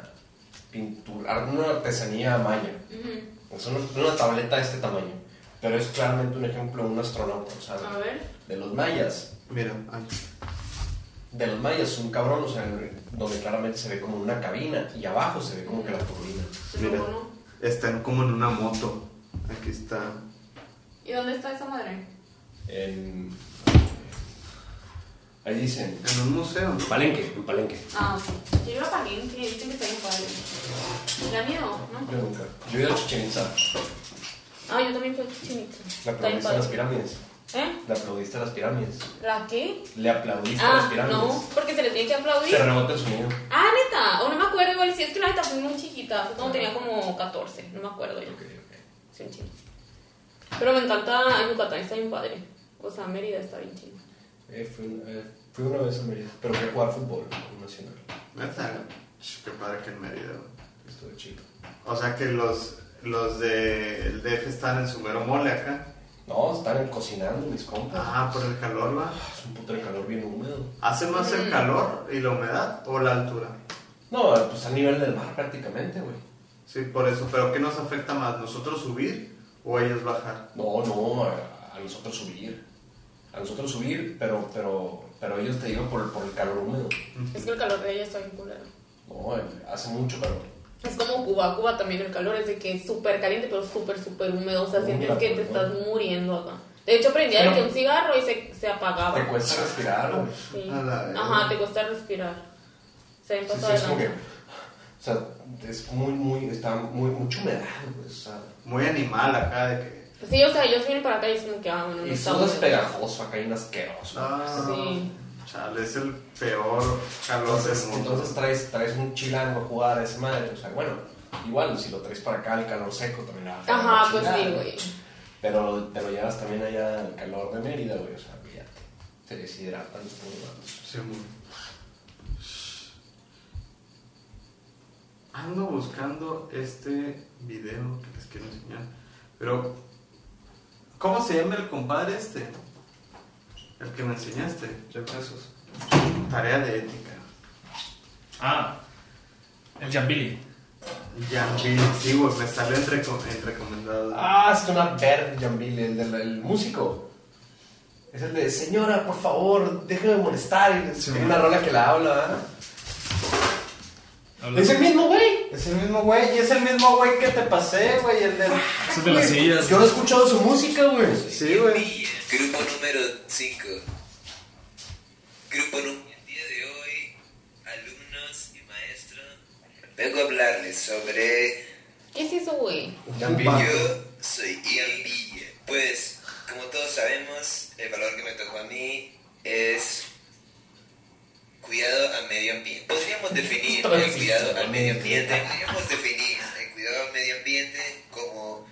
C: pintura, una artesanía maya.
F: Ujú.
C: Es una, una tableta de este tamaño, pero es claramente un ejemplo de un astronauta, o sea,
F: A ver.
C: de los mayas.
B: Mira, ay.
C: de los mayas, un cabrón, o sea, donde claramente se ve como una cabina y abajo se ve como que la turbina.
F: se
B: Mira.
F: lo pongo.
B: están como en una moto. Aquí está.
F: ¿Y dónde está esa madre?
C: En- Ahí dicen,
B: En un museo. ¿no?
C: palenque, en palenque.
F: Ah, yo iba a Palenque, dicen que está bien padre. ¿La miedo? ¿No?
C: Yo nunca. Yo he ido a Chichen Itza,
F: Ah, yo también fui chinito.
C: le aplaudiste a las pirámides,
F: ¿Eh?
C: le aplaudiste a las pirámides,
F: ¿La qué?
C: le aplaudiste a las
F: Ah, no,
C: pirámides.
F: porque se le tiene que aplaudir.
C: Se rebota el sonido.
F: Ah, neta, o no me acuerdo igual, si es que la neta fui muy chiquita, fue cuando tenía como 14, no me acuerdo ya. Sí, un chingo. Pero me encanta Yucatán, está bien padre. O sea, Mérida está bien chido.
C: Eh, fui, un- eh, fui una vez a Mérida, pero fui a jugar fútbol nacional.
B: Neta. Sh, Qué padre que en Mérida. güey.
C: Estuvo chido.
B: O sea que los, los del DF están en su mero mole acá.
C: No, están cocinando mis compas.
B: Ah, por el calor va.
C: Es un puto de calor bien húmedo.
B: ¿Hace más el calor y la humedad o la altura?
C: No, pues al nivel del mar prácticamente, güey.
B: Sí, por eso. ¿Pero qué nos afecta más? ¿Nosotros subir o ellos bajar?
C: No, no, a, a nosotros subir. A nosotros subir, pero, pero, pero ellos te digo por, por el calor húmedo.
F: Es que el calor de ella está bien culero.
C: No, el- hace mucho calor.
F: Es como Cuba, Cuba también el calor es de que es súper caliente, pero súper, súper húmedo. O sea,
C: Muy
F: sientes que te
C: rico,
F: estás
C: ¿no?
F: muriendo acá. De hecho, prendía de
C: Pero-
F: que un cigarro y se, se apagaba.
C: Te cuesta respirar, güey.
F: Sí.
B: A la verga.
F: Ajá, te cuesta respirar. Se han
C: Sí,
F: pasado
C: sí, es como que,
F: de
C: o sea, es muy, muy, está muy, mucha humedad, güey. O sea,
B: Muy animal acá de que...
F: lanza. Sí, o sea, ellos vienen para acá y dicen que, ah, bueno, no
C: y
F: está
C: sudas
F: húmedo.
C: pegajoso acá y un asqueroso.
B: Ah,
F: Sí.
B: Chale, es el peor calor
C: Entonces,
B: del mundo.
C: entonces traes, traes un chilango a jugar a esa madre. O sea, bueno, igual si lo traes para acá, el calor seco también va a afectar
F: Ajá,
C: un
F: pues
C: chingazo.
F: sí, güey.
C: Pero te lo llevas también allá al calor de Mérida, güey. O sea, fíjate. Te deshidratan los poblados.
B: Sí, muy- Ando buscando este video que les quiero enseñar. Pero, ¿cómo se llama el compadre este? El que me enseñaste.
E: Jeff Bezos.
B: Tarea de ética.
D: Ah, el Jambili.
B: Ya, sí, sí, güey, me salió en, reco- en recomendado.
C: Ah, es una ver, Jambile, el del el músico. Es el de, señora, por favor, déjeme molestar. Y
D: Sí,
C: tiene
D: man.
C: una rola que la habla, ¿verdad?
D: Habla-
C: Es el mismo, güey.
B: Es el mismo güey, y es el mismo güey que te pasé, güey, el del...
D: Ese es de las sillas.
C: Yo no he escuchado su música, güey.
B: Sí, güey.
G: Y el Grupo número 5. Grupo número. El día de hoy, alumnos y maestros, vengo a hablarles sobre.
F: ¿Qué es eso, güey?
G: Yo soy Ian Villa. Pues, como todos sabemos, el valor que me tocó a mí es. Cuidado al medio ambiente. Podríamos definir el cuidado al medio ambiente. Podríamos definir el cuidado al medio ambiente como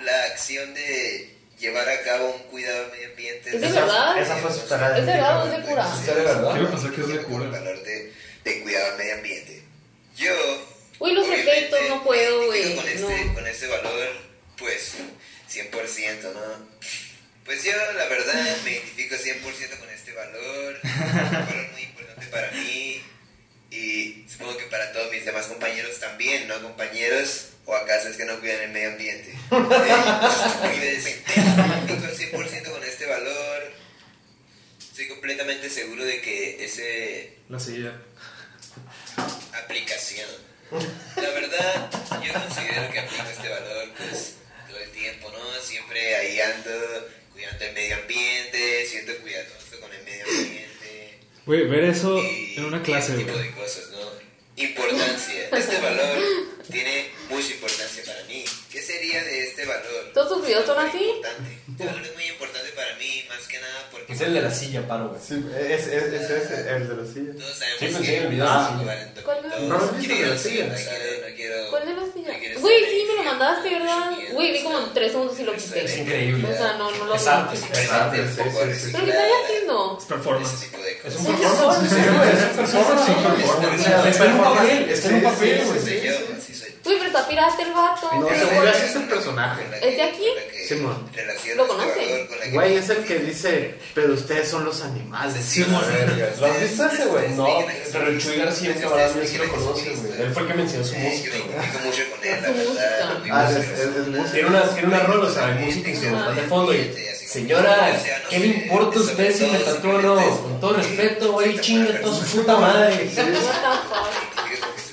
G: la acción de llevar a cabo un cuidado al medio ambiente.
F: ¿Es de verdad?
C: Esa fue su tarea.
F: ¿Es de verdad o es de cura?
C: ¿Es de verdad?
D: Quiero pensar que es de
G: El
D: cura.
G: valor de, de cuidado al medio ambiente. Yo.
F: Uy, los
G: obviamente,
F: efectos, no puedo,
G: me identifico
F: güey,
G: Con, este,
F: no.
G: con este valor, pues, 100%, ¿no? Pues yo, la verdad, me identifico 100% con este valor. Es un valor muy importante para mí. Y supongo que para todos mis demás compañeros también, ¿no? Compañeros, o acaso es que no cuidan el medio ambiente. Sí, cuídense. Me identifico 100% con este valor. Estoy completamente seguro de que ese
D: La silla.
G: aplicación. La verdad, yo considero que aplico este valor pues todo el tiempo, ¿no? Siempre ahí ando cuidando el medio ambiente, siendo cuidadoso con el medio ambiente.
D: Güey, ver eso
G: y
D: en una clase,
G: ese tipo
D: güey.
G: de cosas, ¿no? Importancia. Este valor tiene mucha importancia para mí. ¿Qué sería de este valor?
F: ¿Todos tus videos son
G: Muy
F: así?
G: importante. Este valor es muy importante para mí, más que nada porque
C: Es el de la silla, paro, güey.
H: Sí, es, es, es ese, el de la silla.
G: todos
C: Sí,
G: sabemos
C: pensé
G: que
C: en el video de la
G: todos
C: silla.
G: valen to-
F: ¿Cuál no?
G: todos
H: No lo has visto,
G: quieren,
H: la silla.
G: No quiero, no quiero.
F: ¿Cuál de las sillas?
G: No quieres
F: Güey,
G: estar
F: sí, me lo
G: ahí.
F: mandaste, ¿verdad?
G: Mucho
F: Güey, vi
G: miedo.
F: como en tres segundos y lo quité.
C: Es increíble.
F: O sea, no, no lo
C: Es
F: vi.
C: arte. Es
G: Realmente
C: arte.
H: sí,
G: un poco
H: sí, sí.
F: ¿Pero qué
G: resignada
F: estás haciendo?
D: Es
G: a ese
D: performance.
G: tipo de
C: Es
G: cosas.
C: un performance. Sí, güey. Es un performance. Es un performance.
G: Sí, sí,
C: O sea, Está en un
G: sí,
C: papel. Está en un papel,
G: Así
C: güey.
G: soy yo, así soy yo.
F: Uy, pero está pirata el vato.
H: No,
G: Pero
H: seguro
G: es
H: así es el personaje.
G: con la que-
F: ¿Es de aquí?
G: con la que
H: Simón.
G: relacionas
F: ¿Lo
G: tu valor,
F: conoce?
G: con la que-
H: Güey, es el que dice, pero ustedes son los animales.
G: Simón.
C: ¿Lo has visto ese, güey? No,
G: Ustedes-
C: pero el Chuy García, un cabrón, yo sí lo conoce, güey. Él fue el que me enseñó su
G: Eh,
C: música,
G: Yo
C: güey.
G: identifico mucho con él, la
F: Su música.
G: verdad. mi
H: Ah, es,
G: música.
H: es, es música.
C: Tiene una, tiene una rola, o sea, hay música instrumental de fondo y... Señora, ¿qué le importa a usted si me tatuó o no? Con todo respeto, güey, chinga toda su puta madre.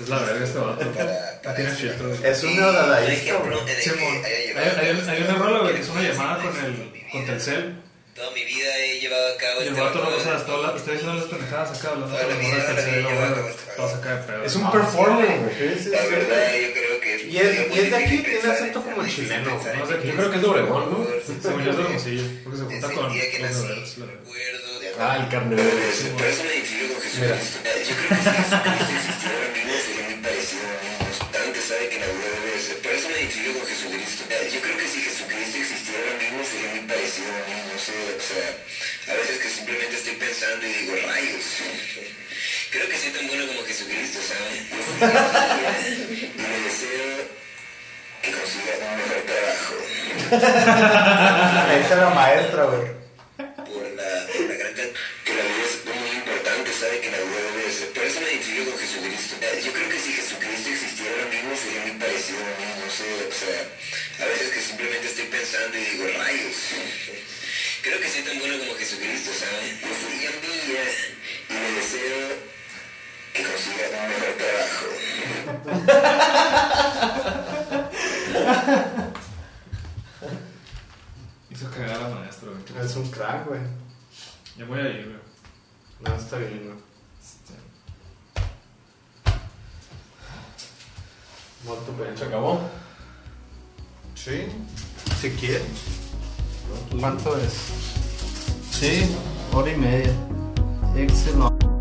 D: Es la verga este vato.
G: Para- para
D: Tiene
G: eso.
D: filtro. güey.
H: Es un neodadaísta,
G: Por
H: güey.
G: ejemplo, en el que
D: Simón.
G: haya
D: Hay,
G: llevado-
D: hay, hay una rola, güey, que es una llamada con
G: Mi
D: el,
G: vida.
D: con Telcel.
G: Toda mi vida he llevado a cabo
D: Y el
G: este
D: vato,
G: valor.
D: o sea, está, habla- está diciendo las pendejadas acá, hablando de la
G: Toda la
D: morra de
G: vida,
D: Telcel,
G: la vida,
D: la
G: la
D: verga.
G: vida.
D: Todos acá de pedo.
C: Es un performance, güey.
H: Sí, sí,
G: La
H: sí.
G: verdad, yo creo que es
H: Y es-
G: muy
H: y es de aquí,
G: difícil
H: tiene
G: pensar
H: acento
G: en-
H: como
G: en-
H: chileno,
G: pensar en-
D: No sé,
C: Yo creo que es de Obregón, ¿no?
D: Según yo es de Hermosillo, porque se junta
G: Desde
D: con
G: el día que
D: los
G: nací,
D: verdes, la verga.
G: recuerdo de-
C: Ah, el carnero.
D: Sí,
G: Por
D: güey.
G: eso me identifico con Jesucristo. Yo creo que si Jesucristo existiera ahora mismo sería muy parecido a Dios. Dante sabe que la verdad debe ser. Por eso me identifico con Jesucristo. Yo creo que si Jesucristo existiera ahora mismo sería muy parecido a mí. No sé, o sea, a veces que simplemente estoy pensando y digo, rayos. Creo que soy tan bueno como Jesucristo, ¿sabes? Y le deseo que consiga un mejor trabajo.
F: Ah.
H: Esa era maestra, güey.
G: por la, por la gran can- que la vida es muy importante, sabe que la vida debe ser. Por eso me identifico con Jesucristo. Eh, Yo creo que si Jesucristo existiera ahora mismo sería muy parecido a mí, no sé, o sea, a veces que simplemente estoy pensando y digo, rayos. Creo que soy tan bueno como Jesucristo, ¿sabes? Lo seguí en vida y le deseo que consiga un mejor trabajo.
D: Hizo cagar a la maestra, güey.
H: Es un crack, güey.
D: Ya voy a ir, güey.
H: No, está bien, güey. Molto
C: Se
H: bene.
C: acabó.
H: Sí, si quiere.
B: é ¿Cuánto es? Sí, hora y media. Excelente.